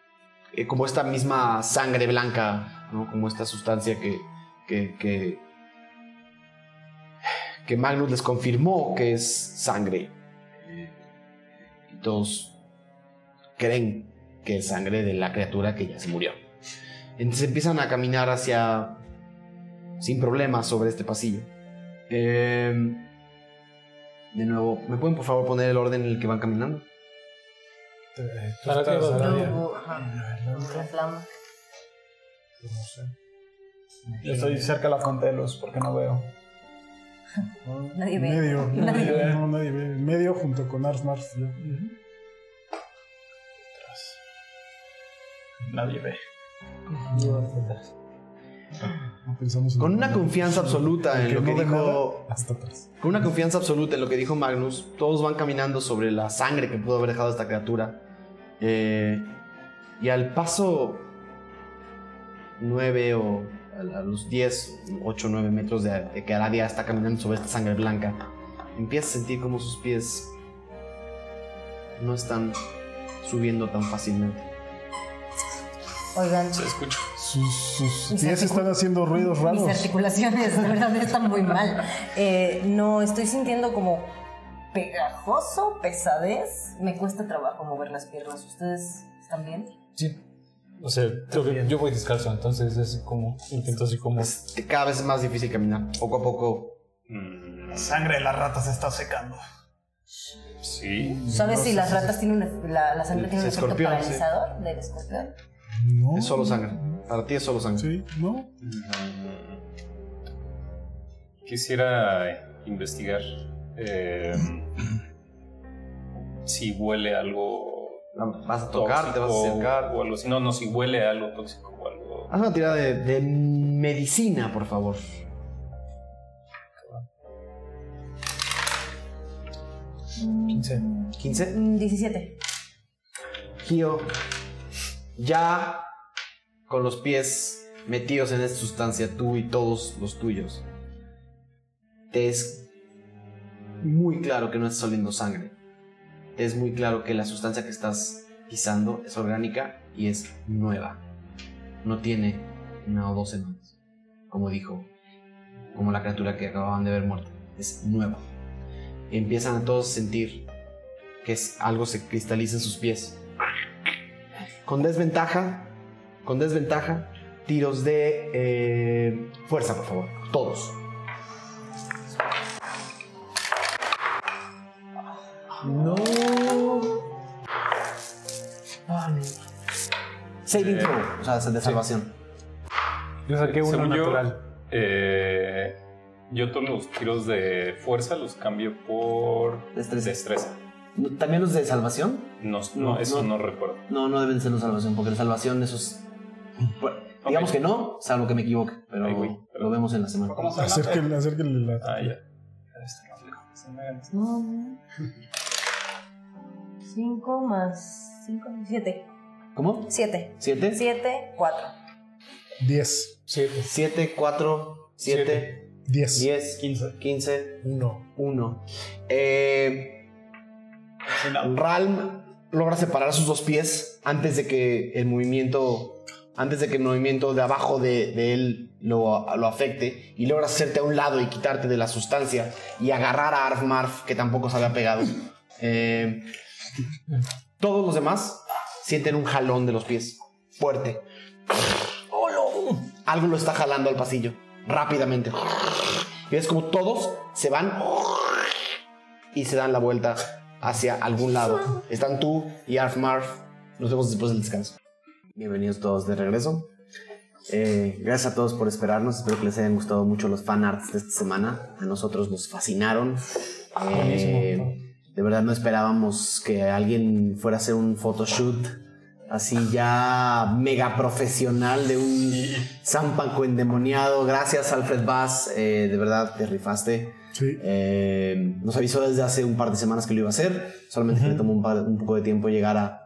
Speaker 1: eh, como esta misma sangre blanca, ¿no? como esta sustancia que, que, que, que Magnus les confirmó que es sangre. Eh, Y todos creen que es sangre de la criatura que ya se murió. Entonces empiezan a caminar hacia. sin problemas sobre este pasillo. Eh, de nuevo, ¿me pueden por favor poner el orden en el que van caminando?
Speaker 5: Eh, tú
Speaker 14: ¿Para qué
Speaker 5: estás
Speaker 14: vas?
Speaker 5: al área.
Speaker 6: Luego, ajá, la flama.
Speaker 2: Yo estoy cerca de la fuente de luz porque no veo.
Speaker 6: Nadie ve.
Speaker 3: Medio.
Speaker 6: Nadie
Speaker 2: ve.
Speaker 3: No, nadie ve. Medio junto con Arsmar.
Speaker 2: Nadie ve.
Speaker 3: No Ah, pensamos en-
Speaker 1: Con una confianza absoluta en
Speaker 3: Que
Speaker 1: lo que
Speaker 3: no ve
Speaker 1: dijo.
Speaker 3: nada, Hasta atrás.
Speaker 1: Con una confianza absoluta en lo que dijo Magnus, todos van caminando sobre la sangre que pudo haber dejado esta criatura. Eh, y al paso 9 o a, a los 10, 8 o 9 metros de, de que Aradia está caminando sobre esta sangre blanca, empieza a sentir como sus pies no están subiendo tan fácilmente.
Speaker 6: Oigan,
Speaker 3: Sus, sus
Speaker 6: Mis
Speaker 3: pies
Speaker 6: articul-
Speaker 3: están haciendo ruidos raros.
Speaker 6: Mis articulaciones, de verdad, están muy mal. Eh, no, estoy sintiendo como pegajoso, pesadez. Me cuesta trabajo mover las piernas. ¿Ustedes están bien?
Speaker 14: Sí. O sea, creo que yo voy descalzo, entonces es como, intento así como...
Speaker 1: Es cada vez es más difícil caminar. Poco a poco
Speaker 7: Mm.
Speaker 2: La sangre de las ratas se está secando.
Speaker 7: Sí.
Speaker 6: ¿Sabes si las ratas tienen un, la, la sangre tiene un
Speaker 1: Es
Speaker 6: efecto
Speaker 1: escorpión,
Speaker 6: paralizador del escorpión?
Speaker 3: No.
Speaker 1: es solo sangre. Para ti es solo sangre.
Speaker 3: Sí, no.
Speaker 7: Mm. Quisiera investigar eh, si huele algo.
Speaker 1: La- Vas a tocar, te vas a
Speaker 7: tóxico
Speaker 1: acercar.
Speaker 7: O algo así. No, no, si huele a algo tóxico o algo.
Speaker 1: Haz una tirada de, de medicina, por favor.
Speaker 5: quince.
Speaker 1: 15.
Speaker 6: Mm, 17.
Speaker 1: Gio, ya con los pies metidos en esta sustancia, tú y todos los tuyos, te es muy claro que no estás oliendo sangre. Te es muy claro que la sustancia que estás pisando es orgánica y es nueva. No tiene una o dos semanas, como dijo, como la criatura que acababan de ver muerta. Es nueva. Empiezan a todos a sentir que es, algo se cristaliza en sus pies con desventaja, con desventaja, tiros de eh, fuerza, por favor, todos. No. Saving
Speaker 7: Eh,
Speaker 1: throw, o sea, de salvación.
Speaker 5: Yo saqué uno
Speaker 7: Según yo,
Speaker 5: natural.
Speaker 7: eh, yo todos los tiros de fuerza los cambio por
Speaker 1: Destreza.
Speaker 7: destreza.
Speaker 1: No, ¿También los de salvación?
Speaker 7: No, no,
Speaker 1: No,
Speaker 7: eso
Speaker 1: no.
Speaker 7: no recuerdo.
Speaker 1: No, no deben ser los de salvación, porque la salvación, esos. Bueno, Digamos
Speaker 7: Ok.
Speaker 1: que no, salvo que me equivoque, pero
Speaker 7: Ay, güey, perdón.
Speaker 1: lo vemos en la semana.
Speaker 2: ¿Cómo se llama?
Speaker 3: Acérquenle, acérquenle la.
Speaker 7: Ah, ya.
Speaker 2: Este reflejo, se me gana.
Speaker 6: 5 más 5, 7.
Speaker 1: ¿Cómo?
Speaker 6: 7.
Speaker 1: ¿Siete?
Speaker 6: 7, 4.
Speaker 3: 10.
Speaker 1: 7, 4, 7,
Speaker 3: 10.
Speaker 1: 10, 15, 15,
Speaker 5: 1.
Speaker 1: 1. Eh,
Speaker 11: Ralm logra separar sus dos pies antes de que el movimiento, antes de que el movimiento de abajo de, de él lo, lo afecte y logra hacerte a un lado y quitarte de la sustancia y agarrar a Arf Marf que tampoco se había pegado. Eh, todos los demás sienten un jalón de los pies fuerte. Algo lo está jalando al pasillo rápidamente. Y ves como todos se van y se dan la vuelta hacia algún lado. Están tú y Arf Marf. Nos vemos después del descanso.
Speaker 1: Bienvenidos todos de regreso. Eh, gracias a todos por esperarnos. Espero que les hayan gustado mucho los fan arts de esta semana. A nosotros nos fascinaron. Eh, de verdad no esperábamos que alguien fuera a hacer un photoshoot así ya mega profesional de un zampanco endemoniado. Gracias Alfred Bass. Eh, de verdad te rifaste.
Speaker 3: Sí.
Speaker 1: Eh, nos avisó desde hace un par de semanas que lo iba a hacer. Solamente que le tomó un, par- un poco de tiempo llegar a,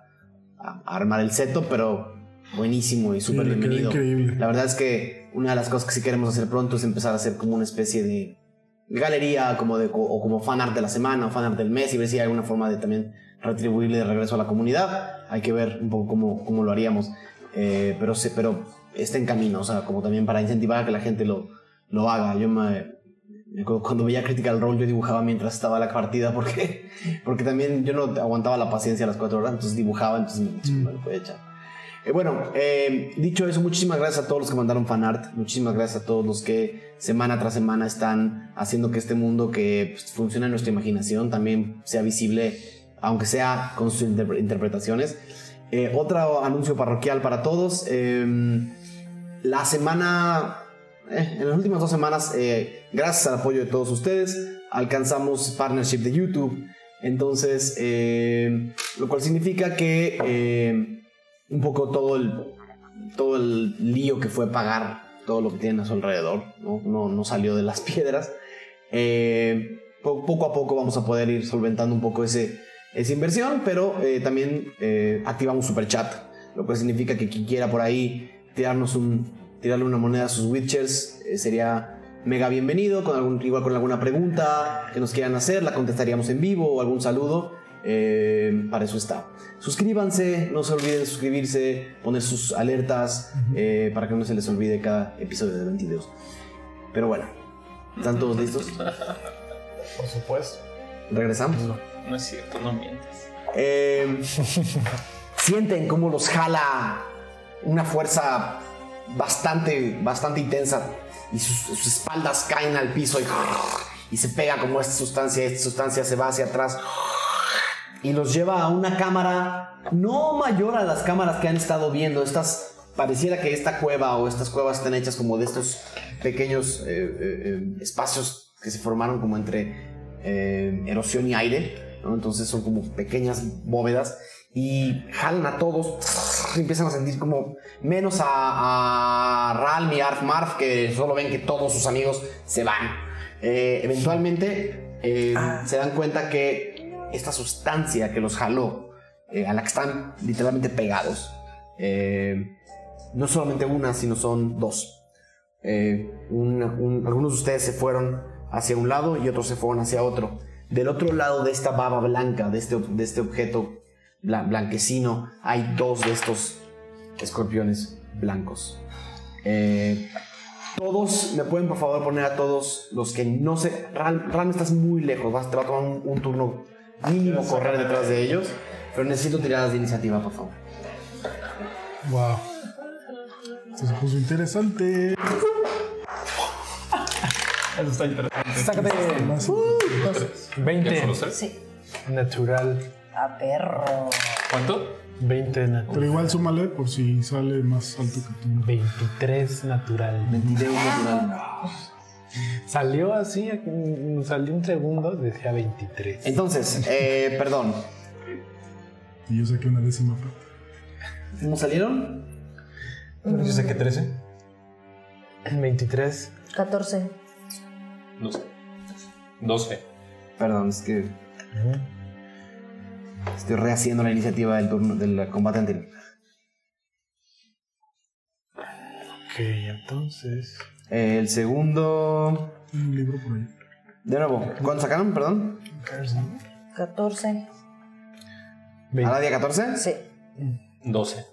Speaker 1: a- a armar el seto, pero buenísimo y
Speaker 3: Sí,
Speaker 1: súper
Speaker 3: le quedó
Speaker 1: bienvenido.
Speaker 3: increíble.
Speaker 1: La verdad es que una de las cosas que sí queremos hacer pronto es empezar a hacer como una especie de galería como de, o como fan art de la semana o fan art del mes y ver si hay alguna forma de también retribuirle de regreso a la comunidad. Hay que ver un poco cómo, cómo lo haríamos. Eh, pero, se, pero está en camino, o sea, como también para incentivar a que la gente lo, lo haga. Yo me, me acuerdo cuando veía Critical Role yo dibujaba mientras estaba la partida porque, porque también yo no aguantaba la paciencia a las cuatro horas, entonces dibujaba, entonces me, me lo podía echar. Eh, bueno, eh, dicho eso, muchísimas gracias a todos los que mandaron fanart, muchísimas gracias a todos los que semana tras semana están haciendo que este mundo que pues, funciona en nuestra imaginación también sea visible, aunque sea con sus inter- interpretaciones. Eh, otro anuncio parroquial para todos. eh, la semana, eh, en las últimas dos semanas, eh, gracias al apoyo de todos ustedes, alcanzamos partnership de YouTube. Entonces, eh, lo cual significa que... eh, un poco todo el todo el lío que fue pagar todo lo que tienen a su alrededor no, no, no salió de las piedras Eh, po- poco a poco vamos a poder ir solventando un poco ese esa inversión pero eh, también eh, activamos super chat lo cual significa que quien quiera por ahí tirarnos un tirarle una moneda a sus witchers eh, sería mega bienvenido con algún igual con alguna pregunta que nos quieran hacer la contestaríamos en vivo o algún saludo Eh, para eso está suscríbanse, no se olviden de suscribirse, poner sus alertas eh, para que no se les olvide cada episodio de 22. Pero bueno, ¿están todos listos?
Speaker 2: Por supuesto.
Speaker 1: Regresamos.
Speaker 7: No es cierto, no mientas.
Speaker 1: Eh, sienten cómo los jala una fuerza bastante, bastante intensa y sus, sus espaldas caen al piso y, y se pega como esta sustancia, esta sustancia se va hacia atrás y los lleva a una cámara no mayor a las cámaras que han estado viendo. Estas pareciera que esta cueva o estas cuevas están hechas como de estos pequeños eh, eh, eh, espacios que se formaron como entre eh, erosión y aire. ¿no? Entonces son como pequeñas bóvedas y jalan a todos. y empiezan a sentir como menos a, a Ralm y Arf Marf que solo ven que todos sus amigos se van. Eh, eventualmente eh, se dan cuenta que esta sustancia que los jaló, eh, a la que están literalmente pegados, eh, no solamente una, sino son dos. Eh, un- un- algunos de ustedes se fueron hacia un lado y otros se fueron hacia otro. Del otro lado de esta baba blanca, de este, de este objeto bla- blanquecino, hay dos de estos escorpiones blancos. Eh, todos, me pueden por favor poner a todos los que no sé. Ram, Ram, estás muy lejos, vas, te va a tomar un, un turno mínimo correr detrás de ellos. Pero necesito tiradas de iniciativa, por favor.
Speaker 3: Wow. Esto se puso interesante.
Speaker 2: Eso está interesante.
Speaker 5: Sácate
Speaker 3: Más interesantes.
Speaker 5: 20
Speaker 7: ¿Ya solo tres?
Speaker 5: natural.
Speaker 6: A Ah, perro.
Speaker 7: ¿Cuánto?
Speaker 5: 20 natural.
Speaker 3: Pero igual súmale por si sale más alto que tú.
Speaker 5: 23 natural. Salió así, aquí, mm, salió un segundo, decía 23.
Speaker 1: Entonces, eh, perdón.
Speaker 3: Y yo saqué una décima parte.
Speaker 1: ¿Cómo salieron?
Speaker 4: Yo sé que 13.
Speaker 5: 23.
Speaker 6: 14.
Speaker 7: 12. 12.
Speaker 1: Perdón, es que. Estoy rehaciendo la iniciativa del turno del combate anterior.
Speaker 5: Ok, entonces.
Speaker 1: El segundo.
Speaker 3: Un libro por ahí.
Speaker 1: De nuevo, ¿cuánto sacaron? Perdón.
Speaker 6: 14.
Speaker 11: ¿Ahora día 14?
Speaker 6: Sí.
Speaker 7: 12.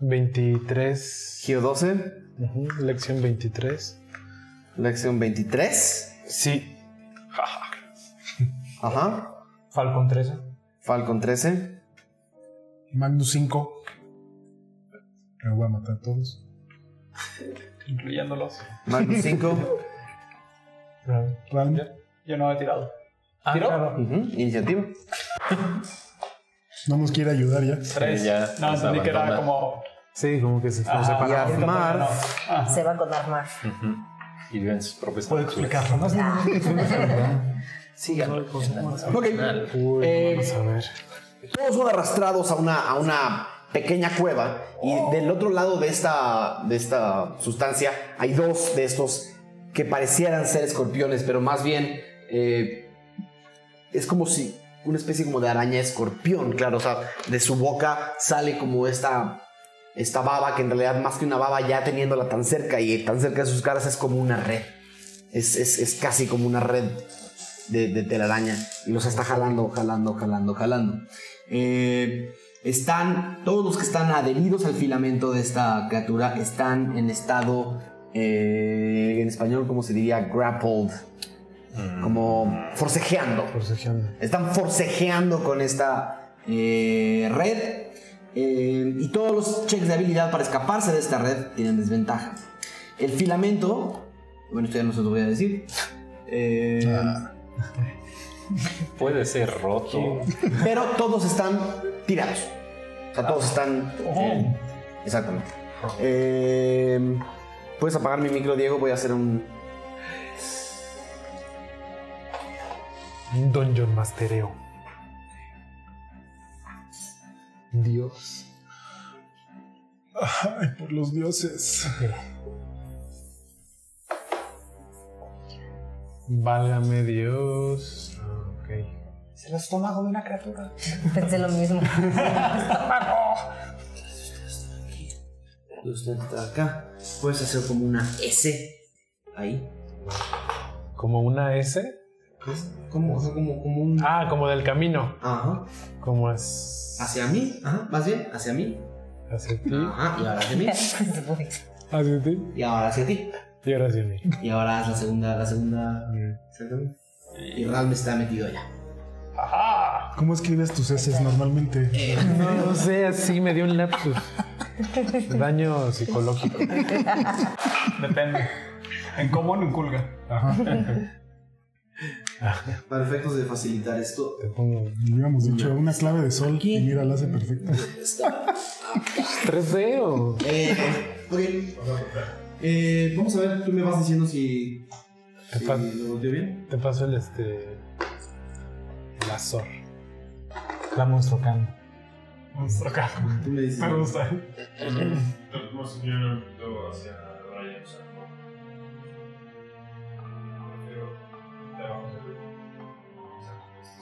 Speaker 5: 23.
Speaker 11: Gio 12.
Speaker 5: ujú, Lección 23.
Speaker 11: Lección 23.
Speaker 5: Sí.
Speaker 11: Ajá.
Speaker 4: Falcon 13.
Speaker 11: Falcon 13.
Speaker 3: Magnus 5. Me voy a matar a todos.
Speaker 2: incluyéndolos.
Speaker 11: Magnus 5.
Speaker 3: Ram,
Speaker 2: Yo no he tirado.
Speaker 5: Ah, claro.
Speaker 11: Ujú, Iniciativa.
Speaker 3: no nos quiere ayudar ya.
Speaker 2: Tres.
Speaker 7: ya
Speaker 2: no,
Speaker 7: nos
Speaker 2: entendí que era
Speaker 7: abandona.
Speaker 2: como.
Speaker 5: Sí, como que se fue
Speaker 2: Ajá,
Speaker 11: Y
Speaker 5: separado.
Speaker 11: Afmar.
Speaker 2: No. Ajá.
Speaker 6: Se va con Armar.
Speaker 7: Y viven sus propias
Speaker 4: Puedo
Speaker 7: cápsulas.
Speaker 4: explicarlo, ¿no?
Speaker 6: Ah.
Speaker 11: Sí, ya.
Speaker 1: Ok.
Speaker 5: Uy,
Speaker 1: Eh,
Speaker 5: vamos a ver.
Speaker 1: Todos son arrastrados a una, a una pequeña cueva y del otro lado de esta, de esta sustancia hay dos de estos que parecieran ser escorpiones, pero más bien eh, es como si una especie como de araña escorpión, claro, o sea, de su boca sale como esta, esta baba que en realidad más que una baba ya teniéndola tan cerca y tan cerca de sus caras es como una red, es, es- es casi como una red de, de telaraña y los está jalando, jalando, jalando, jalando. Eh, están, todos los que están adheridos al filamento de esta criatura están en estado, eh, en español, como se diría, grappled, como forcejeando.
Speaker 5: Forcejeando.
Speaker 1: Están forcejeando con esta eh, red. eh, y todos los checks de habilidad para escaparse de esta red tienen desventaja. El filamento, bueno, esto ya no se lo voy a decir. eh,
Speaker 7: Puede ser roto.
Speaker 1: Pero todos están tirados. O sea, todos están.
Speaker 2: Oh.
Speaker 7: Bien.
Speaker 1: Exactamente. Eh, ¿Puedes apagar mi micro, Diego? Voy a hacer un.
Speaker 5: Un dungeon mastereo. Dios.
Speaker 3: Ay, por los dioses.
Speaker 5: Válgame Dios. Ah, Ok.
Speaker 2: Es el estómago de una criatura.
Speaker 6: Pensé lo mismo.
Speaker 1: Usted está acá. Puedes hacer como una S. Ahí.
Speaker 5: ¿Como una S?
Speaker 1: Como, como, como un.
Speaker 5: Ah, como del camino.
Speaker 1: Ajá.
Speaker 5: Como es.
Speaker 1: Hacia mí. Ajá. Más bien, hacia mí.
Speaker 5: Hacia ti.
Speaker 1: Ajá. Y ahora hacia mí.
Speaker 5: Hacia ti.
Speaker 1: Y ahora hacia ti.
Speaker 5: Y ahora hacia mí.
Speaker 1: Y ahora haz la segunda. La segunda. Exactamente. Y Ralm está metido allá.
Speaker 3: ¿Cómo escribes tus heces normalmente?
Speaker 5: No, no sé, así me dio un lapsus. Daño psicológico.
Speaker 2: Depende. En común, en culga.
Speaker 1: Para efectos de facilitar esto,
Speaker 5: Te pongo
Speaker 3: Habíamos dicho una clave de sol y mira, la hace perfecta.
Speaker 1: está
Speaker 5: 3D o.
Speaker 1: Eh, ok. Eh, vamos a ver, tú me vas diciendo si,
Speaker 5: Te,
Speaker 1: si
Speaker 5: pa-
Speaker 1: lo volteo bien.
Speaker 5: te paso el este. El azor.
Speaker 4: La monstruo can.
Speaker 2: Monstruo caco.
Speaker 1: Tú me dices.
Speaker 2: Me gusta.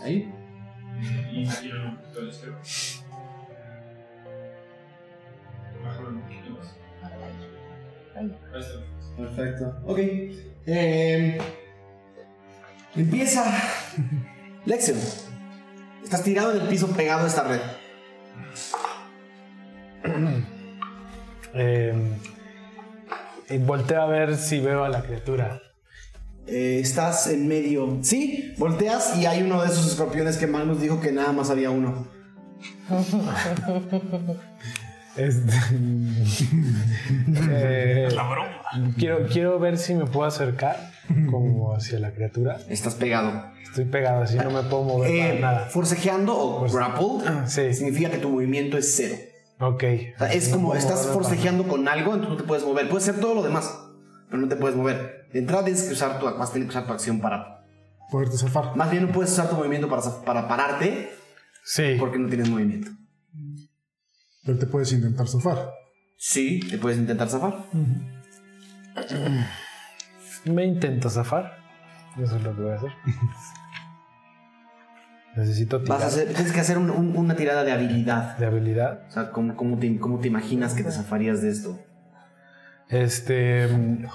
Speaker 1: Ahí. Perfecto. Ok. Eh, empieza. Lexion. Estás tirado en el piso pegado a esta red.
Speaker 5: Eh, y volteo a ver si veo a la criatura.
Speaker 1: Eh, estás en medio. Sí, volteas y hay uno de esos escorpiones que Magnus dijo que nada más había uno.
Speaker 5: Este, eh, quiero, quiero ver si me puedo acercar como hacia la criatura.
Speaker 1: Estás pegado.
Speaker 5: Estoy pegado así, no me puedo mover
Speaker 1: Eh,
Speaker 5: para nada. Pues, ah.
Speaker 1: forcejeando o
Speaker 5: Force-
Speaker 1: grappled
Speaker 5: Sí.
Speaker 1: significa que tu movimiento es cero.
Speaker 5: Ok.
Speaker 1: O sea, es
Speaker 5: No
Speaker 1: como
Speaker 5: puedo
Speaker 1: estás
Speaker 5: moverme para
Speaker 1: forcejeando con algo, entonces no te puedes mover. Puedes hacer todo lo demás, pero no te puedes mover. De entrada tienes que usar tu, vas a tener que usar tu acción para.
Speaker 3: Poderte zafar.
Speaker 1: Más bien no puedes usar tu movimiento para, zaf- para pararte
Speaker 5: nada. Sí.
Speaker 1: porque no tienes movimiento.
Speaker 3: Pero te puedes intentar zafar.
Speaker 1: Sí, te puedes intentar zafar.
Speaker 5: Me intento zafar. Eso es lo que voy a hacer. Necesito tirar
Speaker 1: Vas a hacer, tienes que hacer un- un- una tirada de habilidad.
Speaker 5: de habilidad.
Speaker 1: O sea, ¿cómo, cómo te, cómo te imaginas que te zafarías de esto?
Speaker 5: Este,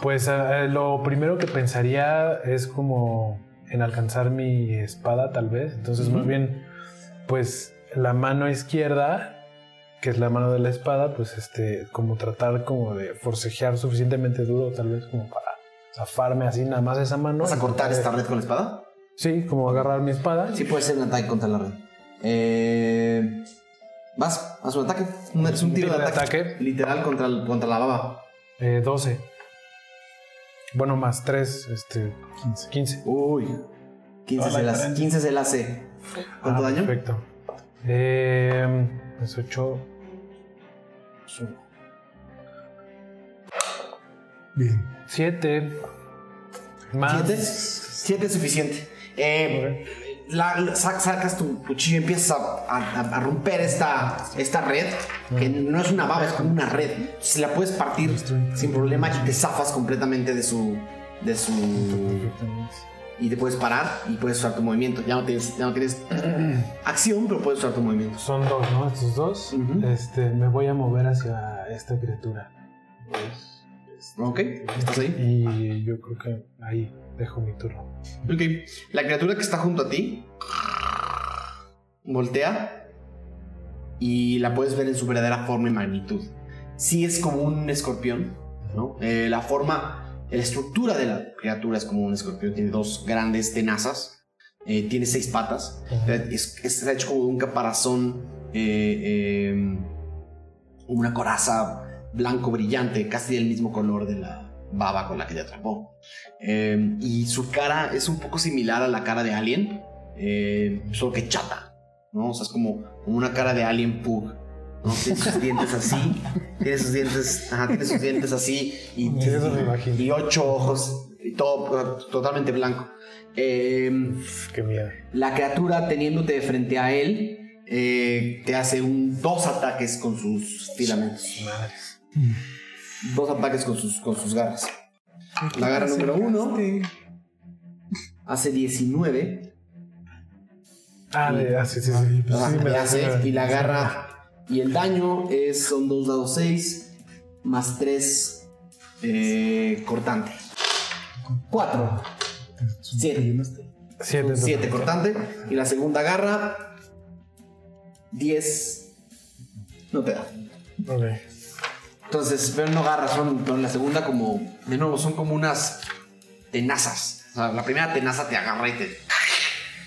Speaker 5: pues eh, lo primero que pensaría es como en alcanzar mi espada, tal vez. Entonces, más bien, pues la mano izquierda, que es la mano de la espada, pues este, como tratar como de forcejear suficientemente duro, tal vez como para zafarme así nada más esa mano.
Speaker 1: ¿Vas a cortar esta red con la espada?
Speaker 5: Sí, como agarrar mi espada.
Speaker 1: Sí, puede ser un ataque contra la red. Eh, vas, haz un ataque. Un- es un tiro de ataque. Literal contra, el- contra la baba.
Speaker 5: Eh, 12. Bueno, más 3, este, 15. 15.
Speaker 1: Uy. 15
Speaker 2: Toda
Speaker 1: se
Speaker 2: la
Speaker 1: las,
Speaker 2: diferencia.
Speaker 1: 15 se la hace. ¿Cuánto
Speaker 5: Ah,
Speaker 1: daño?
Speaker 5: Perfecto. Eh, es 8.
Speaker 3: Bien.
Speaker 5: 7. Más.
Speaker 1: Siete. Siete es suficiente. Eh, la- la- sac- sacas tu cuchillo y empiezas a, a- a romper esta, esta red, que no es una baba, es como una red. Se la puedes partir sin problema y te zafas completamente de su. de su. Y te puedes parar y puedes usar tu movimiento. Ya no tienes, ya no tienes acción, pero puedes usar tu movimiento.
Speaker 5: Son dos, ¿no? Estos dos.
Speaker 1: Ujú.
Speaker 5: Este, me voy a mover hacia esta criatura.
Speaker 1: Pues,
Speaker 5: Este,
Speaker 1: ¿Ok? ¿Estás ahí?
Speaker 5: Y yo creo que ahí dejo mi turno.
Speaker 1: Ok. La criatura que está junto a ti voltea y la puedes ver en su verdadera forma y magnitud. Sí es como un escorpión, ¿no? Eh, la forma, la estructura de la criatura es como un escorpión. Tiene dos grandes tenazas, eh, tiene seis patas. Eh, es- es- está hecho como de un caparazón, eh, eh, una coraza blanco brillante, casi del mismo color de la baba con la que te atrapó. Eh, y su cara es un poco similar a la cara de Alien, eh, solo que chata, ¿no? O sea, es como, como una cara de Alien Pug, ¿no? Tiene sus dientes así, tiene sus dientes, ajá, tiene sus dientes así, y,
Speaker 5: Sí, eso me imagino.
Speaker 1: y ocho ojos, y todo eh, totalmente blanco. Eh,
Speaker 5: Uf, qué miedo.
Speaker 1: la criatura teniéndote de frente a él, eh, te hace un, dos ataques con sus filamentos. Dos ataques con sus, con sus garras. La garra número uno hace 19
Speaker 5: Ah, de- ah, sí, sí,
Speaker 3: Ah,
Speaker 5: sí.
Speaker 3: pues
Speaker 1: ajá,
Speaker 5: sí,
Speaker 1: le
Speaker 5: me da-
Speaker 1: hace,
Speaker 5: sí, me da-
Speaker 1: y la garra y el daño es, son dos dados 6 más 3 cortante. 4.
Speaker 3: ¿Te
Speaker 1: 7.
Speaker 3: llenaste?
Speaker 5: Siete. en total.
Speaker 1: 7 cortante. Y la segunda garra, 10. No te da.
Speaker 5: Ok.
Speaker 1: Entonces, pero no garras, son pero en la segunda como, de nuevo, son como unas tenazas. O sea, la primera tenaza te agarra y te,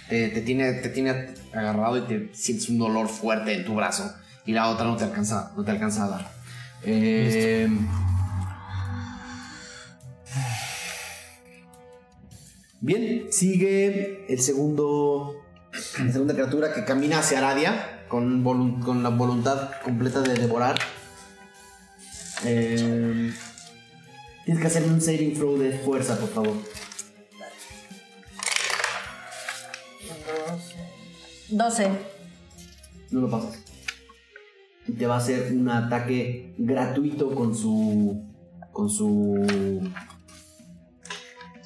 Speaker 1: te, te tiene, te tiene agarrado y te sientes un dolor fuerte en tu brazo. Y la otra no te alcanza, no te alcanza a dar. Eh, bien, sigue el segundo, la segunda criatura que camina hacia Aradia con, volun- con la voluntad completa de devorar. Eh, tienes que hacerme un saving throw de fuerza, por favor.
Speaker 6: 12.
Speaker 1: No lo pasas. Y te va a hacer un ataque gratuito con su. con su.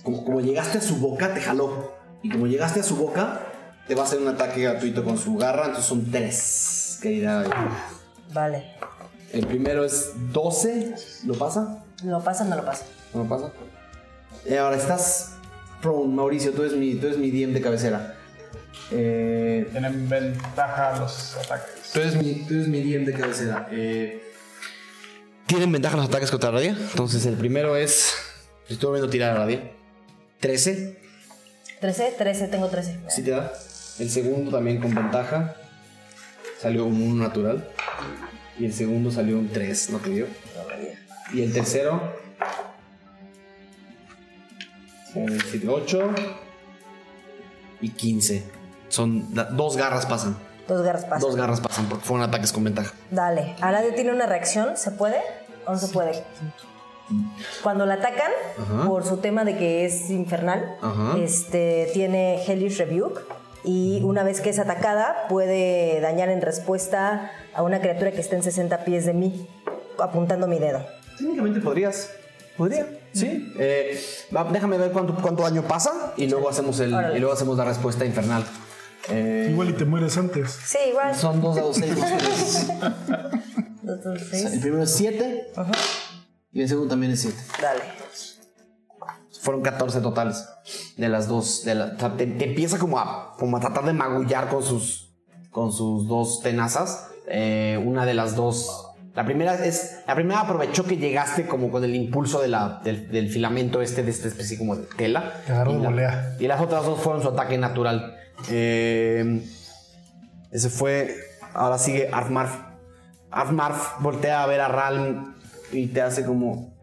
Speaker 1: Como, como llegaste a su boca, te jaló. Y como llegaste a su boca, te va a hacer un ataque gratuito con su garra. Entonces son tres, querida.
Speaker 6: Vale.
Speaker 1: El primero es 12. ¿Lo pasa?
Speaker 6: ¿Lo pasa o no lo pasa?
Speaker 1: No me pasa. Eh, ahora estás prone, Mauricio. Tú eres mi, tú eres mi DM de cabecera. Eh,
Speaker 2: Tienen ventaja los ataques.
Speaker 1: tú, eres mi, tú eres mi DM de cabecera. Eh, Tienen ventaja los ataques contra Radia. Entonces el primero es. Estuve viendo tirar a Radia. 13.
Speaker 6: 13, 13, tengo 13.
Speaker 1: Si te da. El segundo también con ventaja. Salió un 1 natural. Y el segundo salió un 3, no te dio. Y el tercero. 7, 8 y 15. Son da- dos garras pasan.
Speaker 6: Dos garras pasan.
Speaker 1: Dos garras pasan porque fueron ataques con ventaja.
Speaker 6: Dale. ¿Aradia tiene una reacción? ¿Se puede o no se puede? Cuando la atacan,
Speaker 1: Ajá.
Speaker 6: por su tema de que es infernal,
Speaker 1: Ajá.
Speaker 6: este, tiene Hellish Rebuke. Y una vez que es atacada, puede dañar en respuesta a una criatura que esté en 60 pies de mí, apuntando mi dedo.
Speaker 1: Técnicamente podrías. Podría. Sí. Eh, va, déjame ver cuánto, cuánto daño pasa y luego hacemos el
Speaker 6: Órale.
Speaker 1: y luego hacemos la respuesta infernal. Eh,
Speaker 3: Igual y te mueres antes.
Speaker 6: Sí, igual.
Speaker 1: son dos dados seis más tres.
Speaker 6: Dos, dos,
Speaker 1: O sea, El
Speaker 6: seis.
Speaker 1: primero es 7
Speaker 6: Ajá.
Speaker 1: y el segundo también es 7.
Speaker 6: Dale.
Speaker 1: Fueron 14 totales de las dos. De la- o sea, te, te empieza como a, como a tratar de magullar con sus, con sus dos tenazas. Eh, una de las dos. La primera es. La primera aprovechó que llegaste como con el impulso de la- del, del filamento este de esta especie como de tela.
Speaker 15: Te agarro
Speaker 1: Y
Speaker 15: de
Speaker 1: la-
Speaker 15: volea.
Speaker 1: y las otras dos fueron su ataque natural. Eh, ese fue. Ahora sigue Arfmarf. Arfmarf voltea a ver a Ralm y te hace como.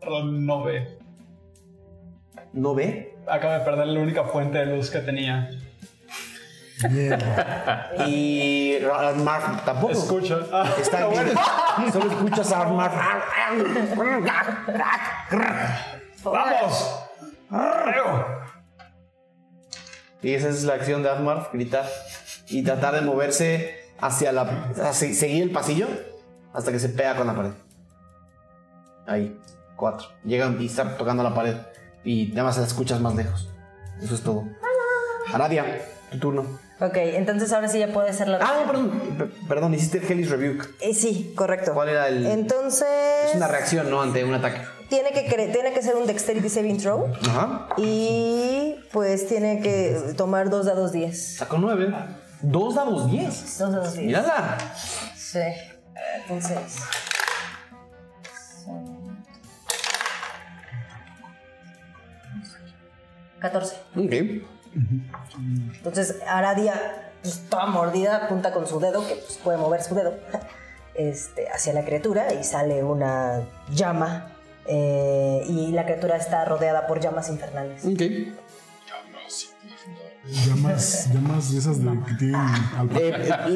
Speaker 2: Perdón, no ve.
Speaker 1: ¿No ve?
Speaker 2: Acaba de perder la única fuente de luz que tenía.
Speaker 3: Mierda.
Speaker 1: Y Arfmarf tampoco.
Speaker 2: Escucha. Ah,
Speaker 1: Está
Speaker 2: no, bueno.
Speaker 1: aquí. Solo escuchas a Arfmarf.
Speaker 2: ¡Vamos! ¡Reo!
Speaker 1: Y esa es la acción de Arfmarf, gritar y tratar de moverse hacia la. hacia- seguir el pasillo hasta que se pega con la pared. Ahí, cuatro. Llegan y están tocando la pared. Y nada más la escuchas más lejos. Eso es todo. Aradia, tu turno.
Speaker 6: Ok, entonces ahora sí ya puede ser la...
Speaker 1: Ah, no, perdón. P- perdón, hiciste el Hellish Rebuke.
Speaker 6: Eh, sí, correcto.
Speaker 1: ¿Cuál era el.?
Speaker 6: Entonces...
Speaker 1: es una reacción, ¿no? Ante un ataque.
Speaker 6: tiene, que cre- tiene que ser un Dexterity Saving Throw.
Speaker 1: Ajá.
Speaker 6: Y pues tiene que tomar dos dados 10.
Speaker 1: Sacó nueve. Dos dados diez.
Speaker 6: Dos dados 10.
Speaker 1: Mírala.
Speaker 6: Sí. Entonces. son 14.
Speaker 1: Ok.
Speaker 6: Entonces Aradia pues, toda mordida apunta con su dedo, que pues, puede mover su dedo, este, hacia la criatura y sale una llama. eh, y la criatura está rodeada por llamas infernales.
Speaker 1: Eh,
Speaker 3: Llamas, llamas de esas de, que tienen alpa-
Speaker 1: Eh,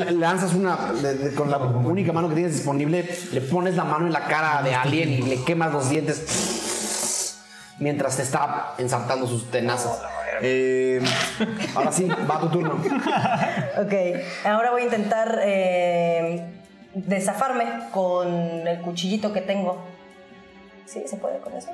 Speaker 1: eh, lanzas una de- de- con la única mano que tienes disponible, le pones la mano en la cara de alguien y le quemas los dientes mientras te está ensartando sus tenazas. Eh, ahora sí, va tu turno.
Speaker 6: Ok, ahora voy a intentar eh, desafarme con el cuchillito que tengo. ¿Sí? ¿Se puede con eso?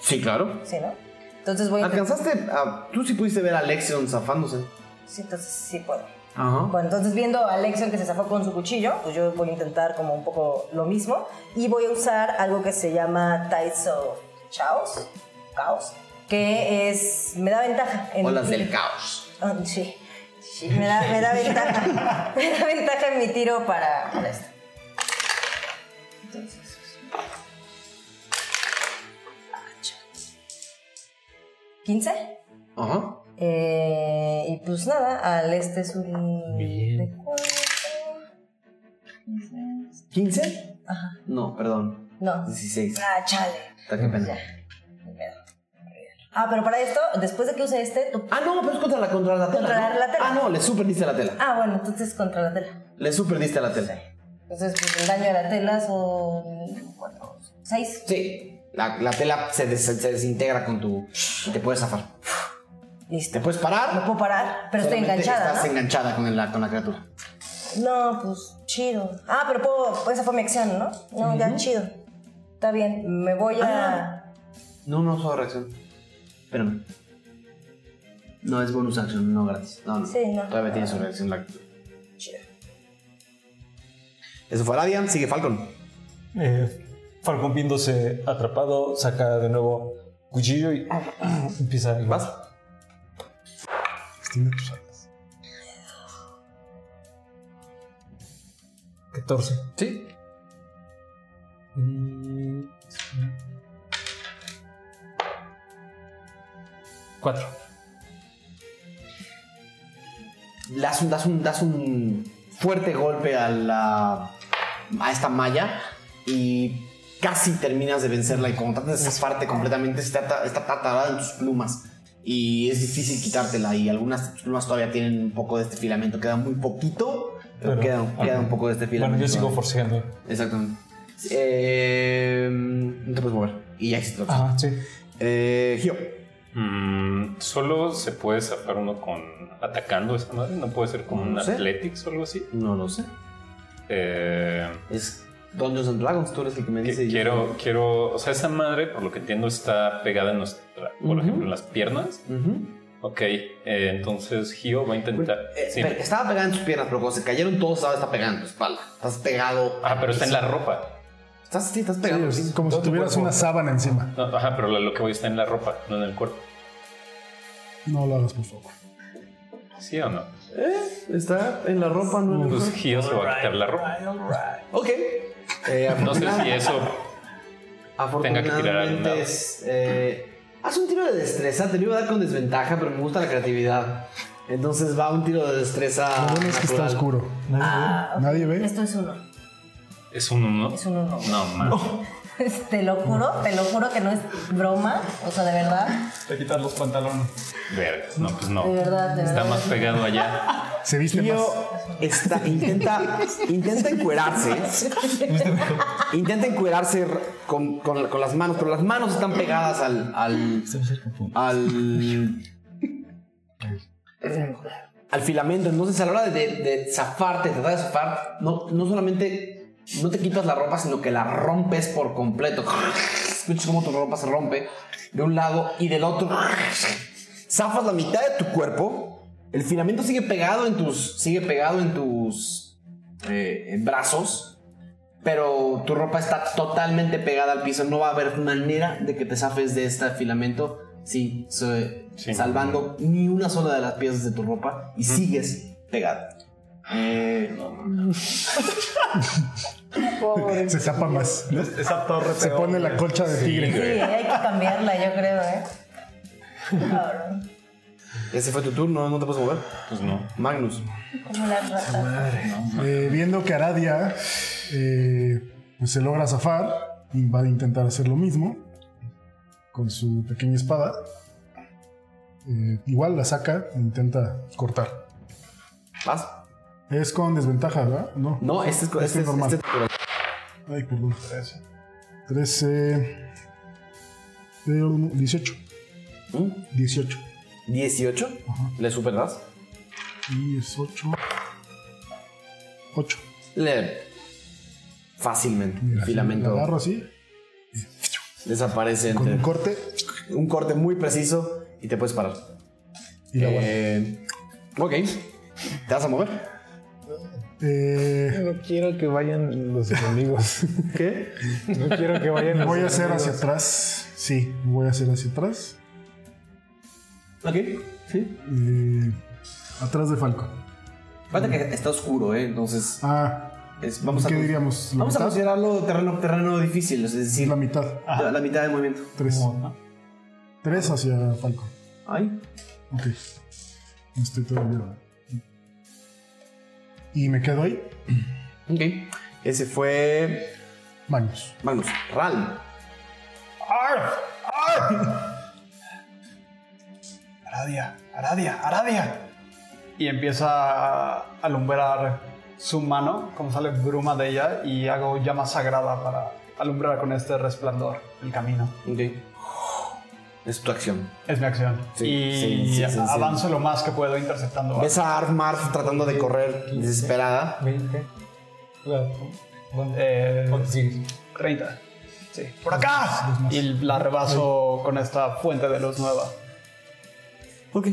Speaker 1: Sí, claro.
Speaker 6: Sí, ¿no? Entonces voy a...
Speaker 1: Alcanzaste a, ah, tú sí pudiste ver a Lexion zafándose.
Speaker 6: Sí, entonces sí puedo.
Speaker 1: Ajá.
Speaker 6: Bueno, entonces viendo a Alexion que se zafó con su cuchillo, pues yo voy a intentar como un poco lo mismo. Y voy a usar algo que se llama Tides of Chaos, Caos, que es... me da ventaja. en-
Speaker 1: Olas del caos.
Speaker 6: Ah, sí, sí, me da, me da ventaja. me da ventaja en mi tiro para, para esto. Entonces. ah, chas. ¿15?
Speaker 1: Ajá.
Speaker 6: Eh, y pues nada, al este es un. de cuatro.
Speaker 1: 15?
Speaker 6: Ajá.
Speaker 1: No, perdón.
Speaker 6: No.
Speaker 1: 16.
Speaker 6: Ah, chale.
Speaker 1: Está qué pena.
Speaker 6: Ya. ni pedo. Ah, pero para esto, después de que use este, tú.
Speaker 1: Ah, no, pero es contra la, contra la tela.
Speaker 6: Contra
Speaker 1: ¿no?
Speaker 6: la tela.
Speaker 1: Ah, no, le super diste a la tela.
Speaker 6: Ah, bueno, entonces contra la tela.
Speaker 1: Le super diste a la tela.
Speaker 6: Entonces, pues el daño de la tela son. cuatro, seis.
Speaker 1: Sí, la, la tela se, des- se desintegra con tu... y te puedes zafar.
Speaker 6: Listo.
Speaker 1: Te puedes
Speaker 6: No
Speaker 1: parar.
Speaker 6: puedo parar, pero estoy
Speaker 1: solamente
Speaker 6: enganchada.
Speaker 1: Estás
Speaker 6: ¿no?
Speaker 1: enganchada con, el- con la criatura.
Speaker 6: No, pues chido. Ah, pero puedo. Esa fue mi acción, ¿no? No, ya chido. Está bien, me voy a.
Speaker 1: No, no, solo reacción. Espérame. No, es bonus action, no gratis. No, no.
Speaker 6: Sí, no.
Speaker 1: Todavía tiene su reacción la
Speaker 6: Chido.
Speaker 1: Eso fue Radiant, sigue Falcon.
Speaker 5: Eh, Falcón viéndose atrapado, saca de nuevo cuchillo y empieza a...
Speaker 1: ¿Vas?
Speaker 3: Extiende tus alas.
Speaker 5: 14.
Speaker 1: Sí.
Speaker 5: Mm,
Speaker 15: 4.
Speaker 1: das un, das un, das un fuerte golpe a la a esta malla y casi terminas de vencerla y como tratas de zafarte completamente está, ta- está tatarada en tus plumas y es difícil quitártela y algunas de tus plumas todavía tienen un poco de este filamento queda muy poquito pero,
Speaker 5: Pero,
Speaker 1: queda,
Speaker 5: ah,
Speaker 1: queda un poco de este
Speaker 5: Bueno,
Speaker 1: filamento
Speaker 5: yo sigo forcejeando.
Speaker 1: exactamente Eh, no te puedes mover y ya existe la opción.
Speaker 5: Ajá, sí.
Speaker 1: eh, Gio
Speaker 7: Mm, solo se puede zafar uno con atacando esa madre, no puede ser como
Speaker 1: No
Speaker 7: un
Speaker 1: sé.
Speaker 7: athletics o algo así.
Speaker 1: no lo sé
Speaker 7: Eh,
Speaker 1: es Dungeons and Dragons tú eres el que me
Speaker 7: que
Speaker 1: dice
Speaker 7: quiero, quiero, o sea, esa madre, por lo que entiendo, está pegada en nuestra, por
Speaker 1: Ujú.
Speaker 7: ejemplo, en las piernas.
Speaker 1: Ujú.
Speaker 7: Ok, eh, entonces Gio va a intentar.
Speaker 1: Eh,
Speaker 7: sí.
Speaker 1: pero estaba pegada en sus piernas, pero cuando se cayeron todos, estaba está pegando en tu espalda. Estás pegado.
Speaker 7: Ah, pero está en la ropa.
Speaker 1: Estás, sí, estás
Speaker 3: Sí,
Speaker 1: pegado.
Speaker 3: es
Speaker 1: sí.
Speaker 3: como si
Speaker 7: Todo tu
Speaker 3: tuvieras
Speaker 7: cuerpo.
Speaker 3: una sábana encima.
Speaker 7: No, ajá, pero lo que voy está en la ropa, no en el cuerpo.
Speaker 3: No lo hagas, por favor.
Speaker 7: ¿Sí o no?
Speaker 1: Está en la ropa, no en el
Speaker 7: Pues
Speaker 1: cuerpo.
Speaker 7: Gio se va a quitar la ropa.
Speaker 1: Ok. Eh,
Speaker 7: No sé si
Speaker 1: afortunadamente-
Speaker 7: eso. tenga que tirar algún
Speaker 1: afortunadamente
Speaker 7: dado.
Speaker 1: es, eh, haz un tiro de destreza. Te lo iba a dar con desventaja, pero me gusta la creatividad. Entonces va un tiro de destreza.
Speaker 3: Lo bueno es que está
Speaker 1: natural.
Speaker 3: oscuro.
Speaker 6: Ah, ok.
Speaker 3: Nadie ve.
Speaker 6: Esto es uno.
Speaker 7: ¿Es un 1?
Speaker 6: Es un uno.
Speaker 7: No, man.
Speaker 6: Te lo juro, te lo juro que no es broma. O sea, de verdad.
Speaker 2: Te quitas los pantalones.
Speaker 7: Verga. No, pues no.
Speaker 6: De verdad, de
Speaker 7: Está
Speaker 6: verdad.
Speaker 7: más pegado allá.
Speaker 3: Se viste
Speaker 1: Tío
Speaker 3: más.
Speaker 1: está, intenta, intenta encuerarse. intenta encuerarse con, con- con las manos, pero las manos están pegadas al. al. al. al filamento. Entonces, a la hora de, de zafarte, tratar de zafar, no, no solamente no te quitas la ropa, sino que la rompes por completo. Escuchas cómo tu ropa se rompe de un lado y del otro. Zafas la mitad de tu cuerpo. El filamento sigue pegado en tus. sigue pegado en tus eh, eh, brazos. Pero tu ropa está totalmente pegada al piso. No va a haber manera de que te zafes de este filamento. Sí, se-
Speaker 7: Sí.
Speaker 1: salvando ni una sola de las piezas de tu ropa. Y sigues Eh, pegado.
Speaker 3: Se zapa más. ¿no?
Speaker 2: Esa torre
Speaker 3: Se pone la colcha de tigre.
Speaker 6: Sí, hay que cambiarla, yo creo, ¿eh? Cabrón,
Speaker 1: Ese fue tu turno, no te puedes mover.
Speaker 7: Pues no.
Speaker 1: Magnus.
Speaker 6: como las ratas.
Speaker 3: Eh, viendo que Aradia eh, pues se logra zafar, y va a intentar hacer lo mismo con su pequeña espada. Eh, igual la saca e intenta cortar.
Speaker 1: ¿Vas?
Speaker 3: Es con desventaja, ¿verdad? No.
Speaker 1: No, este es,
Speaker 3: Este es
Speaker 1: este es-
Speaker 3: normal.
Speaker 1: este-
Speaker 3: Ay, perdón. 13. 18.
Speaker 1: ¿Mm?
Speaker 3: 18.
Speaker 1: 18. ¿Le superas?
Speaker 3: 18. 8.
Speaker 1: Le. Fácilmente. el
Speaker 3: La
Speaker 1: filamento
Speaker 3: agarro así,
Speaker 1: desaparece
Speaker 3: con
Speaker 1: entre
Speaker 3: un corte
Speaker 1: un corte muy preciso y te puedes parar.
Speaker 3: y la guardo.
Speaker 1: Eh, ok. ¿Te vas a mover?
Speaker 3: Eh,
Speaker 5: No quiero que vayan los enemigos.
Speaker 1: ¿Qué?
Speaker 5: No quiero que vayan los
Speaker 3: Voy a hacer
Speaker 5: enemigos.
Speaker 3: hacia atrás. Sí, voy a hacer hacia atrás.
Speaker 1: Ok. Sí.
Speaker 3: Eh, atrás de Falco.
Speaker 1: Fíjate que está oscuro, ¿eh? Entonces,
Speaker 3: Ah,
Speaker 1: es- vamos a.
Speaker 3: ¿qué diríamos? ¿La
Speaker 1: Vamos a
Speaker 3: mitad?
Speaker 1: considerarlo terreno, terreno difícil, es decir,
Speaker 3: La mitad.
Speaker 1: la, la mitad del movimiento.
Speaker 3: Tres. Tres hacia Falco.
Speaker 1: Ay.
Speaker 3: Ok. Estoy todavía. Y me quedo ahí.
Speaker 1: Ok. Ese fue.
Speaker 3: Magnus.
Speaker 1: Magnus. Ral.
Speaker 2: Aradia, Aradia, Aradia. Y empieza a alumbrar su mano, como sale bruma de ella, y hago llama sagrada para alumbrar con este resplandor el camino.
Speaker 1: Ok. Es tu acción.
Speaker 2: Es mi acción.
Speaker 1: Sí,
Speaker 2: y
Speaker 1: sí, sí, sí, sí.
Speaker 2: avanzo lo más que puedo interceptando.
Speaker 1: Ves a Armar tratando de correr desesperada.
Speaker 16: 20.
Speaker 2: Eh,
Speaker 16: Sí.
Speaker 2: 30. Sí. ¡Por acá! Y la rebaso con esta fuente de luz nueva.
Speaker 1: Ok.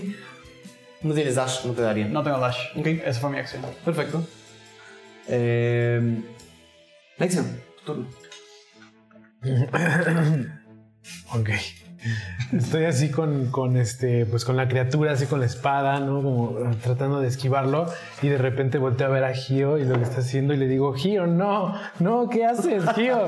Speaker 1: No tienes dash, no te daría.
Speaker 2: No tengo dash.
Speaker 1: Ok.
Speaker 2: Esa fue mi acción.
Speaker 1: Perfecto. Eh, Lexion, tu turno.
Speaker 5: Ok. Estoy así con, con este, pues con la criatura, así con la espada, ¿no? Como eh, tratando de esquivarlo. Y de repente volteo a ver a Gio y lo que está haciendo y le digo, Gio, no, no, ¿qué haces, Gio?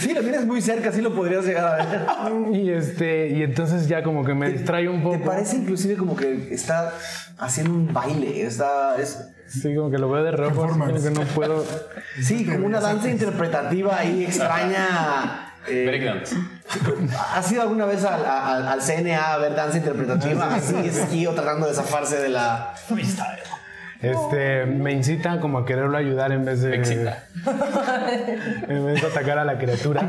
Speaker 1: Sí, lo tienes muy cerca, sí lo podrías llegar a ver.
Speaker 5: y este, y entonces ya como que me distrae un poco.
Speaker 1: Te parece inclusive como que está haciendo un baile. Está, es,
Speaker 5: Sí, como que lo veo de rojo, así como que no puedo.
Speaker 1: sí, como una danza interpretativa ahí extraña. eh,
Speaker 7: Breakdance.
Speaker 1: ¿Has ido alguna vez al, al- al CNA a ver danza interpretativa? Así es Gio tratando de zafarse de la...
Speaker 5: Este, me incita como a quererlo ayudar en vez de.
Speaker 7: Me excita.
Speaker 5: en vez de atacar a la criatura.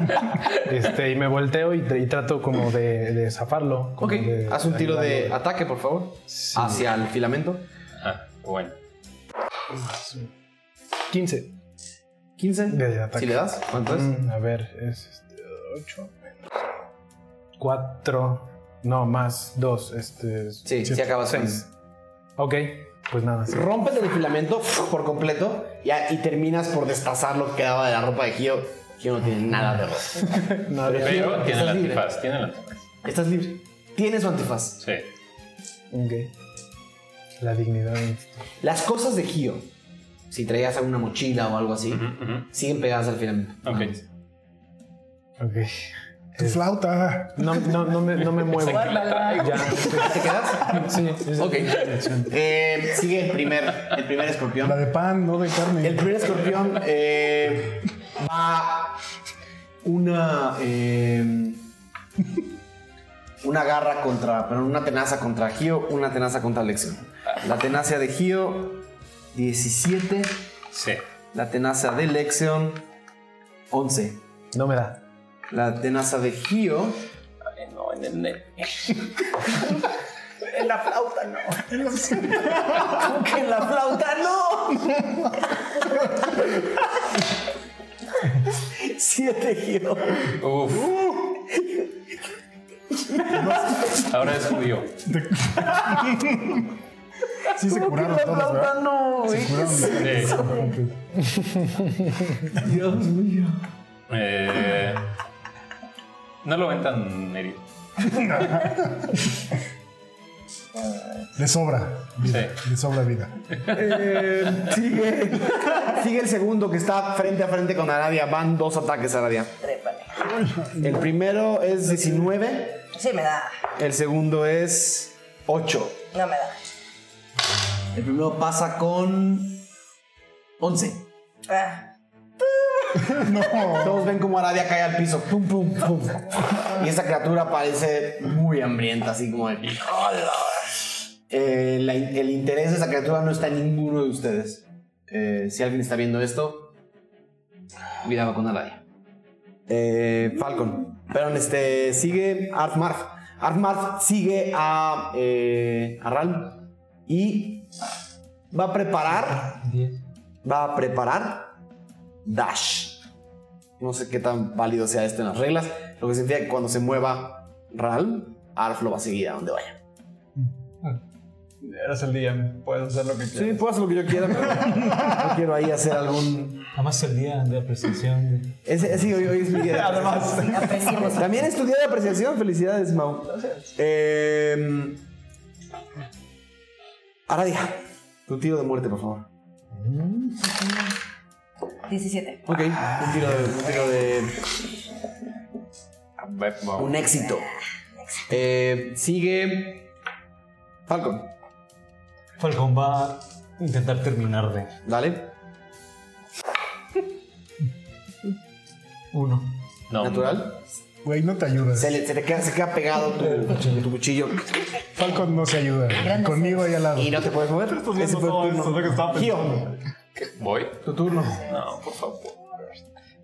Speaker 5: Este, y me volteo y, tr- y trato como de, de zafarlo. como
Speaker 1: Ok,
Speaker 5: de
Speaker 1: haz un tiro de
Speaker 5: ayudarlo.
Speaker 1: ataque, por favor.
Speaker 5: Sí.
Speaker 1: Hacia el filamento.
Speaker 7: Ah, bueno.
Speaker 5: 15.
Speaker 1: 15.
Speaker 5: De ataque.
Speaker 1: Si le das, pues? ¿cuánto es?
Speaker 5: Mm, a ver, es este, 8. 4. No, más 2. Este, es-
Speaker 1: Sí, sí acabas con-
Speaker 5: Seis. Ok, pues nada. sí.
Speaker 1: Rompes el filamento por completo y, a- y terminas por destazar lo que quedaba de la ropa de Gio. Gio no tiene nada de ropa.
Speaker 5: Nada.
Speaker 1: Pero
Speaker 7: Pero tiene el
Speaker 1: estás libre.
Speaker 7: antifaz. Tiene el antifaz.
Speaker 1: Estás libre. Tienes su antifaz.
Speaker 7: Sí.
Speaker 5: La dignidad.
Speaker 1: Las cosas de Gio, si traías alguna mochila o algo así, siguen pegadas al filamento.
Speaker 7: Ok.
Speaker 5: Ok.
Speaker 3: Tu flauta.
Speaker 5: No, no, no, me, no me muevo. Ya.
Speaker 1: ¿Te quedas?
Speaker 5: Sí, esa
Speaker 1: Ok.
Speaker 5: es mi reacción.
Speaker 1: Eh, sigue el primer, el primer escorpión.
Speaker 3: La de pan, no de carne.
Speaker 1: El primer escorpión eh, va una eh, una garra contra, pero una tenaza contra Gio, una tenaza contra Lexion. La tenacia de Gio 17,
Speaker 7: Sí.
Speaker 1: la tenaza de Lexion 11,
Speaker 5: No me da.
Speaker 1: la tenaza de Gio
Speaker 7: No, en el net.
Speaker 1: que la flauta no. Siete Gio.
Speaker 7: Ahora es judío.
Speaker 3: Sí se curaron todos, ¿verdad?
Speaker 1: no,
Speaker 3: Se curaron.
Speaker 7: Eh,
Speaker 1: Dios mío.
Speaker 7: eh, no lo ven tan herido.
Speaker 3: Le sobra. Vida. Le sobra vida.
Speaker 1: Eh, sigue. Sigue el segundo que está frente a frente con Aradia. Van dos ataques a Aradia.
Speaker 6: Trépale.
Speaker 1: El primero es 19.
Speaker 6: Sí, me da.
Speaker 1: El segundo es 8.
Speaker 6: No me da.
Speaker 1: El primero pasa con 11.
Speaker 6: Ah,
Speaker 1: Todos ven como Aradia cae al piso. Pum, pum, pum. Y esa criatura parece muy hambrienta, así como de. "Hola". Eh, la in- el interés de esa criatura no está en ninguno de ustedes. Eh, si alguien está viendo esto, cuidado con Aradia. Eh, Falcon. Perdón, este. Sigue Arfmarf. Arfmarf sigue a. eh, a Ral. Y. Va a preparar. Va a preparar. Dash. No sé qué tan válido sea esto en las reglas. Lo que significa que cuando se mueva Ral, Arf lo va a seguir a donde vaya.
Speaker 2: Eres el DM, puedes hacer lo que quieras.
Speaker 1: puedo hacer lo que yo quiera, pero no quiero ahí hacer algún.
Speaker 17: Además, el día de apreciación. de-
Speaker 1: Ese, sí, hoy, hoy es mi día. de-
Speaker 2: Además.
Speaker 6: apreciemos.
Speaker 1: También es tu día de apreciación. Felicidades, Mau. Eh, Aradia, tu tiro de muerte, por favor.
Speaker 6: 17.
Speaker 1: Ok, un tiro de. Un, tiro de, un éxito. Eh, sigue. Falcon,
Speaker 17: Falcon va a intentar terminar de
Speaker 1: dale.
Speaker 17: uno.
Speaker 7: No,
Speaker 1: Natural.
Speaker 3: Güey, no te ayudas.
Speaker 1: Se, le- se te queda, se queda pegado tu, tu cuchillo
Speaker 3: Falcon no se ayuda. Conmigo ahí al lado.
Speaker 1: y Pues no te puedes mover. Ese fue tu turno. Gio,
Speaker 7: Voy.
Speaker 1: tu turno.
Speaker 7: No, por favor.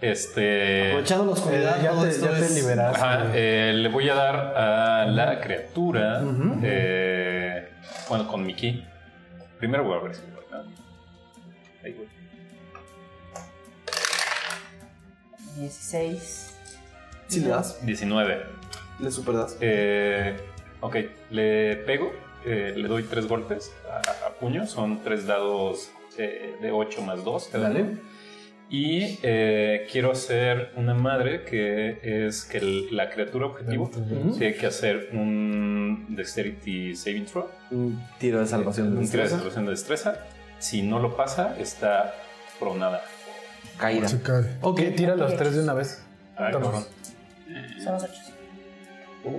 Speaker 7: Este.
Speaker 1: Aprovechando los cuidados, Eh, ya te, liberas.
Speaker 7: Ajá, eh, le voy a dar a la criatura. eh, bueno, con Mickey. Primero voy a ver si voy, ¿no? Ahí voy.
Speaker 6: 16.
Speaker 1: Si le das,
Speaker 7: 19.
Speaker 1: le superdas.
Speaker 7: Eh, ok, le pego, eh, le doy tres golpes a, a puño, son tres dados eh, de 8 más 2 cada uno. Y eh, quiero hacer una madre que es que el- la criatura objetivo tiene que hacer un Dexterity Saving Throw,
Speaker 1: Un tiro de salvación. de
Speaker 7: un tiro de
Speaker 1: destreza.
Speaker 7: salvación de destreza. Si no lo pasa, está pronada.
Speaker 1: Caída.
Speaker 3: Se cae.
Speaker 1: Ok,
Speaker 5: Tira los tres de una vez.
Speaker 7: Ay,
Speaker 5: Toma.
Speaker 7: cabrón.
Speaker 6: Son los 8.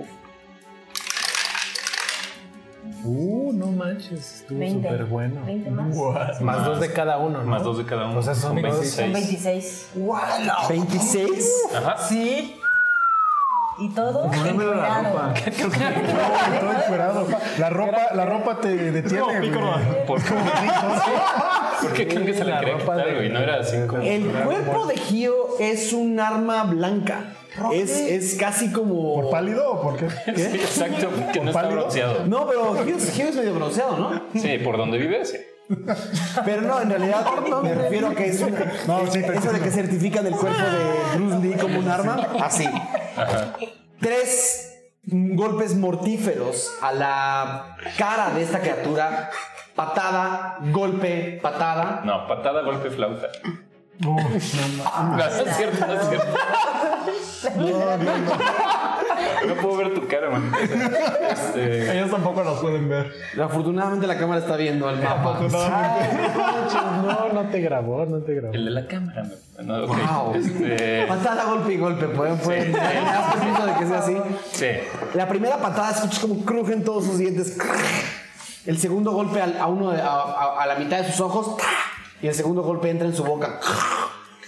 Speaker 5: Uh, no manches. Estuvo
Speaker 6: Veinte.
Speaker 5: súper bueno.
Speaker 6: 20 más.
Speaker 5: Más, dos de cada uno, ¿no?
Speaker 7: Más dos de cada uno.
Speaker 5: O sea, son dos.
Speaker 6: Son 26.
Speaker 1: 26.
Speaker 7: Ajá.
Speaker 6: Sí. Y todo. Cuidado.
Speaker 3: Todo encuerado. La ropa, la ropa te detiene. güey.
Speaker 7: ¿Por qué? ¿Por qué creen que se la
Speaker 5: la
Speaker 7: quería
Speaker 5: ropa
Speaker 7: quitar,
Speaker 5: de-
Speaker 7: güey? No era así como...
Speaker 1: El cuerpo de Gio es un arma blanca. Es, es casi como.
Speaker 3: ¿Por pálido o por qué?
Speaker 7: Sí, exacto, que no está
Speaker 3: pálido?
Speaker 7: bronceado.
Speaker 1: No, pero Gio, es- Gio es medio bronceado, ¿no?
Speaker 7: Sí, por donde vive, sí.
Speaker 1: Pero no, en realidad me refiero a que es una,
Speaker 3: No, sí, pero-
Speaker 1: eso de que certifican el cuerpo de Bruce Lee como un arma, así. Tres mm, golpes mortíferos a la cara de esta criatura. Patada, golpe, patada.
Speaker 7: No, patada, golpe, flauta.
Speaker 1: Ah.
Speaker 7: No, no, es cierto, no es cierto. No puedo ver tu cara, man. Este,
Speaker 2: Ellos tampoco nos pueden ver.
Speaker 1: Afortunadamente la cámara está viendo al mapa.
Speaker 5: No, no te grabó, no te grabó.
Speaker 7: el de la cámara, man. No, ok.
Speaker 1: Wow.
Speaker 7: Este,
Speaker 1: Patada, golpe y golpe, pues, pueden, pueden. ¿Me das permiso de que sea así?
Speaker 7: sí.
Speaker 1: La primera patada escuchas como crujen todos sus dientes. El segundo golpe al- a, uno de- a, a- a la mitad de sus ojos. Y el segundo golpe entra en su boca.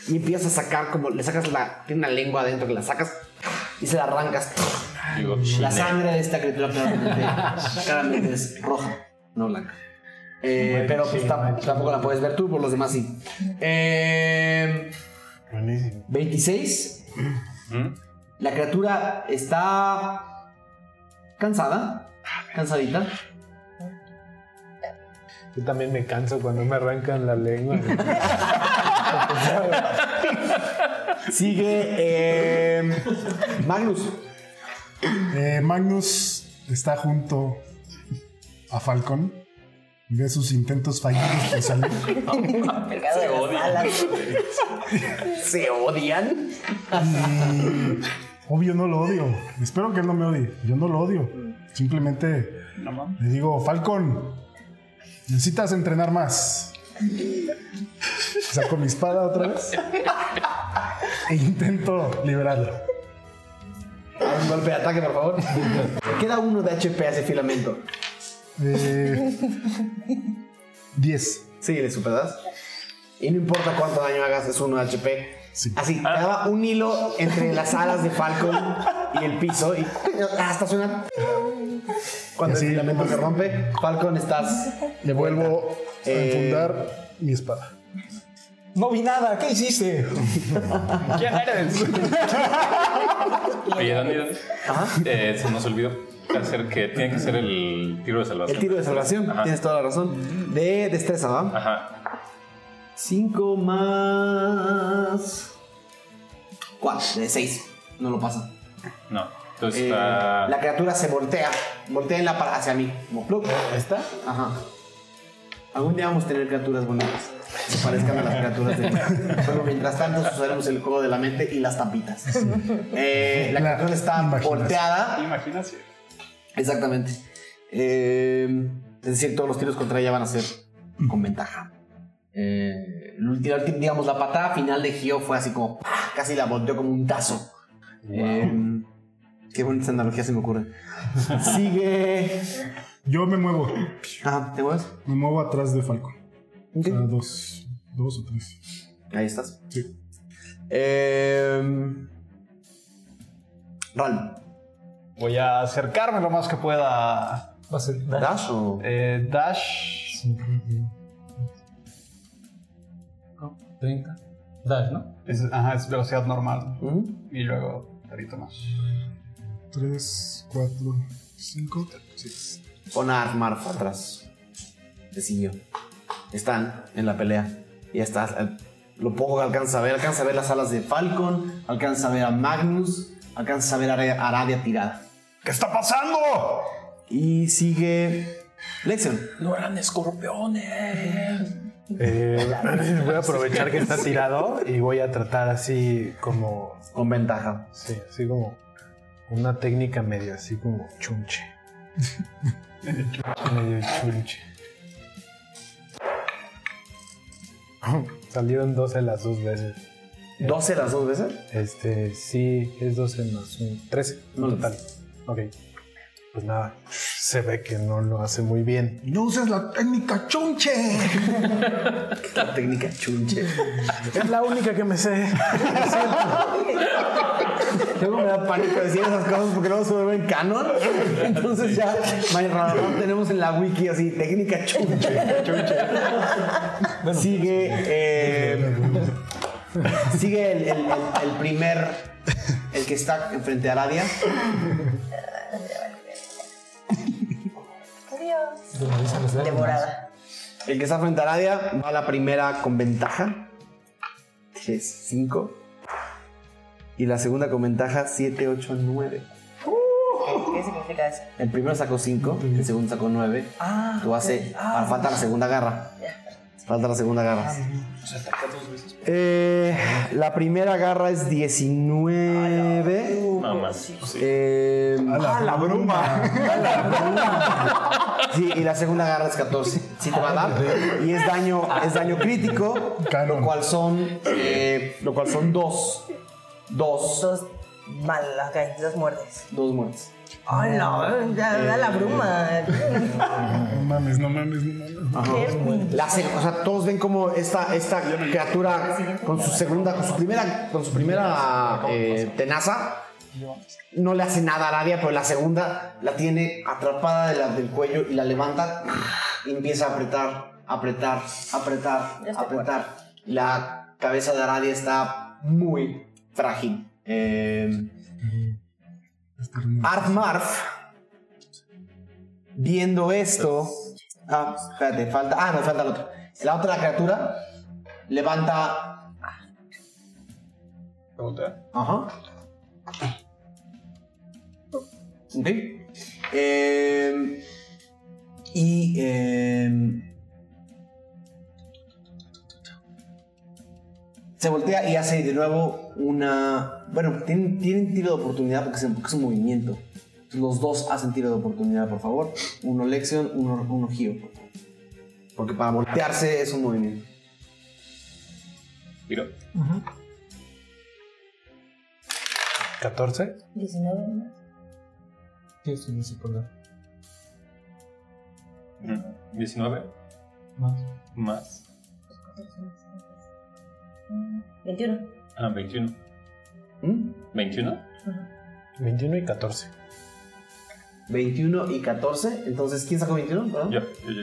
Speaker 1: Y empiezas a sacar como le sacas la. Tiene una lengua adentro que la sacas y se la arrancas.
Speaker 7: Digo,
Speaker 1: La
Speaker 7: chile.
Speaker 1: sangre de esta criatura claramente, claramente es roja, no blanca. Eh, pero pues tam- tampoco la puedes ver tú, por los demás sí. Eh, 26.
Speaker 7: ¿Mm?
Speaker 1: La criatura está cansada, cansadita.
Speaker 5: Yo también me canso cuando me arrancan la lengua.
Speaker 1: Sigue eh,
Speaker 3: em,
Speaker 1: Magnus.
Speaker 3: Eh, Magnus está junto a Falcon. Ve sus intentos fallidos por salir.
Speaker 6: Pegado de las alas.
Speaker 1: ¿Se odian?
Speaker 3: Obvio, no lo odio. Espero que él no me odie. Yo no lo odio. Simplemente
Speaker 2: No mames.
Speaker 3: le digo, Falcon, necesitas entrenar más. Saco mi espada otra vez e intento liberarlo.
Speaker 1: Un golpe de ataque, por favor. Queda uno de HP a ese filamento.
Speaker 3: Eh, 10.
Speaker 1: Sí, le superas. Y no importa cuánto daño hagas, es uno de HP.
Speaker 3: Sí.
Speaker 1: Así, te daba un hilo entre las alas de Falcon y el piso y hasta suena. Cuando
Speaker 3: Así,
Speaker 1: el filamento se rompe, Falcon estás.
Speaker 3: Le vuelvo a
Speaker 1: Eh,
Speaker 3: enfundar mi espada.
Speaker 18: No vi nada, ¿qué hiciste?
Speaker 2: ¿Quién eres?
Speaker 7: Oye, Dani, Dani, eh, se nos olvidó hacer que tiene que ser el tiro de salvación.
Speaker 1: El tiro de salvación,
Speaker 7: Ajá.
Speaker 1: tienes toda la razón. De destreza, ¿va?
Speaker 7: Ajá.
Speaker 1: 5 más. 4, de 6. No lo pasa.
Speaker 7: No. Entonces
Speaker 1: Eh,
Speaker 7: está.
Speaker 1: La criatura se voltea. Voltea en la par- hacia mí. Como plop. ¿Está? Ajá. Algún día vamos a tener criaturas bonitas. que Se parezcan a las criaturas de Pero mientras tanto usaremos el juego de la mente y las tapitas. Eh, la
Speaker 3: La
Speaker 1: criatura está
Speaker 3: imaginación.
Speaker 1: volteada.
Speaker 2: Imagínate.
Speaker 1: Exactamente. Eh, es decir, todos los tiros contra ella van a ser con ventaja. Eh, el ulti- la ulti- digamos, la patada final de Gio fue así como ¡pah! casi la volteó como un tazo. Eh, qué bonita analogía se me ocurre. Sigue.
Speaker 3: Yo me muevo.
Speaker 1: Ah, ¿te mueves?
Speaker 3: Me muevo atrás de Falcon.
Speaker 1: Ok.
Speaker 3: O sea, dos, dos o tres.
Speaker 1: Ahí estás.
Speaker 3: Sí.
Speaker 1: Eh, Ral.
Speaker 2: Voy a acercarme lo más que pueda.
Speaker 18: Va a ser.
Speaker 1: ¿Dash o.?
Speaker 2: Eh, dash.
Speaker 18: 30. Dash, ¿no?
Speaker 2: Es- ajá, es velocidad normal.
Speaker 1: Ujú.
Speaker 2: Y luego, ahorita más.
Speaker 3: Tres, cuatro, cinco, seis.
Speaker 1: Pon a Armarf atrás. Te siguió. Están en la pelea. Y ya estás. eh, Lo poco que alcanza a ver. Alcanza a ver las alas de Falcon. Alcanza a ver a Magnus. Alcanza a ver a Are- a Aradia tirada.
Speaker 2: ¿Qué está pasando?
Speaker 1: Y sigue. Lexion.
Speaker 7: No eran escorpiones.
Speaker 5: Eh, voy a aprovechar que está tirado y voy a tratar así como.
Speaker 1: Con ventaja.
Speaker 5: Sí, así como. Una técnica medio así como chunche. medio chunche. Salieron 12 las dos veces.
Speaker 1: 12 las dos veces.
Speaker 5: Este, sí, es 12 más un 13 en
Speaker 1: No lo
Speaker 5: total. Ok. Pues nada, se ve que no lo hace muy bien.
Speaker 3: No uses la técnica chunche.
Speaker 1: La técnica chunche.
Speaker 5: Es la única que me sé.
Speaker 1: Luego me da pánico decir esas cosas porque luego se vuelven canon. Entonces ya, my Radarón, tenemos en la wiki así, técnica chunche. sigue eh, sigue el, el- el- el primer, el que está enfrente a Aradia.
Speaker 6: Adiós.
Speaker 18: Donde dicen los daños.
Speaker 6: Devorada.
Speaker 1: El que está frente a Aradia va a la primera con ventaja. 3, 5. Y la segunda con ventaja, 7, 8, 9.
Speaker 6: ¿Qué significa eso?
Speaker 1: El primero sacó 5, el segundo sacó 9.
Speaker 6: Ah.
Speaker 1: Tú haces, ah, falta la segunda garra.
Speaker 19: Falta la segunda garra.
Speaker 1: Eh, la primera garra es 19.
Speaker 7: Nada más.
Speaker 1: Eh,
Speaker 3: A la bruma.
Speaker 1: sí, y la segunda garra es 14. Sí te va a dar. Y es daño, es daño crítico,
Speaker 3: Canon.
Speaker 1: lo cual son, eh, lo cual son dos. Dos.
Speaker 6: Dos malas, ok, dos muertes.
Speaker 1: Dos muertes.
Speaker 6: ¡Ah, no! Ya
Speaker 5: Eh,
Speaker 6: da la bruma.
Speaker 3: No mames, no mames, no mames.
Speaker 1: La se- o sea, todos ven como esta, esta criatura con su segunda, con su primera, con su primera eh, tenaza no le hace nada a Arabia, pero la segunda la tiene atrapada de la- del cuello y la levanta y empieza a apretar, apretar, apretar,
Speaker 6: Ya estoy
Speaker 1: apretar. La cabeza de Arabia está muy frágil. Eh, Art Marf, viendo esto. Ah, espérate, falta. Ah, no, falta la otra. La otra criatura levanta. Ajá. Ok. Eh, y. eh, se voltea y hace de nuevo una. Bueno, tienen, tienen tiro de oportunidad porque es, porque es un movimiento. Los dos hacen tiro de oportunidad, por favor. Uno Lexion, uno, uno Gio, por favor. Porque para voltearse es un movimiento.
Speaker 7: Tiro.
Speaker 5: 14.
Speaker 20: 19 más.
Speaker 21: Sí, sí, no sé por qué.
Speaker 7: 19
Speaker 21: Más.
Speaker 7: más
Speaker 20: Mm, 21.
Speaker 7: ah, 21.
Speaker 1: ¿Mm?
Speaker 7: ¿21?
Speaker 5: 21 y 14.
Speaker 1: 21 y 14. Entonces, ¿quién sacó 21? perdón?
Speaker 7: Yo, yo, yo.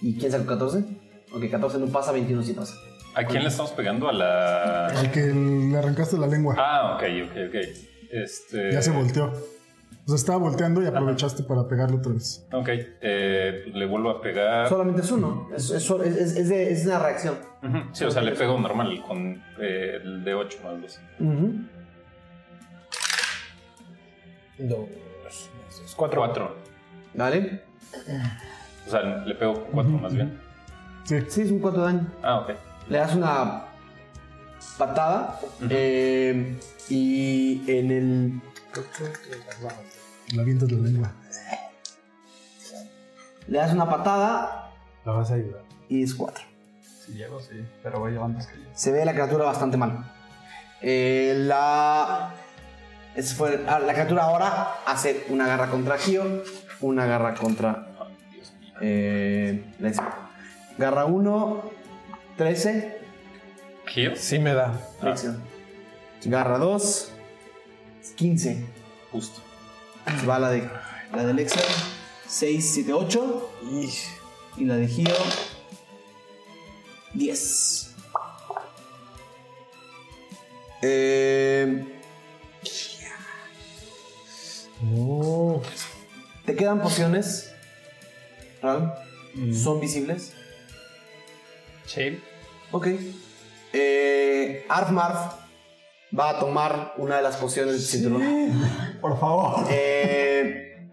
Speaker 1: ¿Y quién sacó 14? Ok, 14 no pasa, 21 sí pasa.
Speaker 7: ¿A quién le estamos pegando? A la.
Speaker 3: Al que le arrancaste la lengua.
Speaker 7: Ah, ok, ok, ok. Este.
Speaker 3: Ya se volteó. O sea, estaba volteando y aprovechaste para pegarle otra vez.
Speaker 7: Ok, eh, le vuelvo a pegar.
Speaker 1: Solamente es uno. Es, es, es- es de- es una reacción.
Speaker 7: Ujú, Sí, o sea, le pego normal con eh, el de 8 más 2.
Speaker 5: Dos. Cuatro.
Speaker 7: 4.
Speaker 1: ¿Vale?
Speaker 7: O sea, le pego con 4 más bien.
Speaker 1: Sí, es un 4 de daño.
Speaker 7: Ah, ok.
Speaker 1: Le das una patada
Speaker 7: Ujú.
Speaker 1: eh, y en el
Speaker 3: La avientas la lengua.
Speaker 1: le das una patada
Speaker 5: La vas a ayudar.
Speaker 1: y es 4.
Speaker 4: Si llego, sí. Pero voy llevando hasta que llegue.
Speaker 1: Se ve la criatura bastante mal. Eh, la, ese fue, ah, la criatura ahora hace una garra contra Gio, una garra contra eh, Lexi. Garra 1, 13,
Speaker 7: Heal.
Speaker 5: Sí me da.
Speaker 7: Ah.
Speaker 1: Lexi. Garra 2, 15.
Speaker 7: Justo.
Speaker 1: Se va la de, la del Excel. 6, 7, 8. Y la de Gio. 10. Eh, ¿Te quedan pociones? Ral? ¿Son visibles?
Speaker 7: Shale.
Speaker 1: Ok. Eh, Arfmarf va a tomar una de las pociones del cinturón.
Speaker 4: Por favor.
Speaker 1: Eh,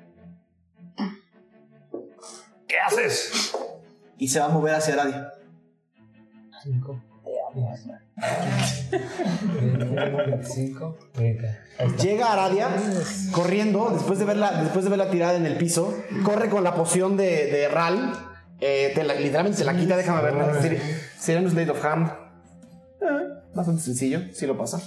Speaker 4: ¿Qué haces?
Speaker 1: y se va a mover hacia Aradia. Llega Aradia corriendo, después de, verla, después de verla tirada en el piso, corre con la poción de, de Ral, eh, te la- literalmente se la quita, déjame ver, sería un Slate of Hand. Eh, bastante sencillo, si lo pasa.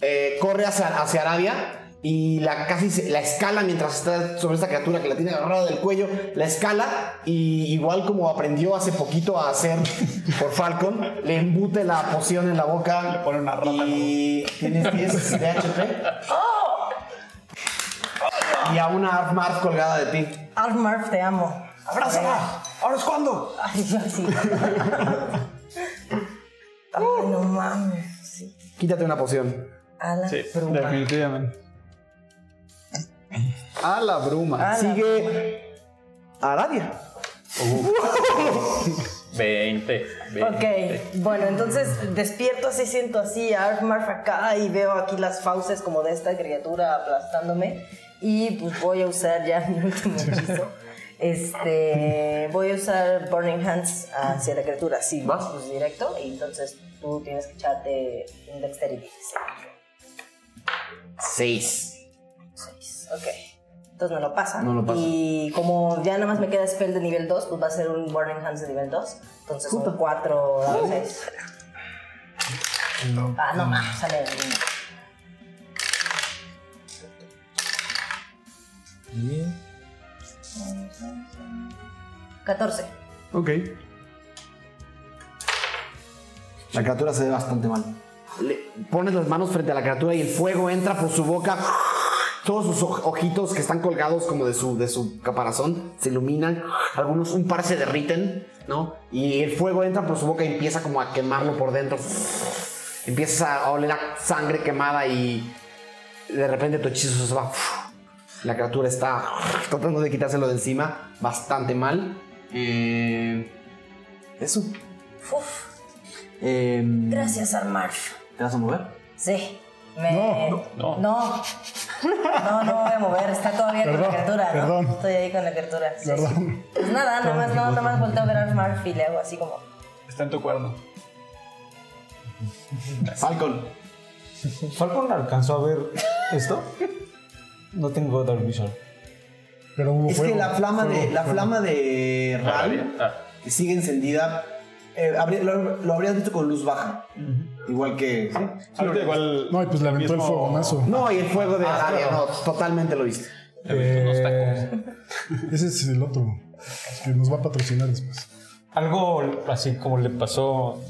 Speaker 1: Eh, corre hacia, hacia Arabia y la casi se- la escala mientras está sobre esta criatura que la tiene agarrada del cuello, la escala y igual como aprendió hace poquito a hacer por Falcon, le embute la poción en la boca.
Speaker 4: Le pone una rata,
Speaker 1: Y tienes 10 de HP. Y a una Arf Marf colgada de ti.
Speaker 6: Armorf, te amo.
Speaker 4: ¡Abrázala! ¿Ahora es cuando?
Speaker 6: Ay, yo sí. Ay, no mames. Sí.
Speaker 1: Quítate una poción.
Speaker 6: A la
Speaker 4: Sí,
Speaker 6: bruma.
Speaker 4: definitivamente.
Speaker 1: A la bruma.
Speaker 6: A la
Speaker 1: Sigue Aradia.
Speaker 7: 20. 20.
Speaker 6: Ok, bueno, entonces despierto así, siento así a Arfmarf acá y veo aquí las fauces como de esta criatura aplastándome. Y pues voy a usar ya mi último hechizo. Este, voy a usar Burning Hands hacia la criatura, sí, ¿Vas? pues directo, y entonces tú tienes que echarte un dexterity.
Speaker 1: Seis.
Speaker 6: Seis, Ok. Entonces no lo pasa.
Speaker 11: No lo pasa.
Speaker 6: Y como ya nada más me queda spell de nivel 2, pues va a ser un Burning Hands de nivel 2. Entonces son 4 dados 6. Ah, no, mames, sale de uno.
Speaker 5: Bien.
Speaker 6: 14.
Speaker 22: Ok.
Speaker 11: La criatura se ve bastante mal.
Speaker 1: Le pones las manos frente a la criatura y el fuego entra por su boca. Todos sus oj- ojitos que están colgados como de su, de su caparazón se iluminan. Algunos, un par se derriten, ¿no? Y el fuego entra por su boca y empieza como a quemarlo por dentro. Empiezas a oler a sangre quemada y de repente tu hechizo se va. La criatura está tratando de quitárselo de encima bastante mal. Eh,
Speaker 11: Eso.
Speaker 6: Uf,
Speaker 11: Em,
Speaker 6: gracias al Marf.
Speaker 11: ¿Te vas a mover?
Speaker 6: Sí. Me... No, no, no. No, no voy a mover. Está todavía con
Speaker 3: Perdón,
Speaker 6: la criatura. ¿no?
Speaker 3: perdón.
Speaker 6: Estoy ahí con la criatura. Sí, sí.
Speaker 3: Perdón.
Speaker 6: Pues nada, nada más, no, nada más volteo a ver a Marf y le hago así como.
Speaker 4: Está en tu cuerno.
Speaker 11: Falcon.
Speaker 5: ¿Falcon alcanzó a ver esto? No tengo Dark Vision.
Speaker 3: Pero hubo
Speaker 11: Es
Speaker 3: fuego,
Speaker 11: que la flama
Speaker 3: fuego,
Speaker 11: de la
Speaker 3: fuego.
Speaker 11: flama de
Speaker 7: Ah,
Speaker 11: Ral que sigue encendida. eh, habría- lo, lo habrías visto con luz baja. Igual que. ¿sí?
Speaker 4: Ahorita igual.
Speaker 3: No, y pues le aventó el
Speaker 4: mismo-
Speaker 3: fogonazo.
Speaker 1: no, y el fuego de Aradia, no, totalmente lo viste.
Speaker 3: Ese es el otro que nos va a patrocinar después.
Speaker 5: Algo así como le pasó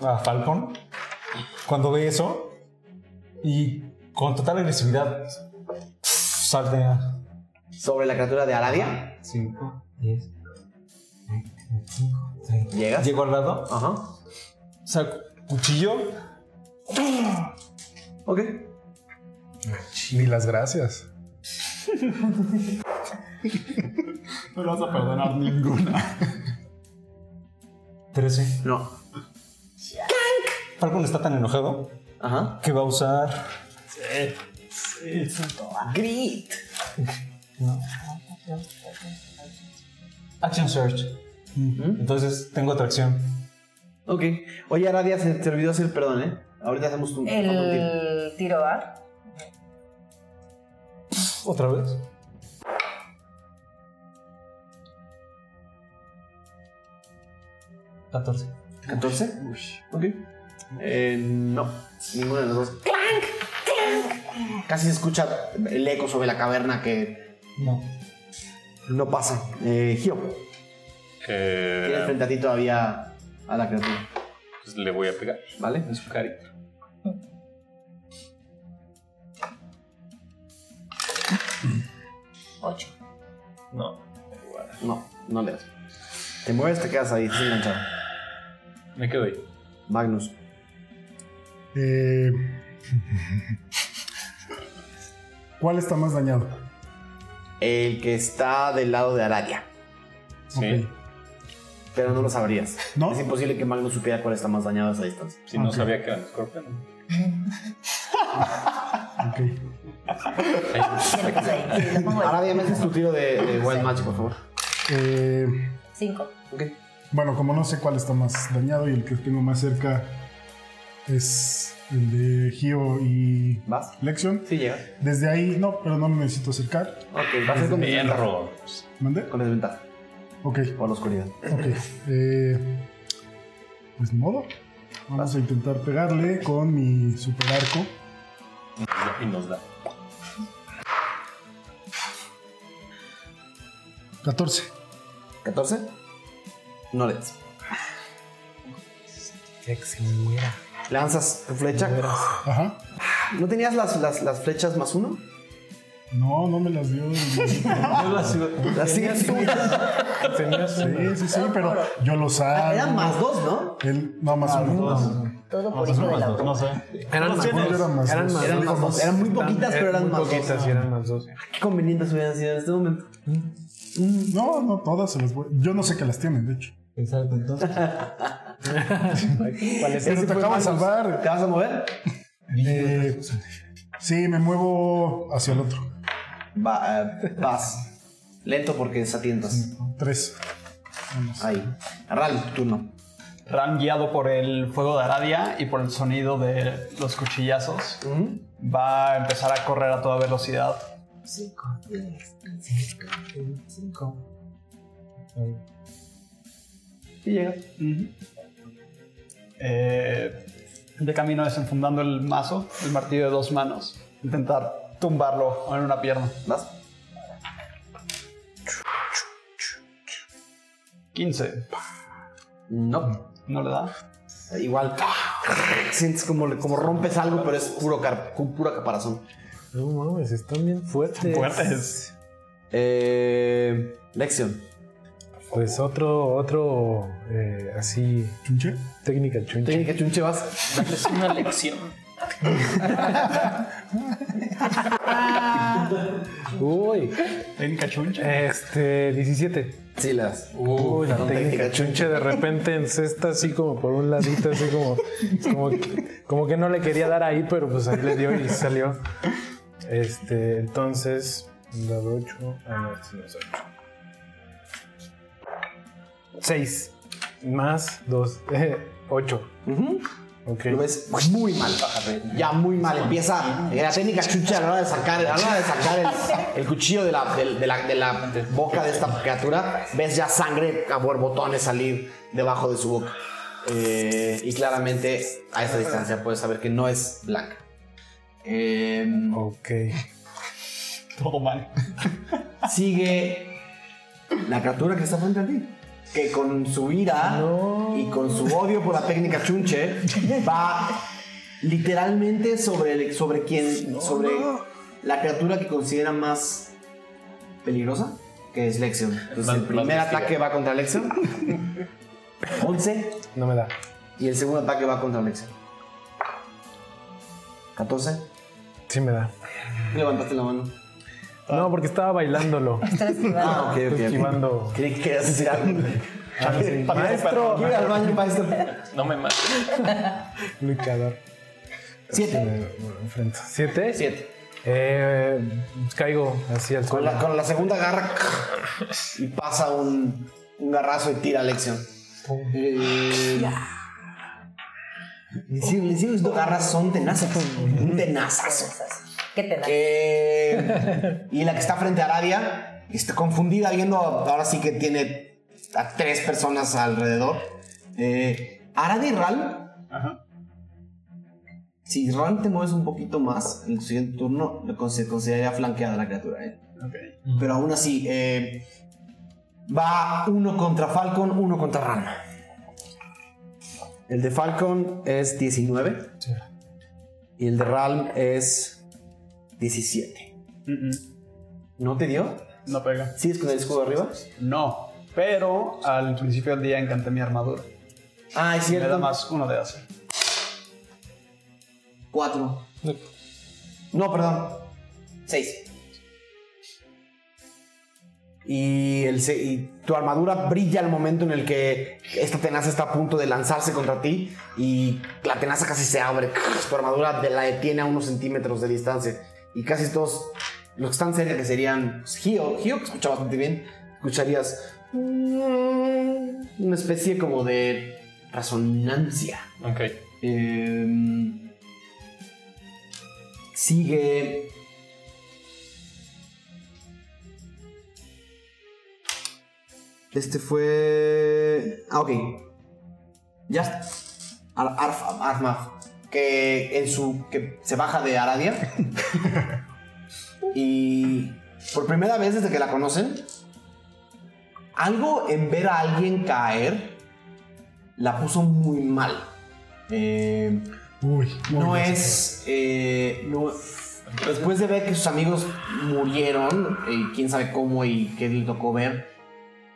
Speaker 5: a Falcon cuando ve eso y con total agresividad salta.
Speaker 1: Sobre la criatura de Aradia,
Speaker 5: 5, 10, 25, 30.
Speaker 1: llegas.
Speaker 5: Llego al lado,
Speaker 1: Ajá.
Speaker 5: saco cuchillo,
Speaker 1: Ok.
Speaker 3: Ni las gracias.
Speaker 4: No le vas a perdonar ninguna.
Speaker 5: 13.
Speaker 1: No.
Speaker 5: Falcon está tan enojado
Speaker 1: Ajá.
Speaker 5: que va a usar.
Speaker 1: Grit.
Speaker 5: No. Action Search. Entonces tengo atracción.
Speaker 1: Ok. Oye, Aradia, se te olvidó hacer perdón, ¿eh? Ahorita hacemos un. otro tiro.
Speaker 6: El tiro A.
Speaker 5: Otra vez. Catorce.
Speaker 1: ¿14? Ok. Eh, no. Ninguna de las dos. ¡Clank! ¡Clank! Casi se escucha el eco sobre la caverna que
Speaker 5: No.
Speaker 1: no pasa. Eh, Gio, tienes
Speaker 7: Eh,
Speaker 1: frente a ti todavía a la criatura,
Speaker 7: pues le voy a pegar
Speaker 1: ¿vale?
Speaker 7: en su carita.
Speaker 6: Ocho.
Speaker 7: No.
Speaker 1: No, no le das. Te mueves, te quedas ahí, estás enganchado.
Speaker 7: Me quedo ahí.
Speaker 1: Magnus.
Speaker 3: Eh, ¿Cuál está más dañado?
Speaker 1: El que está del lado de Aradia.
Speaker 7: Sí.
Speaker 3: Ok.
Speaker 1: Pero no lo sabrías.
Speaker 3: ¿No?
Speaker 1: Es imposible que Magnus supiera cuál está más dañado a esa distancia.
Speaker 7: Si no
Speaker 3: Ok.
Speaker 7: sabía que era un escorpión.
Speaker 3: Ok.
Speaker 6: Sí, lo pongo ahí.
Speaker 1: Aradia, me haces tu tiro de, de Wild Magic, por favor.
Speaker 3: Eh,
Speaker 6: Cinco.
Speaker 3: bueno, como no sé cuál está más dañado y el que tengo más cerca es el de Gio y
Speaker 1: ¿Vas?
Speaker 3: Lexion.
Speaker 1: Sí, llega.
Speaker 3: Desde ahí, no, pero no me necesito acercar.
Speaker 1: Ok, va a ser con desventaja.
Speaker 7: Perro.
Speaker 3: ¿Mandé?
Speaker 1: Con desventaja.
Speaker 3: Ok,
Speaker 1: Por la oscuridad.
Speaker 3: ok. Eh, pues ni modo. Vamos a intentar pegarle con mi super arco.
Speaker 7: Y nos da.
Speaker 3: 14.
Speaker 1: ¿14? No le das. Lanzas tu flecha.
Speaker 3: Ajá.
Speaker 1: ¿No tenías las, las, las flechas más uno?
Speaker 3: No, no me las dio. el maldito.
Speaker 1: Las sigues tú.
Speaker 3: Sí, sí, sí, pero yo lo
Speaker 1: Ah,
Speaker 3: salgo.
Speaker 1: Eran más dos, ¿no?
Speaker 3: Él, no, más uno.
Speaker 6: Todo por hijo de la broma.
Speaker 4: No sé.
Speaker 1: Eran más
Speaker 3: Según yo eran más
Speaker 1: Eran
Speaker 3: dos.
Speaker 1: más, eran más dos. Eran muy poquitas, pero eran
Speaker 22: Muy
Speaker 1: más dos.
Speaker 22: poquitas y eran más dos.
Speaker 1: Qué convenientes hubieran sido en este momento.
Speaker 3: No, no, todas se las voy. Yo no sé que las tienen, de hecho.
Speaker 5: Exacto, entonces.
Speaker 3: Pero te acabo de salvar.
Speaker 1: ¿Te vas a mover?
Speaker 3: Eh, sí, me muevo hacia el otro.
Speaker 1: Va, eh, vas. Lento porque desatientas.
Speaker 3: Tres. Vamos.
Speaker 1: Ahí. Ral, turno.
Speaker 2: Ram, guiado por el fuego de Aradia y por el sonido de los cuchillazos, va a empezar a correr a toda velocidad. Y llega. Eh, de camino desenfundando el mazo, el martillo de dos manos. Intentar tumbarlo en una pierna.
Speaker 1: ¿Vas?
Speaker 2: 15.
Speaker 1: No.
Speaker 2: ¿No le da?
Speaker 1: Igual. Sientes como, le- como rompes algo, pero es puro car- pura caparazón.
Speaker 5: No mames, están bien fuertes.
Speaker 2: Fuertes.
Speaker 1: Eh, Lexion.
Speaker 5: Pues otro, otro, eh, así,
Speaker 3: ¿Chunche?
Speaker 5: técnica chunche.
Speaker 11: Técnica chunche vas.
Speaker 7: Darles una lección.
Speaker 5: Uy,
Speaker 2: Técnica chuncha.
Speaker 5: este, 17.
Speaker 1: Sí, le das.
Speaker 5: Uy, la técnica chunche de repente encesta así como por un ladito, así como, como, que, como que no le quería dar ahí, pero pues ahí le dio y salió. Este, entonces, la 8. Ah, no, este no es 8. 6 más 2, 8. Ok.
Speaker 11: Lo ves pues, muy mal. Ya muy mal. Empieza eh, la técnica chunche a la hora de sacar, a la hora de sacar el, el cuchillo de la, del- de, la, de la boca de esta criatura. Ves ya sangre a borbotones salir debajo de su boca.
Speaker 1: Eh, y claramente a esa distancia puedes saber que no es blanca. Eh,
Speaker 5: Ok.
Speaker 2: Todo mal.
Speaker 1: sigue la criatura que está frente a ti. Que con su ira y con su odio por la técnica chunche va literalmente sobre, el- sobre quien. sobre la criatura que considera más peligrosa, que es Lexion. Entonces
Speaker 7: Más-
Speaker 1: el
Speaker 7: más
Speaker 1: primer
Speaker 7: bestia.
Speaker 1: ataque va contra Lexion. 11.
Speaker 5: No me da.
Speaker 1: Y el segundo ataque va contra Lexion. 14.
Speaker 5: Sí me da.
Speaker 1: Levantaste la mano.
Speaker 5: No, porque estaba bailándolo.
Speaker 23: Estás esquivando.
Speaker 1: Ah, ok, ok, ok.
Speaker 5: Esquivando.
Speaker 1: Creí que querías decir algo.
Speaker 5: Maestro.
Speaker 1: Quiero ir al baño, maestro.
Speaker 7: No me mates.
Speaker 5: Luchador.
Speaker 1: Siete.
Speaker 5: Eh, bueno, enfrento. ¿Siete?
Speaker 1: Siete.
Speaker 5: Eh, caigo así al
Speaker 1: Con
Speaker 5: suelo.
Speaker 1: la, con la segunda garra y pasa un, un garrazo y tira a Lexion. Oh. Eh, le sigo- le sigo diciendo, garras son tenazas. Un tenazazo.
Speaker 23: ¿Qué te da?
Speaker 1: Eh, y la que está frente a Arabia está confundida viendo, ahora sí que tiene a tres personas alrededor. Eh, Aradia y Ral. Si Ral te mueves un poquito más en el siguiente turno, lo conse- consideraría flanqueada la criatura. ¿eh? Pero aún así, eh, va uno contra Falcon, uno contra Ral. El de Falcon es 19. Y el de Ral es 17. ¿No te dio?
Speaker 2: No pega.
Speaker 1: ¿Sigues con el escudo arriba?
Speaker 2: No. Pero al principio del día encanté mi armadura.
Speaker 1: Ah, es
Speaker 2: Me da
Speaker 1: cierto.
Speaker 2: más uno de hacer.
Speaker 1: 4. No, perdón. 6.
Speaker 11: Y, el, se- y tu armadura brilla al momento en el que esta tenaza está a punto de lanzarse contra ti y la tenaza casi se abre. Tu armadura de la detiene a unos centímetros de distancia. Y casi todos los que están cerca, que serían pues, Gio, Gio que escucha bastante bien, escucharías mm, una especie como de resonancia.
Speaker 7: Ok.
Speaker 1: Em, sigue. Este fue. Ah, ok. Ya está. Ar- Arf- Arfmaf. Que en su. que se baja de Aradia. y. Por primera vez desde que la conocen. Algo en ver a alguien caer. La puso muy mal. Eh,
Speaker 3: Uy.
Speaker 1: no
Speaker 3: uy,
Speaker 1: es. eh, no- después de ver que sus amigos murieron, eh, quién sabe cómo y qué le tocó ver,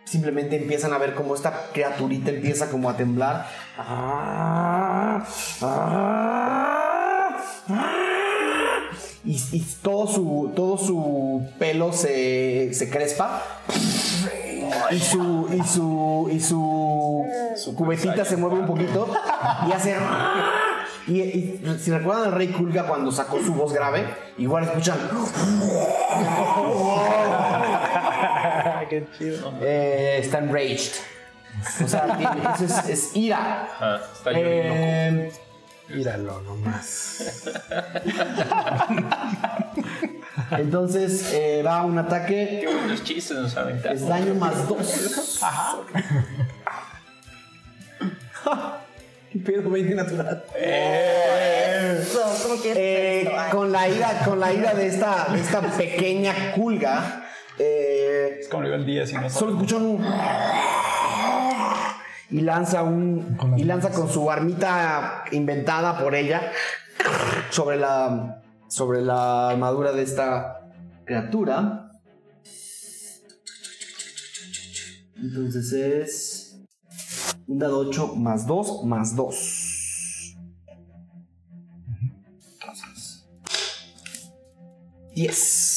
Speaker 1: simplemente empiezan a ver cómo esta criaturita empieza como a temblar. Ah, ah, ah. Y, y todo su todo su pelo se, se crespa y su y su y su, su cubetita se mueve un poquito y hace y, y si recuerdan al rey Kulga cuando sacó su voz grave igual escuchan
Speaker 2: qué chido.
Speaker 1: Eh, está enraged. O sea, tiene- eso es, es ira.
Speaker 7: Ah, está llorando.
Speaker 1: Eh,
Speaker 24: Míralo nomás.
Speaker 1: entonces eh, va un ataque.
Speaker 7: Qué buenos chistes nos aventamos.
Speaker 1: Es daño más dos. Ajá. Qué pedo, 20 natural.
Speaker 25: Eso, ¿cómo quieres
Speaker 1: Eh,
Speaker 25: hacer esto? Ay,
Speaker 1: con la ira, con la ira de esta, de esta pequeña culga, eh,
Speaker 2: Es como nivel 10 y no
Speaker 1: solo escuchan un y lanza un
Speaker 3: Con las
Speaker 1: y lanza con su armita inventada por ella sobre la sobre la armadura de esta criatura. Entonces es un dado 8 más 2 más 2. Entonces 10.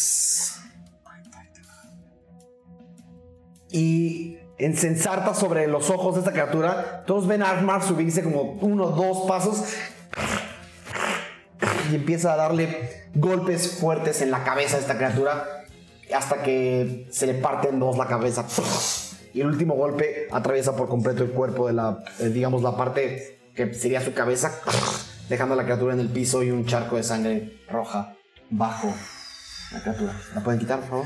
Speaker 1: y ensensarta sobre los ojos de esta criatura. Todos ven a Armar subirse como uno, dos pasos y empieza a darle golpes fuertes en la cabeza a esta criatura hasta que se le parte en dos la cabeza. Y el último golpe atraviesa por completo el cuerpo de la, eh, digamos, la parte que sería su cabeza, dejando a la criatura en el piso y un charco de sangre roja bajo la criatura. ¿La pueden quitar, por favor?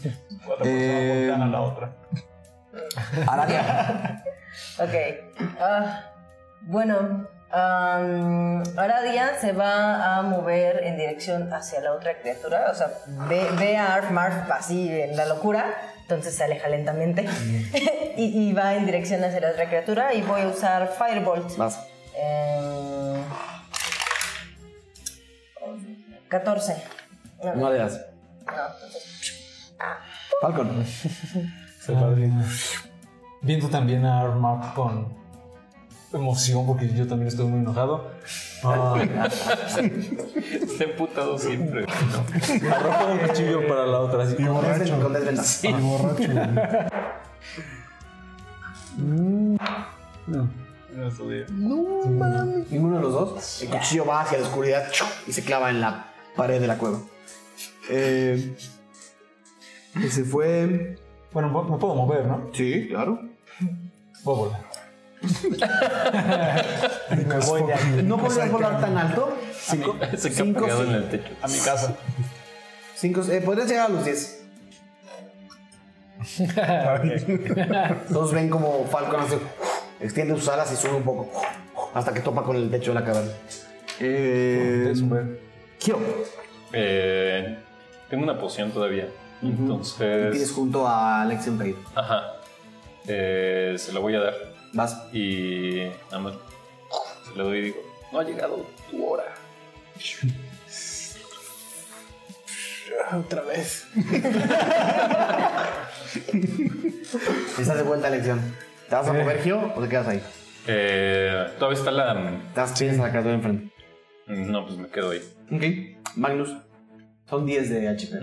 Speaker 2: Otra persona voltean a la otra.
Speaker 6: Ok. Ah, bueno, am, Aradia se va a mover en dirección hacia la otra criatura. O sea, ve, ve a Arfmarf así en la locura. Entonces se aleja lentamente y, y va en dirección hacia la otra criatura. Y voy a usar Firebolt.
Speaker 1: Vas.
Speaker 6: Eh, 14. No,
Speaker 1: No le das.
Speaker 6: no, entonces,
Speaker 1: Falcon.
Speaker 5: Viendo también a Armar con emoción, porque yo también estoy muy enojado. Ah,
Speaker 7: Está emputado siempre.
Speaker 5: arroja un cuchillo para la otra. así.
Speaker 3: Y borracho.
Speaker 1: Con desventaja.
Speaker 3: Y borracho. güey.
Speaker 5: Mm.
Speaker 7: No sabía.
Speaker 1: Ninguno de los dos. El cuchillo va hacia la oscuridad ¡chu! y se clava en la pared de la cueva. Eh, ese fue.
Speaker 5: Bueno, me puedo mover, ¿no?
Speaker 1: Sí, claro.
Speaker 5: Puedo volar. me voy de aquí.
Speaker 1: No podrías volar tan alto. Cinco.
Speaker 7: Se queda
Speaker 1: Cinco.
Speaker 7: pegado en
Speaker 1: sí.
Speaker 7: el techo.
Speaker 2: A mi casa.
Speaker 1: cinco eh, podrías llegar a los 10. Todos ven como Falcon hace- extiende sus alas y sube un poco hasta que topa con el techo de la caverna. Eh, Kyo,
Speaker 7: Eh, tengo una poción todavía.
Speaker 1: tienes Pues-
Speaker 7: Entonces.
Speaker 1: junto a Alexion Page.
Speaker 7: Ajá. Eh, se la voy a dar.
Speaker 1: Vas.
Speaker 7: Y nada más se le doy y digo, no ha llegado tu hora.
Speaker 24: Otra vez.
Speaker 1: Estás Pues, de vuelta, Alexion. ¿Te vas a
Speaker 11: ¿Eh?
Speaker 1: mover, Kyo, o te quedas ahí?
Speaker 7: Eh, Todavía está la...
Speaker 1: Estás tienes a la criatura enfrente.
Speaker 7: No, pues me quedo ahí.
Speaker 1: Ok. Magnus. Son 10 de HP.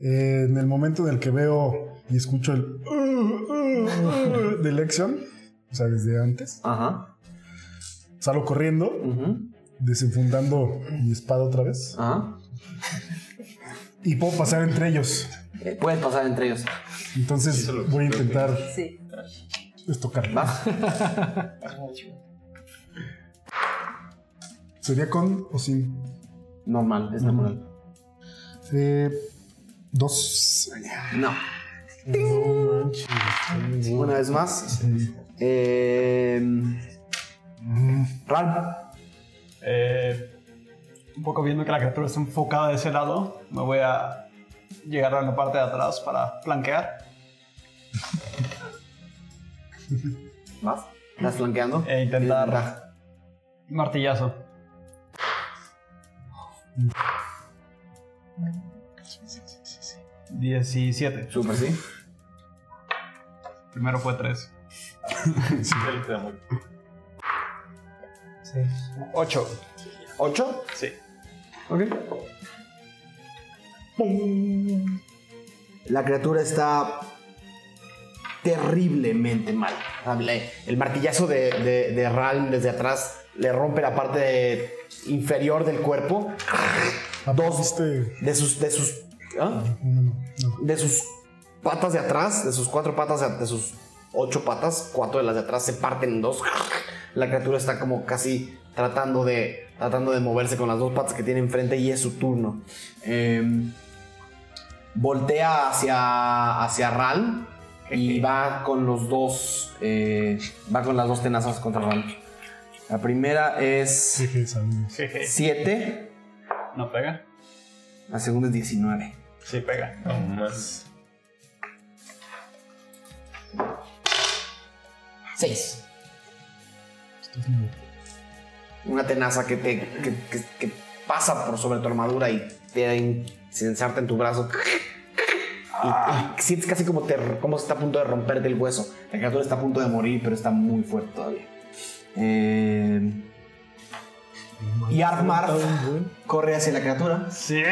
Speaker 3: Eh, en el momento en el que veo y escucho el de Lexion, o sea, desde antes,
Speaker 1: Ajá.
Speaker 3: salgo corriendo,
Speaker 1: ujú,
Speaker 3: desenfundando mi espada otra vez
Speaker 1: Ajá.
Speaker 3: y puedo pasar entre ellos.
Speaker 1: Eh, puedes pasar entre ellos.
Speaker 3: Entonces voy a intentar
Speaker 6: sí.
Speaker 3: estocarla.
Speaker 1: Vas.
Speaker 3: ¿Sería con o sin?
Speaker 1: Normal, es normal.
Speaker 3: Eh, dos.
Speaker 1: No. Una vez más. Eh,
Speaker 3: Mm.
Speaker 1: Ral.
Speaker 2: Eh, un poco viendo que la criatura está enfocada de ese lado, me voy a llegar a la parte de atrás para flanquear.
Speaker 1: Vas. Estás flanqueando.
Speaker 11: Eh.
Speaker 2: E intentar- Martillazo. Diecisiete.
Speaker 1: Super, sí.
Speaker 2: Primero fue tres.
Speaker 7: Él te da muy-
Speaker 2: Ocho.
Speaker 1: ¿Ocho?
Speaker 2: Sí.
Speaker 1: Ok. La criatura está terriblemente mal. Hable- Ah, El martillazo de, de, de Ralm desde atrás le rompe la parte inferior del cuerpo.
Speaker 3: Dos.
Speaker 1: Dos de sus, de sus ¿Ah?
Speaker 3: No, no, no.
Speaker 1: de sus patas de atrás, de sus cuatro patas, de- de sus ocho patas, cuatro de las de atrás se parten en dos. La criatura está como casi tratando de, tratando de moverse con las dos patas que tiene enfrente y es su turno. Em, voltea hacia, hacia Ral y va con los dos, eh, va con las dos tenazas contra Ral. La primera es
Speaker 3: Deje de salir.
Speaker 1: 7,
Speaker 4: ¿No pega?
Speaker 1: la segunda es 19.
Speaker 4: Sí, pega.
Speaker 7: Aún más.
Speaker 1: 6. una tenaza que te que, que- que pasa por sobre tu armadura y te incensarte en tu brazo. Y, y sientes casi como, te, como está a punto de romperte el hueso. La criatura está a punto de morir, pero está muy fuerte todavía. Eh, y Armar corre hacia la criatura.
Speaker 4: Sí.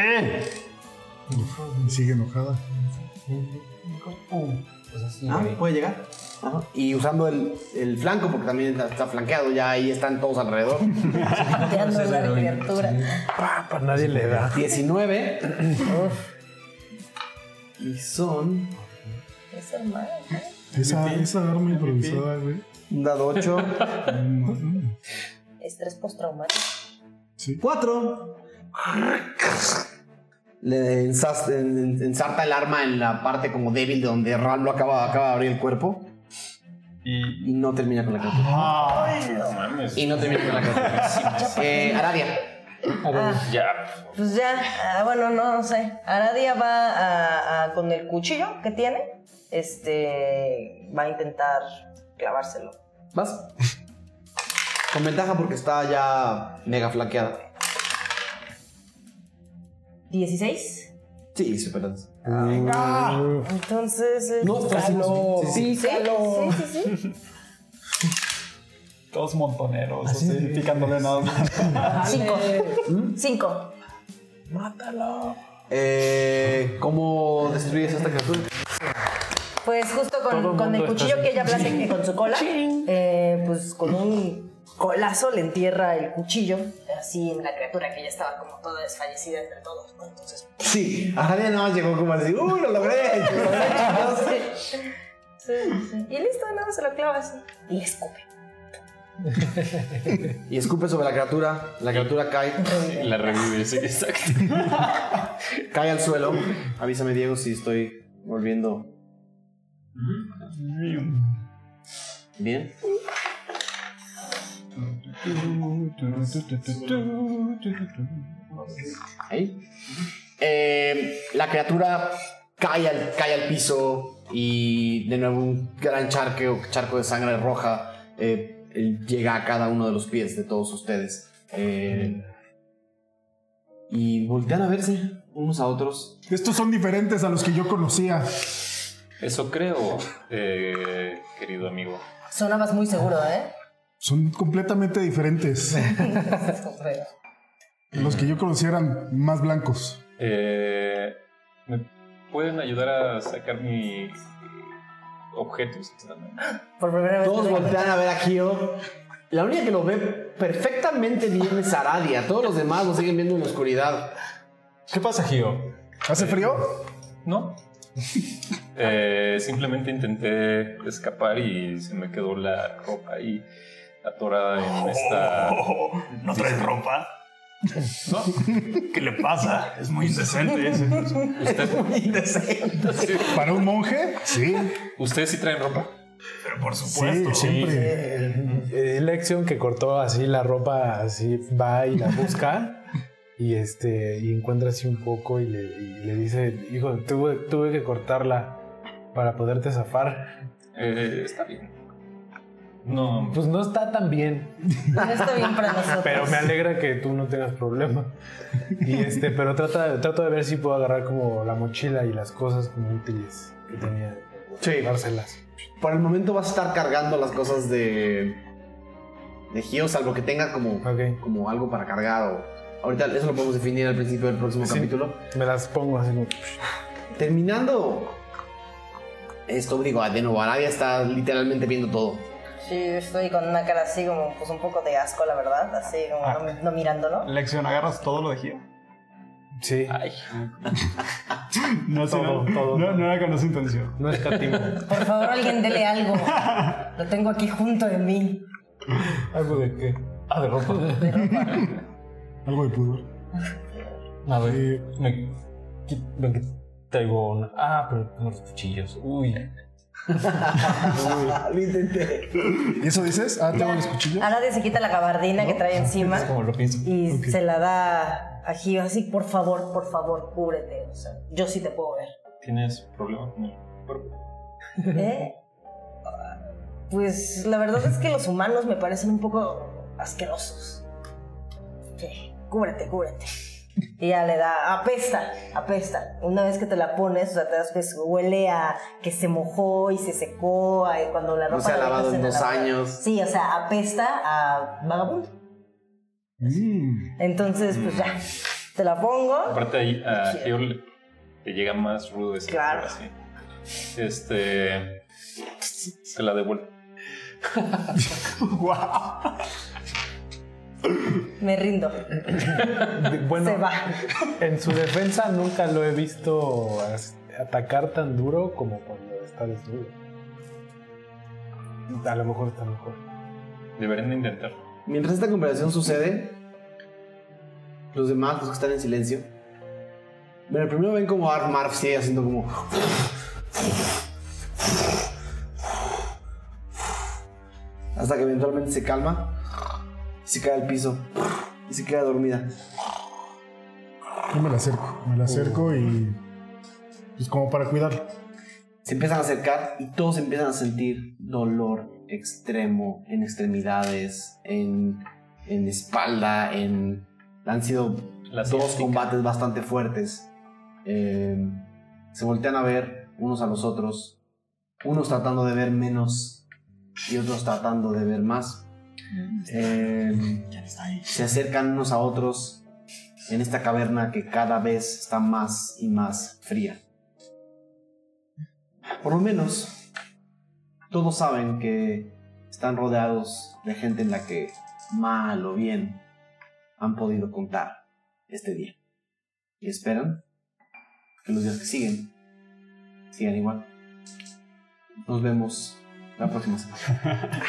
Speaker 3: Y sigue enojada.
Speaker 1: Ah, Puede llegar. Ajá. Y usando el, el flanco, porque también está, está flanqueado, ya ahí están todos alrededor.
Speaker 6: Pateando a la criatura.
Speaker 1: 19. y son
Speaker 26: Es hermano.
Speaker 3: Esa, esa arma improvisada, güey.
Speaker 1: un dado 8.
Speaker 3: Mm,
Speaker 26: Estrés postraumático.
Speaker 3: Sí.
Speaker 1: Cuatro. Le ensas- en- en- ensarta el arma en la parte como débil de donde Ral lo acaba, acaba de abrir el cuerpo.
Speaker 7: Y.
Speaker 1: Y no termina con la criatura.
Speaker 7: ¡Ay, no mames!
Speaker 1: Y no termina con la criatura. Eh, Aradia.
Speaker 6: Ah,
Speaker 7: Ya.
Speaker 6: pues ya, ah, bueno, no, no sé. Aradia va a- a- con el cuchillo que tiene, este, va a intentar clavárselo.
Speaker 1: ¿Vas? Con ventaja porque está ya mega flaqueada.
Speaker 6: 16.
Speaker 1: Sí, superas.
Speaker 6: Entonces. es-
Speaker 1: No, sí, sí, sí.
Speaker 6: Sí, sí, sí.
Speaker 4: Todos
Speaker 2: Ah,
Speaker 4: montoneros, así, picándole nada más.
Speaker 6: Cinco. Cinco.
Speaker 1: Eh, ¿Cómo destruyes esta criatura?
Speaker 6: Pues justo con, con el cuchillo que ella que con su cola, eh, pues con un colazo le entierra el cuchillo así en la criatura que ya estaba como toda desfallecida entre todos. ¿no? Entonces,
Speaker 1: Sí, Aradia nada más llegó como así, ¡uh, lo logré! lo logré, chicos".
Speaker 6: sí, sí. y listo, nada, más se lo clava así y le escupe.
Speaker 1: Y escupe sobre la criatura, la criatura cae,
Speaker 7: La revive, sí, exacto.
Speaker 1: cae al suelo. Avísame Diego si estoy volviendo bien. Ahí. Eh, la criatura cae al, cae al piso y de nuevo un gran charco, charco de sangre roja eh, eh, llega a cada uno de los pies de todos ustedes. Eh, y voltean a verse unos a otros.
Speaker 3: Estos son diferentes a los que yo conocía.
Speaker 7: Eso creo, eh, querido amigo.
Speaker 6: Sonabas muy seguro, ¿eh?
Speaker 3: Son completamente diferentes. Los que yo conocía eran más blancos.
Speaker 7: Eh, ¿Me pueden ayudar a sacar mi objetos?
Speaker 6: Por primera vez.
Speaker 1: Todos
Speaker 6: me doy cuenta.
Speaker 1: voltean a ver a Gio. La única que lo ve perfectamente bien es Aradia. Todos los demás lo siguen viendo en la oscuridad.
Speaker 2: ¿Qué pasa, Gio?
Speaker 3: ¿Hace frío?
Speaker 7: No. Eh, simplemente intenté escapar y se me quedó la ropa ahí atorada en esta.
Speaker 4: ¿No traes ropa? ¿No? ¿Qué le pasa? Es muy indecente ese.
Speaker 3: ¿Para un monje? Sí.
Speaker 7: ¿Ustedes sí traen ropa?
Speaker 4: Pero por
Speaker 3: Sí, siempre.
Speaker 5: Es la acción Eh, que cortó así la ropa, así va y la busca y este y encuentra así un poco y le, y le dice, hijo, tuve, tuve que cortarla para poderte zafar.
Speaker 7: Eh, está bien. No,
Speaker 5: Pues no está tan bien,
Speaker 6: No está bien para nosotros.
Speaker 5: pero me alegra que tú no tengas problema. Y este, pero trata, trato de ver si puedo agarrar como la mochila y las cosas como útiles que tenía.
Speaker 1: Sí.
Speaker 5: Llevárselas.
Speaker 1: Por el momento vas a estar cargando las cosas de. de Gio, salvo que tenga como,
Speaker 5: Ok.
Speaker 1: como algo para cargar o. Ahorita eso lo podemos definir al principio del próximo
Speaker 5: Sí.
Speaker 1: capítulo.
Speaker 5: Me las pongo así como...
Speaker 1: Terminando. Esto digo, de nuevo, Aradia está literalmente viendo todo.
Speaker 6: Sí, yo estoy con una cara así como, pues un poco de asco, la verdad. Así como no, no mirándolo.
Speaker 4: Lección, ¿agarras todo lo de Gio?
Speaker 5: Sí.
Speaker 7: Ay,
Speaker 2: No, sí, no, no, no era con esa intención.
Speaker 5: No es catimo.
Speaker 6: Por favor, alguien dele algo. Lo tengo aquí junto de mí.
Speaker 27: ¿Algo de qué? Ah, de ropa.
Speaker 3: Algo de pudor.
Speaker 28: A ver,
Speaker 3: Eh,
Speaker 28: me, qui- ven que traigo una. Ah, pero tengo los cuchillos. Uy.
Speaker 11: Lo intenté.
Speaker 3: ¿Y eso dices? Ah, tengo los cuchillos.
Speaker 6: Aradia se quita la gabardina que trae encima
Speaker 28: Es como lo pienso.
Speaker 6: y
Speaker 3: Ok.
Speaker 6: se la da a Gio. Así, por favor, por favor, cúbrete. O sea, yo sí te puedo ver.
Speaker 7: ¿Tienes problema con el cuerpo?
Speaker 6: ¿Eh? Pues la verdad es que los humanos me parecen un poco asquerosos. Sí, cúbrete, cúbrete. Y ya le da, apesta, apesta. Una vez que te la pones, o sea, te das que huele a que se mojó y se secó, a cuando la ropa...
Speaker 29: No se ha
Speaker 6: la dejas
Speaker 29: lavado en
Speaker 6: la
Speaker 29: dos
Speaker 6: lavadora.
Speaker 29: años.
Speaker 6: Sí, o sea, apesta a vagabundo.
Speaker 3: Mm.
Speaker 6: Entonces, pues ya, te la pongo.
Speaker 7: Aparte ahí a Geo le, le llega más rudo ese
Speaker 6: Claro.
Speaker 7: así. Este se la devuelve.
Speaker 6: Me rindo.
Speaker 5: Bueno,
Speaker 6: Se va.
Speaker 5: en su defensa nunca lo he visto as- atacar tan duro como cuando está desnudo. A lo mejor está mejor.
Speaker 7: Deberían de intentar.
Speaker 11: Mientras esta conversación sucede, los demás, los que están en silencio, bueno, primero ven como Art Marf sigue haciendo como. Hasta que eventualmente se calma, se cae al piso y se queda dormida.
Speaker 3: Yo me la acerco. Me la acerco y. Pues como para cuidarla.
Speaker 11: se empiezan a acercar y todos empiezan a sentir dolor extremo en extremidades, en, en espalda, en... Han sido
Speaker 7: La
Speaker 11: dos
Speaker 7: ciática.
Speaker 11: combates bastante fuertes. Eh, se voltean a ver unos a los otros, unos tratando de ver menos y otros tratando de ver más. Eh, se acercan unos a otros en esta caverna que cada vez está más y más fría. Por lo menos, todos saben que están rodeados de gente en la que mal o bien han podido contar este día. Y esperan que los días que siguen sigan igual. Nos vemos la próxima semana.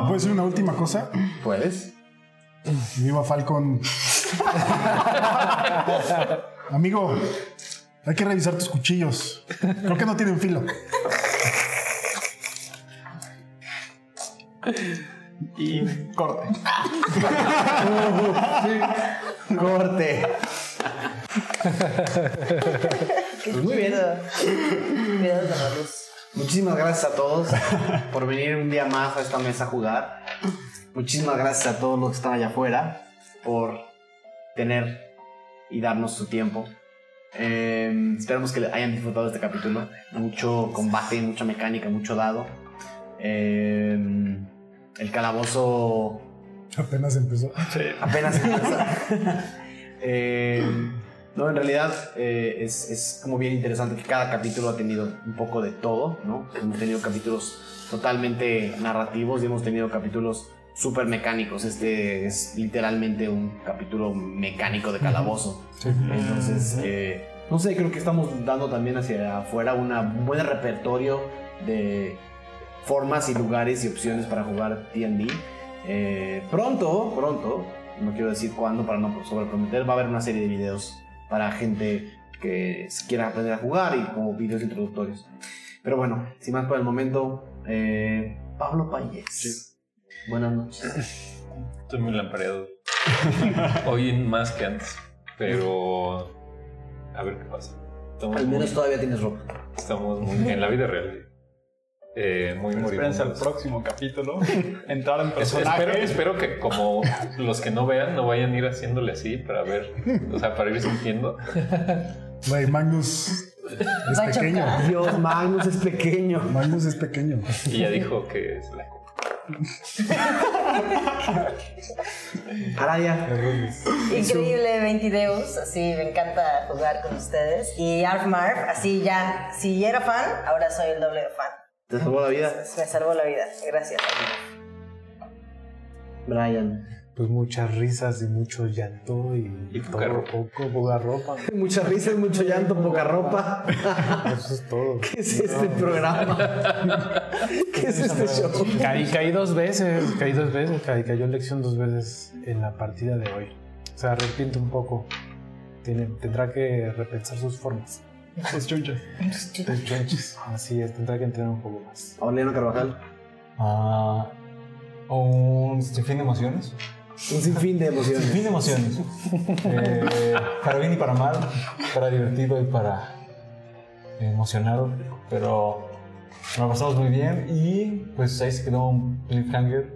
Speaker 3: ¿Puedo decir una última cosa?
Speaker 11: ¿Puedes?
Speaker 3: Viva Falcon. Amigo, hay que revisar tus cuchillos. Creo que no tienen filo.
Speaker 2: Y corte.
Speaker 11: Corte. Pues muy bien.
Speaker 6: Cuidado con la luz.
Speaker 11: Muchísimas gracias a todos por venir un día más a esta mesa a jugar. Muchísimas gracias a todos los que están allá afuera por tener y darnos su tiempo. Eh, esperamos que hayan disfrutado este capítulo. Mucho combate, mucha mecánica, mucho dado. Eh, el calabozo
Speaker 3: Apenas empezó.
Speaker 11: apenas empezó. Eh, no, en realidad eh, es, es como bien interesante que cada capítulo ha tenido un poco de todo, ¿no? Hemos tenido capítulos totalmente narrativos y hemos tenido capítulos súper mecánicos. Este es literalmente un capítulo mecánico de calabozo. Entonces, eh, no sé, creo que estamos dando también hacia afuera una- un buen repertorio de formas y lugares y opciones para jugar D&D. Eh, pronto, pronto, no quiero decir cuándo para no sobreprometer, va a haber una serie de videos para gente que s- quiera aprender a jugar y como videos introductorios. Pero bueno, sin más por el momento, eh, Pablo Payés. Buenas noches.
Speaker 7: Estoy muy lampareado. Hoy más que antes. Pero a ver qué pasa. Estamos
Speaker 11: Al menos
Speaker 7: muy,
Speaker 11: todavía tienes ropa.
Speaker 7: estamos muy en la vida real. eh, muy
Speaker 2: Pero Espérense al
Speaker 7: moribundos.
Speaker 2: próximo capítulo. Entrar en
Speaker 7: Es-
Speaker 2: personaje.
Speaker 7: Espero, espero que como los que no vean no vayan a ir haciéndole así para ver, o sea, para ir sintiendo.
Speaker 3: Güey, Magnus es
Speaker 6: Va a
Speaker 3: pequeño.
Speaker 6: chocar.
Speaker 11: Dios, Magnus es pequeño.
Speaker 3: Magnus es pequeño.
Speaker 7: Y ya dijo que es la
Speaker 11: Araya.
Speaker 6: Increíble 20 deus, así me encanta jugar con ustedes. Y Arf Marf, así ya, si era fan, ahora soy el doble de fan.
Speaker 11: Te salvó la vida.
Speaker 6: Me salvó la vida, gracias.
Speaker 11: Brian.
Speaker 5: pues muchas risas y mucho llanto y,
Speaker 7: Y poca
Speaker 5: todo
Speaker 7: ropa.
Speaker 5: poco, poca ropa.
Speaker 1: Muchas risas, mucho llanto, poca ropa.
Speaker 5: Eso es todo.
Speaker 1: ¿Qué es este programa? ¿Qué es este show?
Speaker 5: Caí, caí dos veces, caí dos veces, caí, cayó lección dos veces en la partida de hoy. Se arrepiente un poco. Tiene- tendrá que repensar sus formas.
Speaker 2: Es chunche.
Speaker 5: Sus chonches. Así es, tendrá que entrenar un poco más.
Speaker 11: Aureliano Carvajal.
Speaker 4: Ah, un sinfín de emociones.
Speaker 1: Un sinfín de emociones.
Speaker 4: Sinfín de emociones. Eh, para bien y para mal, para divertido y para emocionado. Pero nos pasamos muy bien y pues ahí se quedó un cliffhanger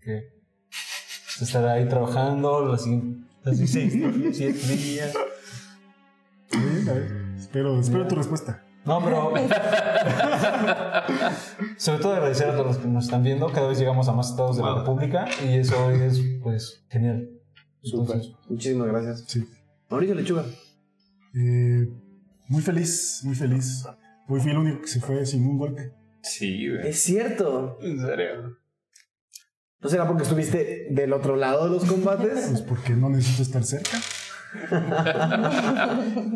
Speaker 4: que se estará ahí trabajando los siguientes 16, 7 días.
Speaker 3: Bien, a ver, Espero, espero tu respuesta.
Speaker 4: No, pero. Sobre todo agradecer a todos los que nos están viendo. Cada vez llegamos a más estados de la República y eso es, pues, genial.
Speaker 11: Súper.
Speaker 4: Entonces,
Speaker 11: Muchísimas gracias.
Speaker 3: Sí.
Speaker 11: Mauricio Lechuga.
Speaker 3: Eh, muy feliz, muy feliz. Hoy fui el único que se fue sin un golpe.
Speaker 7: Sí, güey.
Speaker 1: Es cierto.
Speaker 2: En serio.
Speaker 1: ¿No será porque estuviste del otro lado de los combates?
Speaker 3: Pues porque no necesito estar cerca.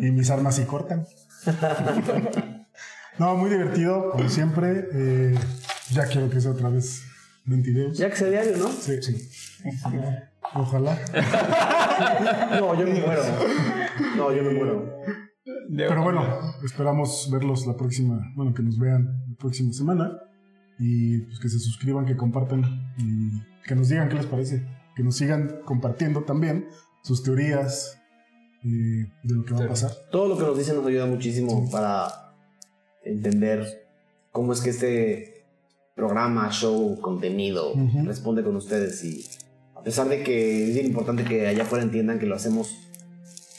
Speaker 3: y mis armas sí cortan. No, muy divertido, como siempre. Eh, ya quiero que sea otra vez 22.
Speaker 1: Ya que sea diario, ¿no?
Speaker 3: Sí, sí. Ojalá.
Speaker 1: No, yo me muero. No, yo me muero.
Speaker 3: Pero bueno, esperamos verlos la próxima, bueno, que nos vean la próxima semana. Y pues, que se suscriban, que compartan y que nos digan qué les parece. Que nos sigan compartiendo también sus teorías eh, de lo que va a pasar.
Speaker 11: Todo lo que nos dicen nos ayuda muchísimo para entender cómo es que este programa, show, contenido
Speaker 3: Ujú.
Speaker 11: responde con ustedes. Y a pesar de que es bien importante que allá afuera entiendan que lo hacemos,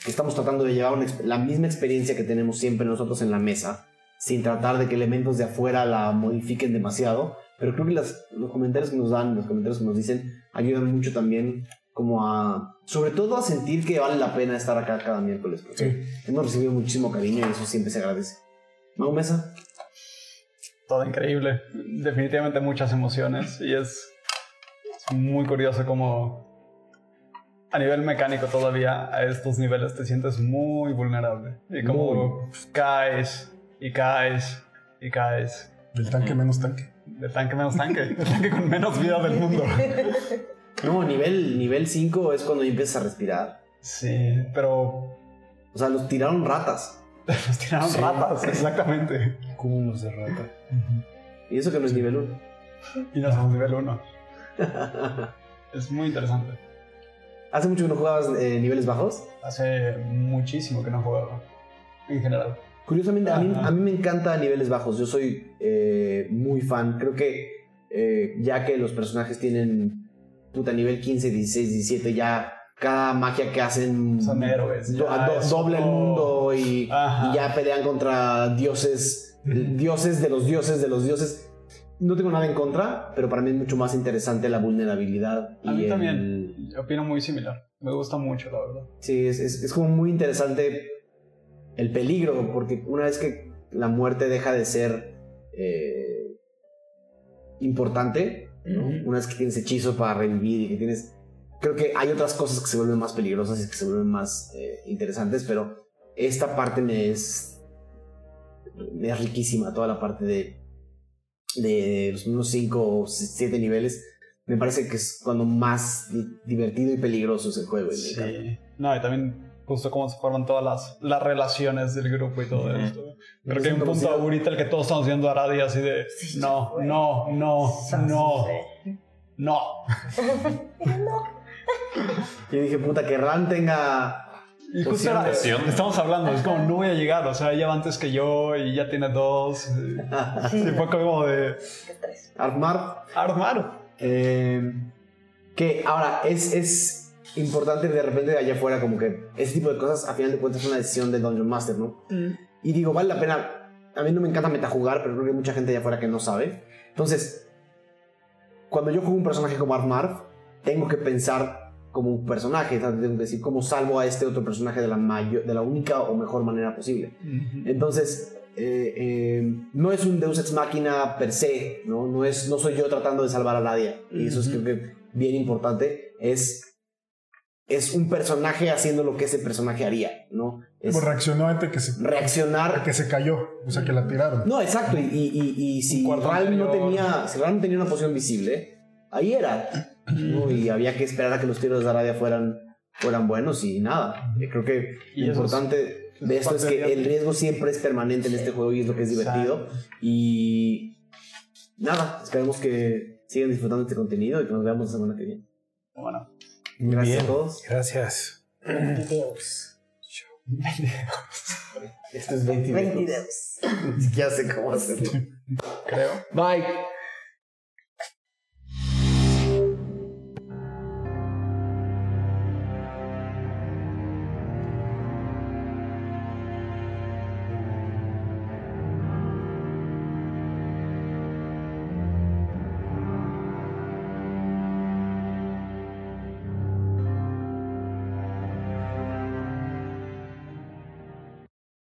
Speaker 11: que estamos tratando de llevar una exp- la misma experiencia que tenemos siempre nosotros en la mesa, sin tratar de que elementos de afuera la modifiquen demasiado. Pero creo que las- los comentarios que nos dan, los comentarios que nos dicen, ayudan mucho también como a, sobre todo a sentir que vale la pena estar acá cada miércoles. porque Hemos recibido muchísimo cariño y eso siempre se agradece. Mau Mesa,
Speaker 2: Todo increíble. Definitivamente muchas emociones y es, es muy curioso como a nivel mecánico todavía a estos niveles te sientes muy vulnerable y como pues, caes y caes y caes
Speaker 3: Del tanque menos tanque.
Speaker 2: de tanque menos tanque, el tanque con menos vida del mundo.
Speaker 11: no, nivel nivel 5 es cuando ya empiezas a respirar.
Speaker 2: Sí, pero
Speaker 11: O sea, los tiraron ratas.
Speaker 2: nos tiraron ratas, exactamente.
Speaker 5: Cúmulos de rata.
Speaker 11: Y eso que no es nivel 1.
Speaker 2: Y nos somos nivel 1. Es muy interesante.
Speaker 11: ¿Hace mucho que no jugabas eh, niveles bajos?
Speaker 2: Hace muchísimo que no jugaba en general.
Speaker 11: Curiosamente, a mí,
Speaker 2: Ajá.
Speaker 11: a mí me encanta niveles bajos. Yo soy eh, muy fan. Creo que eh, ya que los personajes tienen puta nivel 15, 16, 17, ya cada magia que hacen
Speaker 2: Son héroes,
Speaker 11: do-
Speaker 2: pues, ya
Speaker 11: do-
Speaker 2: es
Speaker 11: dobla el
Speaker 2: otro-
Speaker 11: mundo y,
Speaker 2: Ajá.
Speaker 11: y ya pelean contra dioses, dioses de los dioses de los dioses. No tengo nada en contra, pero para mí es mucho más interesante la vulnerabilidad.
Speaker 2: A
Speaker 11: y
Speaker 2: mí
Speaker 11: el-
Speaker 2: también. Opino muy similar. Me gusta mucho, la verdad.
Speaker 11: Sí, es, es- es como muy interesante el peligro, porque una vez que la muerte deja de ser eh, importante, ¿no?
Speaker 2: Ujú.
Speaker 11: una vez que tienes hechizos para revivir y que tienes... Creo que hay otras cosas que se vuelven más peligrosas y que se vuelven más eh, interesantes, pero esta parte me es... me es riquísima, toda la parte de, de los unos 5 o 7 niveles. Me parece que es cuando más di- divertido y peligroso es el juego. y me encanta.
Speaker 2: Sí. No, y también justo cómo se forman todas las, las relaciones del grupo y todo
Speaker 7: Ujú.
Speaker 2: esto. Creo que hay
Speaker 11: siento
Speaker 2: un punto
Speaker 11: como si-
Speaker 2: ahorita el que todos estamos viendo a Aradia así de no, no, no, no, no.
Speaker 11: Yo dije, puta, que Ran tenga.
Speaker 2: Y justo
Speaker 11: Posión,
Speaker 2: era,
Speaker 7: posión.
Speaker 2: estamos hablando, es como no voy a llegar, o sea, ella va antes que yo y ya tiene dos. Y
Speaker 6: Sí,
Speaker 2: fue como de
Speaker 11: Armar.
Speaker 2: armar.
Speaker 11: eh, que ahora es, es importante de repente de allá afuera, como que ese tipo de cosas, a final de cuentas, es una decisión del Dungeon Master, ¿no? Y digo, vale la pena. A mí no me encanta metajugar, pero creo que hay mucha gente allá afuera que no sabe. Entonces, cuando yo juego un personaje como Armar, tengo que pensar como un personaje, o sea, tengo que decir cómo salvo a este otro personaje de la, mayo- de la única o mejor manera posible. Entonces, eh, eh, no es un Deus Ex Machina per se, ¿no? No, es, no soy yo tratando de salvar a nadie. Y eso es creo que bien importante. es, es un personaje haciendo lo que ese personaje haría, ¿no? Es
Speaker 3: Pues reaccionó ante que se,
Speaker 11: reaccionar.
Speaker 3: que se cayó, o sea que la tiraron.
Speaker 11: No, exacto. Y, y- y- y si
Speaker 2: cuarto
Speaker 11: Ral no
Speaker 2: anterior.
Speaker 11: tenía, si Ral no tenía una poción visible, ahí era. ¿no? Y había que esperar a que los tiros de Aradia fueran, fueran buenos y nada. Eh, Creo que
Speaker 2: Y
Speaker 11: lo
Speaker 2: eso es-
Speaker 11: importante
Speaker 2: es
Speaker 11: de esto es
Speaker 2: parte
Speaker 11: que
Speaker 2: de-
Speaker 11: el riesgo siempre es permanente en este juego y es lo que es divertido. Y nada, esperemos que sigan disfrutando este contenido y que nos veamos la semana que viene.
Speaker 2: Bueno,
Speaker 11: Gracias a todos.
Speaker 5: Gracias.
Speaker 30: Videos.
Speaker 11: Esto es 20
Speaker 30: 20 videos.
Speaker 11: Ni siquiera sé cómo hacerlo.
Speaker 2: creo.
Speaker 1: Bye.